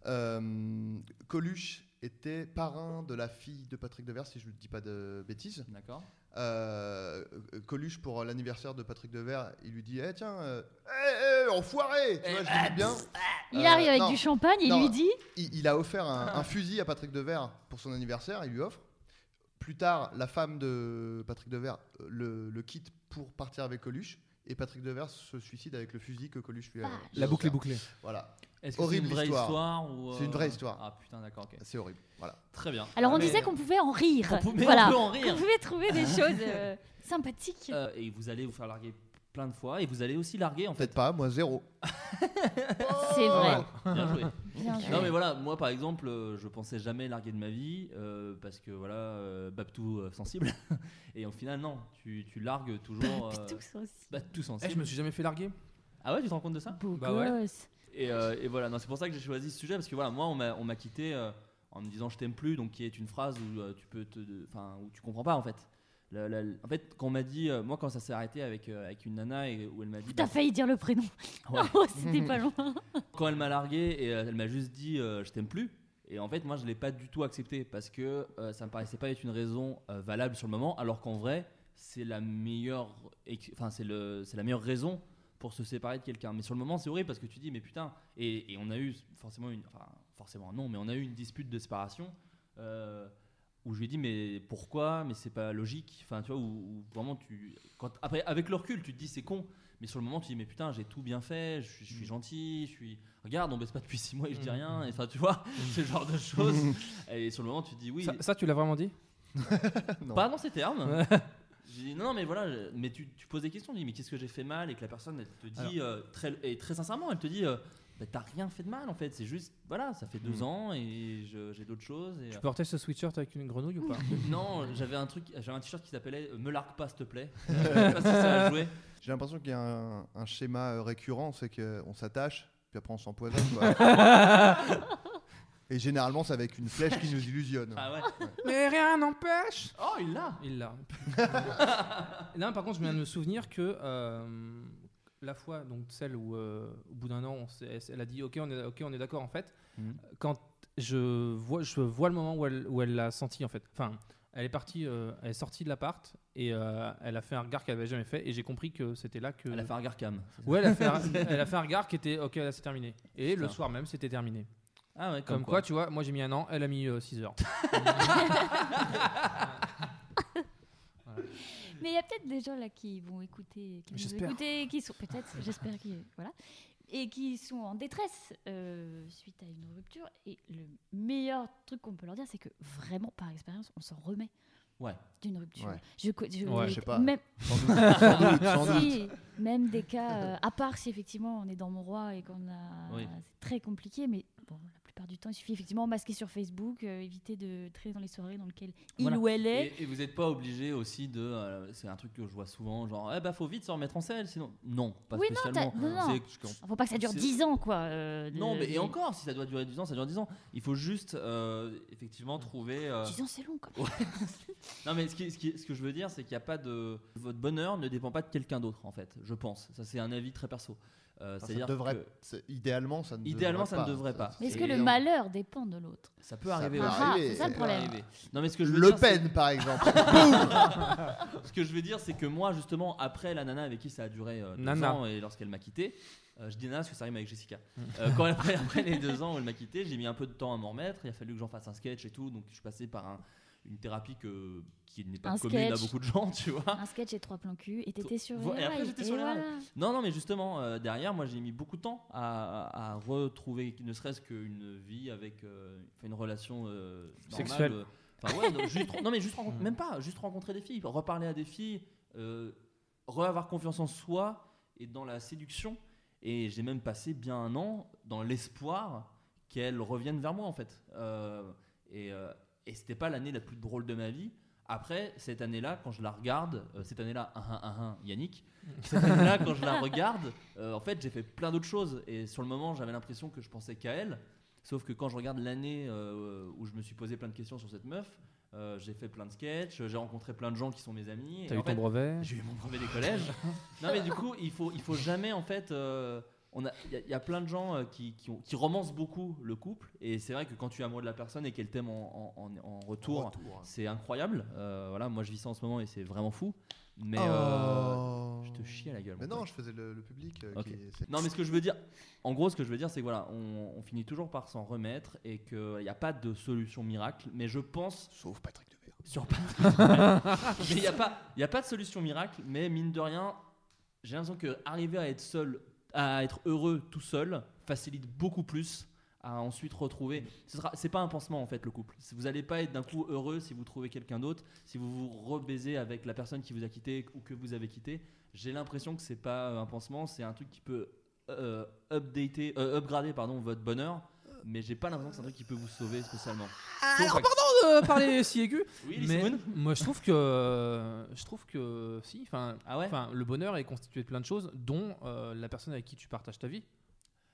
S4: Euh, Coluche était parrain de la fille de Patrick Devers, si je ne dis pas de bêtises.
S2: D'accord.
S4: Euh, Coluche, pour l'anniversaire de Patrick Devers, il lui dit Eh tiens, euh, hey, hey, enfoiré Tu vois, je le dis bien.
S3: Il
S4: Euh,
S3: arrive avec
S4: non,
S3: du champagne et
S4: non.
S3: lui dit
S4: il, il a offert un, un fusil à Patrick Devers pour son anniversaire, il lui offre. Plus tard, la femme de Patrick Devers euh, le, le quitte pour partir avec Coluche. Et Patrick Devers se suicide avec le fusil que Coluche lui a.
S3: Vache.
S4: lui a offert.
S5: bouclée.
S4: Voilà,
S2: Est-ce que c'est
S4: Horrible
S2: une vraie
S4: histoire.
S2: histoire, ou,
S4: C'est une vraie histoire.
S2: Ah putain, d'accord, ok.
S4: c'est horrible. Voilà.
S2: Très bien.
S3: Alors on
S2: Mais-
S3: disait qu'on pouvait en rire.
S2: On peut- mais
S3: voilà.
S2: on peut en
S3: Qu'on
S2: rire.
S3: pouvait trouver des choses euh, sympathiques.
S2: Euh, et vous allez vous faire larguer plein de fois, et vous allez aussi larguer en
S4: Peut-être
S2: fait.
S4: pas, moi zéro.
S3: C'est vrai.
S2: Bien joué.
S3: Bien joué.
S2: Non mais voilà, moi par exemple, euh, je pensais jamais larguer de ma vie euh, parce que voilà, euh, Babtou euh, sensible. et au final non, tu, tu largues toujours. euh,
S3: Tous aussi.
S2: Babtou
S5: Eh, je
S2: sensible.
S5: me suis jamais fait larguer.
S2: Ah ouais, tu te rends compte de ça
S3: Beau
S5: Bah ouais.
S3: gosse.
S2: et, euh, et voilà, non, c'est pour ça que j'ai choisi ce sujet parce que voilà, moi on m'a on m'a quitté euh, en me disant je t'aime plus, donc qui est une phrase où euh, tu peux te, de- enfin où tu comprends pas en fait. La- la- en fait, quand on m'a dit, euh, moi quand ça s'est arrêté avec euh, avec une nana et où elle m'a dit,
S3: T'as
S2: bah,
S3: failli dire le prénom.
S2: Ouais.
S3: Oh, c'était pas loin.
S2: quand elle m'a largué et euh, elle m'a juste dit euh, je t'aime plus et en fait moi je l'ai pas du tout accepté parce que euh, ça me paraissait pas être une raison euh, valable sur le moment alors qu'en vrai c'est la meilleure ex- enfin c'est le c'est la meilleure raison pour se séparer de quelqu'un mais sur le moment c'est horrible parce que tu dis mais putain et, et on a eu forcément une enfin forcément non mais on a eu une dispute de séparation euh, où je lui ai dit mais pourquoi mais c'est pas logique enfin tu vois où, où vraiment tu quand après avec le recul tu te dis c'est con mais sur le moment, tu dis, mais putain, j'ai tout bien fait, je suis, je suis gentil, je suis. Regarde, on baisse pas depuis 6 mois et je dis
S5: Mm.
S2: rien. Et enfin, tu vois, ce genre de choses. et sur le moment, tu te dis, oui.
S5: Ça, ça, tu l'as vraiment dit
S4: non.
S2: Pas dans ces termes. J'ai dit, non, non, mais voilà, je- mais tu, tu poses des questions, tu dis, mais qu'est-ce que j'ai fait mal Et que la personne, elle te dit, euh, très, et très sincèrement, elle te dit, euh, bah, t'as rien fait de mal en fait, c'est juste, voilà, ça fait
S5: Mm.
S2: deux ans et je- j'ai d'autres choses. Et, euh,
S5: Tu portais ce sweatshirt avec une grenouille ou pas
S2: Non, j'avais un truc, j'avais un t-shirt qui s'appelait euh, Me largue pas, s'il te plaît. Je sais pas si ça a joué.
S4: J'ai l'impression qu'il y a un, un schéma euh, récurrent, c'est qu'on s'attache, puis après on s'empoisonne. quoi. Et généralement, c'est avec une flèche qui nous illusionne.
S2: Ah ouais.
S5: Mais rien n'empêche
S2: Oh, il l'a
S5: Il l'a. Là, par contre, je viens de me souvenir que euh, la fois, donc celle où, euh, au bout d'un an, on s'est- elle- elle a dit Ok, on est, ok, on est d'accord en fait.
S2: Mhm.
S5: Quand je vois, je vois le moment où elle, où elle l'a senti en fait. Enfin, elle est partie, euh, elle est sortie de l'appart et euh, elle a fait un regard qu'elle avait jamais fait. Et j'ai compris que c'était là que.
S2: Elle a fait un regard cam.
S5: Euh, Ouais, elle a fait, un, elle a fait un regard qui était ok, là c'est terminé. Et le
S2: Putain.
S5: soir même, c'était terminé.
S2: Ah ouais,
S5: Comme, quoi. tu vois, moi j'ai mis un an, elle a mis 6 heures.
S3: Mais il y a peut-être des gens là qui vont écouter, qui nous
S5: J'espère.
S3: écouter, qui sont peut-être, j'espère qu'ils voilà, et qui sont en détresse euh, suite à une rupture. Et le meilleur truc qu'on peut leur dire, c'est que vraiment par expérience, on s'en remet.
S2: Ouais.
S3: D'une rupture.
S4: Ouais.
S3: Je, co- je,
S5: Ouais,
S4: je sais pas.
S3: Même,
S4: Sans doute, sans doute, sans doute.
S3: si, même des cas, euh, à part si effectivement on est dans mon roi et qu'on a,
S2: Oui.
S3: c'est très compliqué, mais bon, la plupart du temps, il suffit effectivement masquer sur Facebook, euh, éviter de traîner dans les soirées dans lesquelles il
S2: Voilà.
S3: ou elle est.
S2: Et, et vous n'êtes pas obligé aussi de. euh, c'est un truc que je vois souvent, genre, eh bah faut vite se remettre en selle, sinon. Non, pas
S3: Oui, non,
S2: spécialement.
S3: t'as- non, non.
S2: C'est-
S3: Ah, Faut pas que ça dure
S2: C'est-
S3: 10 ans, quoi. euh,
S2: Non,
S3: le-
S2: mais et
S3: le-
S2: encore, si ça doit durer 10 ans, ça dure 10 ans. Il faut juste, euh, effectivement, trouver. euh,
S3: 10 ans, c'est long, quand même.
S2: Ouais. Non, mais ce, qui- ce qui- ce que je veux dire, c'est qu'il n'y a pas de. Votre bonheur ne dépend pas de quelqu'un d'autre, en fait, je pense. Ça, c'est un avis très perso. Euh,
S4: Enfin, ça
S2: c'est-à-dire
S4: devrait-
S2: que
S4: c'est- Idéalement, ça ne
S2: Idéalement,
S4: devrait
S2: ça ne
S4: pas.
S2: devrait pas.
S3: Mais est-ce
S4: c'est
S3: que le
S4: évident.
S3: malheur dépend de l'autre
S2: ça peut
S4: ça
S2: arriver
S4: peut
S2: aussi.
S3: Ah, ah,
S4: arriver.
S3: c'est ça le
S2: Ça peut
S3: problème.
S2: arriver. Non, mais ce que je veux
S4: Le
S2: dire, c'est-
S4: Pen, par exemple.
S2: Ce que je veux dire, c'est que moi, justement, après la nana avec qui ça a duré euh, deux
S5: Nana.
S2: ans et lorsqu'elle m'a quitté, euh, je dis nana parce que ça rime avec Jessica. Euh, quand après, après les deux ans où elle m'a quitté, j'ai mis un peu de temps à m'en remettre. Il a fallu que j'en fasse un sketch et tout, donc je suis passé par un- une thérapie que, qui n'est pas
S3: Un
S2: commune à
S3: sketch.
S2: beaucoup de gens, tu vois.
S3: Un sketch et trois plans cul, et t'étais sur
S2: Ah. Vo-
S3: les
S2: et après,
S3: rails,
S2: j'étais sur les
S3: voilà.
S2: Non, non, mais justement, euh, derrière, moi, j'ai mis beaucoup de temps à, à- à retrouver, ne serait-ce qu'une vie avec euh, enfin, une relation euh, normale,
S5: Sexuelle.
S2: euh, enfin, ouais, non, juste, non, mais juste rencontrer, même pas, juste rencontrer des filles, reparler à des filles, euh, re-avoir confiance en soi et dans la séduction. Et j'ai même passé bien un an dans l'espoir qu'elles reviennent vers moi, en fait. Euh, et euh, et c'était pas l'année la plus drôle de ma vie. Après, cette année-là, quand je la regarde, euh, cette année-là, un, un, un, un, Yannick, cette année-là, quand je la regarde, euh, en fait, j'ai fait plein d'autres choses. Et sur le moment, j'avais l'impression que je pensais qu'à elle. Sauf que quand je regarde l'année euh, où je me suis posé plein de questions sur cette meuf, euh, j'ai fait plein de sketchs, j'ai rencontré plein de gens qui sont mes amis.
S5: T'as
S2: Et
S5: eu
S2: en fait,
S5: ton brevet
S2: j'ai eu mon brevet des collèges. non, mais du coup, il faut, il faut jamais, en fait. euh, on a- Il y, a- il y a plein de gens euh, qui, qui, ont- qui romancent beaucoup le couple. Et c'est vrai que quand tu es amoureux de la personne et qu'elle t'aime en, en- en- en retour, c'est incroyable. Euh, voilà, moi, je vis ça en ce moment et c'est vraiment fou. Mais. euh,
S4: Oh.
S2: je te chie à la gueule,
S4: Mais
S2: mon
S4: non,
S2: pote.
S4: je faisais le, le public. euh,
S2: Ok.
S4: qui- c'est-
S2: Non, mais ce que je veux dire, en gros, ce que je veux dire, c'est que voilà, on, on finit toujours par s'en remettre et qu'il n'y a pas de solution miracle. Mais je pense
S4: Sauf Patrick Devers.
S2: sur mais il n'y a, pas- y a pas de solution miracle, mais mine de rien, j'ai l'impression que arriver à être seul, à être heureux tout seul, facilite beaucoup plus à ensuite retrouver. Ce sera, c'est pas un pansement en fait le couple. Vous n'allez pas être d'un coup heureux si vous trouvez quelqu'un d'autre, si vous vous rebaisez avec la personne qui vous a quitté ou que vous avez quitté. J'ai l'impression que c'est pas euh, un pansement, c'est un truc qui peut euh, updater, euh, upgrader pardon votre bonheur, mais j'ai pas l'impression que c'est un truc qui peut vous sauver spécialement. Sauf à-
S5: pardon de Euh, parler si aigu.
S2: Oui,
S5: mais
S2: Lissimoun
S5: moi, je trouve que euh, je trouve que si. Enfin,
S2: Ah ouais.
S5: enfin, le bonheur est constitué de plein de choses, dont euh, la personne avec qui tu partages ta vie.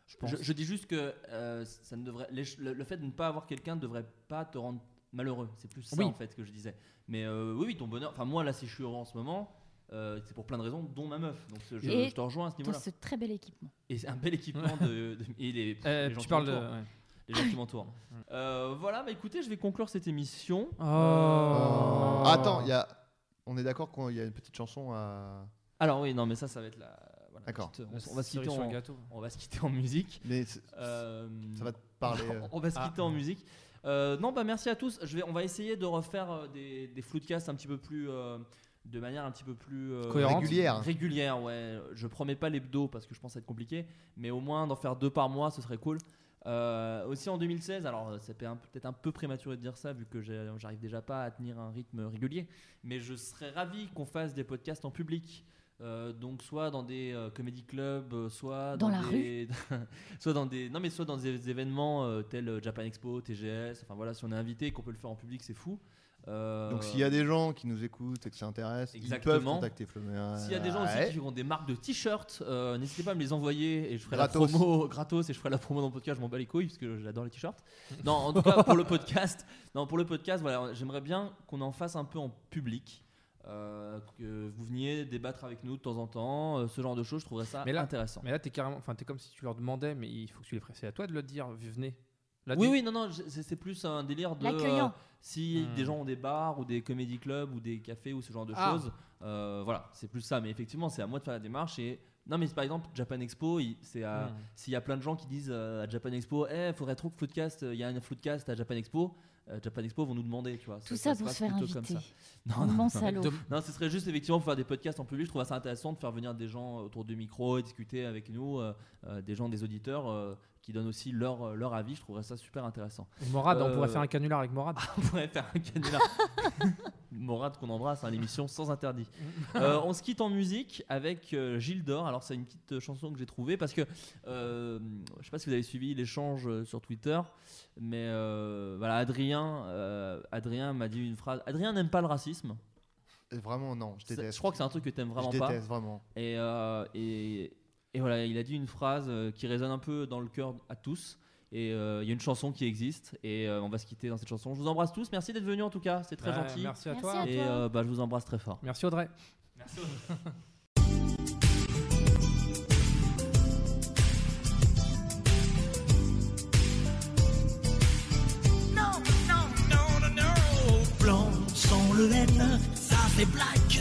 S5: Je pense.
S2: Je, je dis juste que euh, ça ne devrait, les- le, le fait de ne pas avoir quelqu'un ne devrait pas te rendre malheureux. C'est plus ça
S5: Oui.
S2: en fait que je disais. Mais euh, oui, oui, ton bonheur. Enfin, moi là, si je suis heureux en ce moment, euh, c'est pour plein de raisons, dont ma meuf. Donc je,
S3: Et
S2: je te rejoins à ce
S3: Dans
S2: niveau-là.
S3: ce très bel équipement.
S2: Et c'est un bel équipement de, de- et les,
S5: Euh,
S2: les gens
S5: tu
S2: qui
S5: parles de.
S2: m'entourent.
S5: ouais.
S2: Les gens qui m'entourent. Euh, voilà, bah écoutez, je vais conclure cette émission.
S5: Oh.
S4: Ah. Attends, il y a... on est d'accord qu'il y a une petite chanson à.
S2: Alors oui, non, mais ça, ça va être la. voilà,
S4: D'accord.
S2: petite-
S5: La
S2: On, on va se quitter
S5: cerise sur le
S2: en,
S5: gâteau.
S2: on va se quitter en musique.
S4: Mais c'est-
S2: Euh,
S4: ça va te parler. euh.
S2: On va se
S5: Ah.
S2: quitter en musique. Euh, non, bah merci à tous. Je vais, on va essayer de refaire euh, des, des floodcasts un petit peu plus. euh, de manière un petit peu plus. euh,
S5: Cohérente.
S4: Régulière.
S2: Régulière, ouais. Je promets pas l'hebdo parce que je pense que ça va être compliqué. Mais au moins d'en faire deux par mois, ce serait cool. Euh, aussi en 2016, alors c'est peut-être un peu prématuré de dire ça vu que j'ai- j'arrive déjà pas à tenir un rythme régulier. Mais je serais ravi qu'on fasse des podcasts en public. Euh, donc soit dans des euh, comédie clubs, euh, soit
S3: Dans la
S2: des- soit dans des non mais soit dans des événements euh, tels euh, Japan Expo, TGS. Enfin voilà, si on est invité et qu'on peut le faire en public, c'est fou. Euh,
S4: Donc s'il y a des gens qui nous écoutent et que ça intéresse, ils peuvent
S2: Exactement.
S4: contacter Flaubert.
S2: s'il y a des gens aussi
S4: Ouais.
S2: qui ont des marques de t-shirts, euh, n'hésitez pas à me les envoyer et je ferai
S4: Gratos.
S2: la promo gratos et je ferai la promo dans le podcast. Je m'en bats les couilles parce que j'adore les t-shirts. Non, en tout cas pour le podcast, non pour le podcast, voilà, j'aimerais bien qu'on en fasse un peu en public. euh, que vous veniez débattre avec nous de temps en temps, euh, ce genre de choses, je trouverais ça
S5: Mais là-
S2: intéressant.
S5: Mais là, t'es carrément. Enfin, t'es comme si tu leur demandais, mais il faut que tu les fasses. C'est à toi de le dire. Venez. Là,
S2: Oui,
S5: t'es-
S2: oui, non, non, je- c'est c'est plus un délire de.
S3: L'accueillant.
S2: euh, si
S5: Hmm.
S2: des gens ont des bars ou des comédie clubs ou des cafés ou ce genre de
S5: Ah.
S2: choses, euh, voilà, c'est plus ça. Mais effectivement, c'est à moi de faire la démarche. Et non, mais par exemple, Japan Expo, il- c'est à-
S5: Hmm.
S2: s'il y a plein de gens qui disent euh, à Japan Expo, eh, faudrait trop que Floodcast, euh, il y a un Floodcast à Japan Expo. euh, Japan Expo vont nous demander, tu vois.
S3: Tout ça,
S2: se
S3: pour
S2: passe
S3: se faire
S2: plutôt
S3: inviter.
S2: Non, non,
S3: Mon
S2: non.
S3: salaud.
S2: Non, ce serait juste effectivement pour faire des podcasts en public. Je trouve ça intéressant de faire venir des gens autour du micro et discuter avec nous, euh, euh, des gens, des auditeurs euh, qui donnent aussi leur, euh, leur avis. Je trouverais ça super intéressant.
S5: Morad, on
S2: Euh,
S5: pourrait faire un canular avec Morad.
S2: On pourrait faire un canular. Morade qu'on embrasse, hein, l'émission sans interdit. Euh, on se quitte en musique avec euh, Gilles d'Or. Alors, c'est une petite euh, chanson que j'ai trouvée parce que euh, je sais pas si vous avez suivi l'échange euh, sur Twitter, mais euh, voilà, Adrien, euh, Adrien m'a dit une phrase. Adrien n'aime pas le racisme.
S4: Et Vraiment non, je
S2: C'est-
S4: déteste.
S2: Je crois que c'est un truc que t'aimes vraiment
S4: je
S2: pas.
S4: déteste vraiment.
S2: Et, euh, et, et voilà, il a dit une phrase euh, qui résonne un peu dans le cœur à tous.
S7: Et euh, il y a une chanson qui existe et euh, on va se quitter dans cette chanson. Je vous embrasse tous, merci d'être venus en tout cas, c'est très
S5: Ouais,
S7: gentil.
S5: Merci à
S3: Merci
S5: toi.
S3: à-
S7: Et
S3: toi.
S7: euh, bah, je vous embrasse très fort.
S5: Merci Audrey.
S6: Non, non, non, non, non. Blanc sans le N, ça fait black.